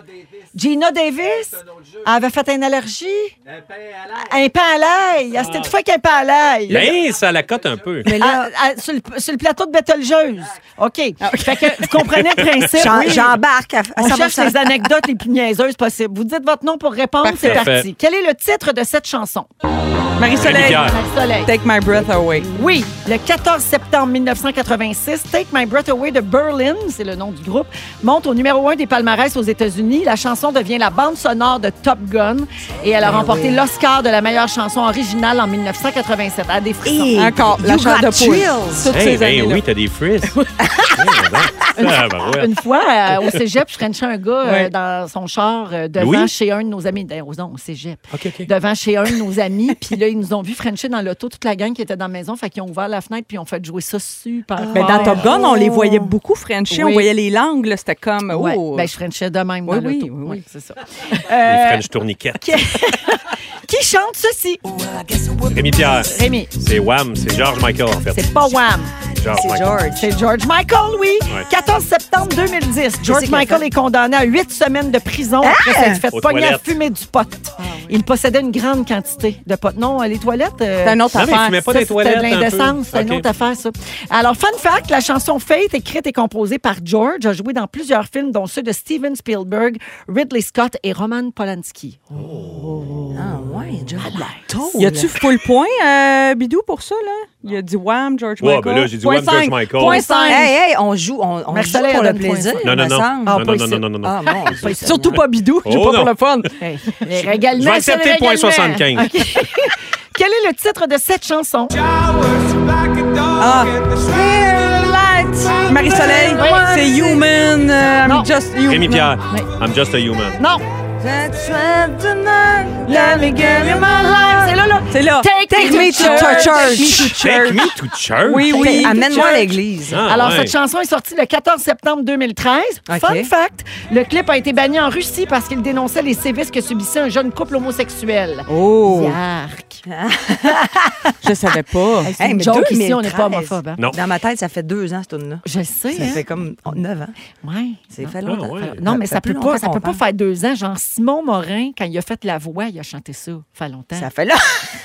S1: Gina Davis Ah, avait fait une allergie. Un pain à l'ail. Ah, Elle s'était étouffée avec un pain à l'ail.
S2: Ben, ça la cote un peu.
S1: À- à- sur, le, sur le plateau de Bételgeuse. OK. Fait que vous comprenez le principe.
S4: J'en-
S1: Ben oui.
S4: J'embarque. à- à
S1: On
S4: savoir
S1: cherche
S4: ça-
S1: les anecdotes les plus niaiseuses possibles. Vous dites votre nom pour répondre, c'est
S2: Parfait.
S1: parti. Quel est le titre de cette chanson?
S3: Marie-Soleil,
S2: Rémi-Pierre.
S1: Le soleil.
S3: take my breath away.
S1: Oui, le 14 septembre 1986, Take My Breath Away de Berlin, c'est le nom du groupe, monte au numéro un des palmarès aux États-Unis. La chanson devient la bande sonore de Top Gun et
S3: Ah
S1: elle a remporté l'Oscar de la meilleure chanson originale en 1987. À des frissons.
S4: Et
S3: Encore, la
S4: you
S3: chair
S4: got
S3: de poule.
S4: chills.
S3: Toutes
S2: Hey,
S3: ces
S2: ben
S3: années-là.
S2: oui, t'as des ben frizz. Ah, ben ouais.
S1: Une fois, euh, au cégep, je frenchais un gars euh,
S3: Oui.
S1: dans son char euh, devant
S2: Louis?
S1: chez un de nos amis. D'ailleurs, non, au cégep.
S2: OK, OK.
S1: Devant chez un de nos amis. Puis là, ils nous ont vu frencher dans l'auto, toute la gang qui était dans la maison. Fait qu'ils ont ouvert la fenêtre puis ils ont fait jouer ça super
S3: Ben,
S1: fort.
S3: dans Top Gun, on les voyait beaucoup Frenchie. On
S1: Ah, Oui.
S3: voyait les langues. là, C'était comme.
S1: Ouais,
S3: Oh.
S1: ben, je frenchais de même
S3: Oui,
S1: dans
S3: oui,
S1: l'auto.
S3: oui,
S1: Ouais,
S3: oui.
S1: c'est ça.
S2: Les French tourniquettes.
S1: Qui chante ceci?
S2: Rémi Pierre.
S1: Rémi.
S2: C'est Wham, c'est George Michael, en fait.
S1: C'est pas Wham.
S2: George
S4: C'est
S2: Michael.
S4: George.
S1: C'est George Michael, oui.
S2: Ouais.
S1: 14 septembre 2010. George
S4: qu'il a
S1: Michael
S4: fait?
S1: est condamné à huit semaines de prison après s'être fait
S2: Aux
S1: pogner à
S2: toilettes.
S1: fumer du pot. Il possédait une grande quantité de pot. Non, les toilettes. euh,
S3: C'est une autre
S2: Non, mais il
S3: affaire.
S2: fumait pas
S1: Ça,
S2: des toilettes.
S1: C'était de
S2: un peu.
S1: l'indécence, c'est une
S2: OK.
S1: autre affaire, ça. Alors, fun fact, la chanson Fate, écrite et composée par George, a joué dans plusieurs films, dont ceux de Steven Spielberg, Ridley Scott et Roman Polanski.
S4: Ah ouais, George de la
S3: Y a-tu full point, euh, Bidou, pour ça, là? Il a dit Wham, George
S2: Ouais,
S3: Michael.
S2: ben là, j'ai dit
S3: Point
S2: Wham, George
S3: cinq.
S2: Michael.
S3: Point cinq.
S4: Hey, hey, on joue, on, on joue
S1: Marcelin,
S4: pour
S1: elle
S4: le
S1: donne point
S4: plaisir,
S1: cinq.
S2: Non, non,
S4: me
S2: non. Non,
S4: semble.
S1: Ah, pas
S2: non, non,
S1: ici.
S2: non, non, non, non.
S4: Ah, mon Dieu.
S3: Surtout pas Bidou, j'ai
S2: Oh,
S3: pas
S2: non.
S3: pour le fun.
S1: Hey, les régalements,
S2: Je vais
S1: c'est le
S2: accepter point
S1: régalement.
S2: 75.
S1: OK. Quel est le titre de cette chanson?
S9: Ah.
S4: Ah.
S3: Marie-Soleil,
S1: Oui.
S3: c'est Human, euh,
S1: Non.
S3: I'm Just Human.
S2: Rémi Pierre,
S1: Oui.
S2: I'm just a human.
S1: Non,
S4: That's right tonight, let me give you my life.
S1: c'est là, là.
S3: C'est là.
S1: Take, me to church.
S3: Take me to
S2: Take
S3: church.
S2: me to church.
S3: Oui, oui.
S4: Amène-moi à l'église.
S2: Ah,
S1: Alors,
S2: ouais.
S1: cette chanson est sortie le 14 septembre 2013.
S4: Ok.
S1: Fun fact, le clip a été banni en Russie parce qu'il dénonçait les sévices que subissait un jeune couple homosexuel.
S3: Oh,
S1: Yark.
S3: je savais pas.
S1: Hey, c'est
S4: Hey,
S1: une
S4: mais
S1: joke ici, on n'est pas
S4: 2013.
S1: homophobe. hein?
S2: Non.
S4: Dans ma tête, ça fait deux ans, cette tune là
S1: Je le sais.
S4: Ça
S1: hein?
S4: fait comme 9 ans.
S1: Ouais.
S4: C'est
S1: Non.
S4: fait
S2: Ah,
S4: longtemps.
S2: ouais.
S1: Non, mais ça,
S4: fait
S1: peut
S4: plus
S1: pas,
S4: longtemps
S1: ça peut
S4: qu'on
S1: pas
S4: parle.
S1: faire deux ans. Genre, Simon Morin, quand il a fait La Voix, il a chanté ça. Ça fait longtemps.
S4: Ça fait là.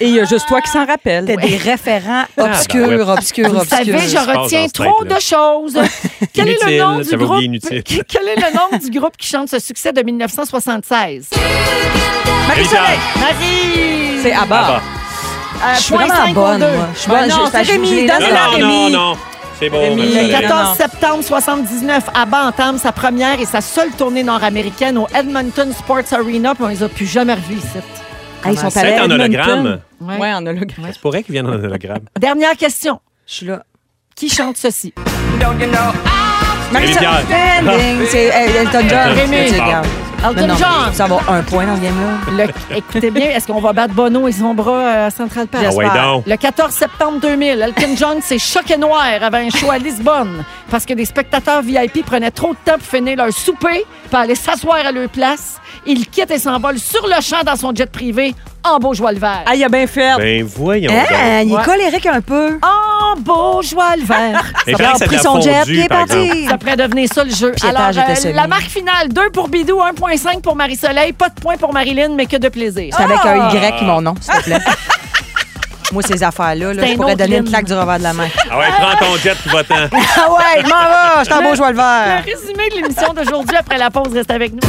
S3: Et il y a juste toi qui s'en rappelle.
S4: Hein? T'as des référents obscurs,
S2: ouais.
S4: obscurs,
S1: Vous
S4: obscurs.
S1: savez, je
S2: se passe dans
S1: retiens
S2: cette
S1: trop
S2: tête-là.
S1: de choses. Quel est le
S2: Inutile,
S1: nom du
S2: ça va
S1: groupe
S2: oublier inutile.
S1: Quel est le nom du groupe qui chante ce succès de 1976
S2: Rémi Pierre.
S1: Marie.
S3: C'est à
S2: Ah,
S3: bas.
S1: Euh,
S4: Je suis
S1: point
S4: vraiment
S1: cinq au
S4: bonne,
S1: deux.
S4: moi. Je suis
S3: Ben
S4: bonne.
S3: non,
S4: Je-
S3: c'est
S4: je-
S3: Rémi,
S4: je- je-
S3: donne-la
S2: Non,
S3: à
S4: je-
S2: non, non,
S3: Rémi.
S2: non. C'est bon,
S3: Rémi,
S2: Marie-Soleil.
S1: Le 14
S3: non.
S1: septembre 79, ABBA entame sa première et sa seule tournée nord-américaine au Edmonton Sports Arena, puis on les a plus jamais revus ici.
S3: Ah, ils sont
S2: C'est
S3: allés à
S2: en hologramme.
S3: Edmonton.
S1: Ouais.
S3: Ouais, en hologramme.
S2: C'est pour elle qu'ils viennent en hologramme.
S1: Dernière question.
S4: Je suis là.
S1: Qui chante ceci?
S2: Rémi Pierre.
S4: Standing, C'est Elton John.
S1: Rémi.
S4: Tu sais,
S2: Ah.
S4: regarde.
S1: Elton
S4: Non, non,
S1: John.
S4: Ça va avoir un point dans ce game-là.
S1: Le- écoutez bien, est-ce qu'on va battre Bono et son bras à Central Park?
S2: Ah, ouais,
S4: J'espère.
S2: donc.
S1: Le 14 septembre 2000, Elton John s'est choqué noir avant un show à Lisbonne parce que des spectateurs VIP prenaient trop de temps pour finir leur souper pour aller s'asseoir à leur place. Il quitte et s'envole sur le champ dans son jet privé en Beaujois le Vert.
S3: Ah, il a bien fait.
S2: Ben voyons donc.
S4: Hein, il est
S1: Ouais.
S4: colérique un peu.
S1: En Beaujois le Vert.
S2: Mais il paraît que
S4: a
S2: c'est de
S4: pris
S2: la
S4: son jet,
S2: fondue,
S4: il est
S2: par exemple.
S4: parti.
S1: Ça pourrait devenir ça le jeu. Alors, euh,
S4: Piétage était semi.
S1: la marque finale 2 pour Bidou, 1,5 pour Marie-Soleil, pas de point pour Marilyn, mais que de plaisir.
S4: C'est avec un
S2: Ah.
S4: Y, mon nom, s'il te plaît. Moi, ces affaires-là, là,
S1: C'est
S4: je
S1: un
S4: pourrais
S1: autre
S4: donner une
S1: ligne.
S4: claque du revers de la main.
S2: Ah ouais, prends ton jet euh, puis va-t'en.
S4: ah ouais, je m'en vais, je t'en beau jouer le vert.
S1: Le résumé de l'émission d'aujourd'hui après la pause reste avec nous.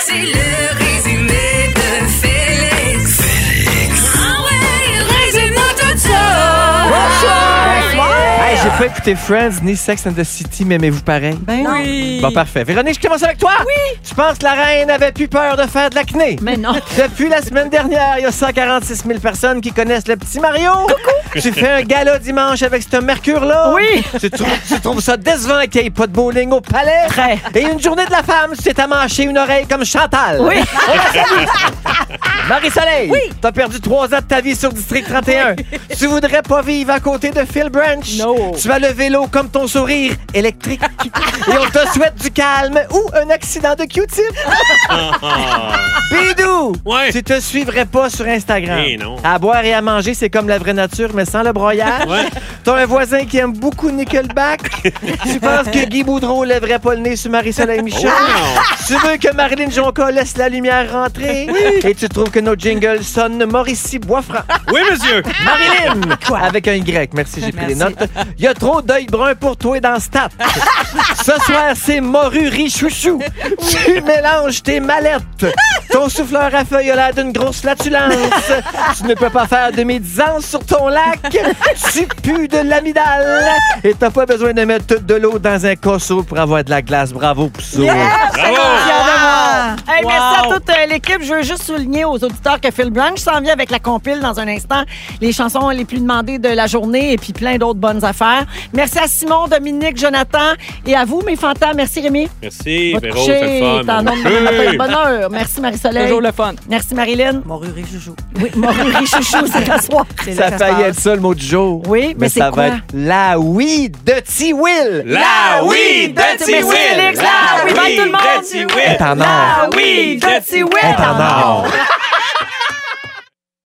S5: C'est le résumé de Félix. Félix. Ah ouais, résume-nous tout ça.
S9: Hey, j'ai pas écouté Friends ni Sex and the City, mais aimez-vous pareil?
S1: Ben non.
S3: Oui.
S9: Bon, parfait. Véronique, je commence avec toi. Oui. Tu penses que la reine avait plus peur de faire de l'acné?
S1: Mais non.
S9: Depuis la semaine dernière, il y a 146 000 personnes qui connaissent le petit Mario. Coucou. Tu fais un gala dimanche avec ce mercure-là.
S1: Oui.
S9: Tu trouves, tu trouves ça décevant qu'il n'y ait pas de bowling au palais.
S1: Très.
S9: Et une journée de la femme, tu t'es amanché une oreille comme Chantal. Oui. Marie-Soleil. Oui. T'as perdu trois ans de ta vie sur District 31. Tu voudrais pas vivre à côté de Phil Branch.
S3: No.
S9: Tu as le vélo comme ton sourire électrique. Et on te souhaite du calme ou un accident de cutie.
S2: oh,
S9: Bidou!
S2: Ouais.
S9: Tu te suivrais pas sur Instagram.
S2: Eh non.
S9: À boire et à manger, c'est comme la vraie nature, mais sans le broyage.
S2: Ouais.
S9: T'as un voisin qui aime beaucoup Nickelback. tu penses que Guy Boudreau lèverait pas le nez sur
S2: Oh,
S9: Marie-Soleil Michel. Tu veux que Marilyn Jonca laisse la lumière rentrer. Et tu trouves que nos jingles sonnent Mauricie Boisfranc.
S2: Oui, monsieur.
S9: Marilyn! Avec un Y. Merci, j'ai pris les notes. Il y a trop d'œil brun pour toi dans Stat. Ce soir, c'est morue riz chouchou. Tu mélanges tes mallettes. Ton souffleur à feuilles a l'air d'une grosse flatulence. Tu ne peux pas faire demi-disance sur ton lac. Tu pues de l'amidale. Et t'as pas besoin de mettre toute de l'eau dans un casseau pour avoir de la glace. Bravo pour ça.
S2: Bravo.
S1: Hey, Merci à toute euh, l'équipe. Je veux juste souligner aux auditeurs que Phil Branch s'en vient avec la compile dans un instant. Les chansons les plus demandées de la journée et puis plein d'autres bonnes affaires. Merci à Simon, Dominique, Jonathan et à vous, mes fantas. Merci Rémi.
S2: Merci,
S1: Va te
S2: Véro, c'est
S1: coucher.
S2: le fun.
S1: T'es en
S2: mon
S1: onde demain matin de
S2: cul.
S1: bonne heure. Merci Marie-Soleil.
S3: Toujours le fun.
S1: Merci Marilyn.
S4: Morure et joujou.
S1: Oui, Marie Chouchou, c'est la soir.
S9: Ça faillit être ça le mot du jour.
S1: Oui, mais c'est
S9: ça
S1: quoi?
S9: va être la oui de T-Will.
S2: La oui de
S1: Merci,
S2: T-Will.
S1: Félix. La oui, bye tout le monde.
S2: de T-Will.
S9: est en or.
S1: Ah oui, Dirty Will.
S9: est en or.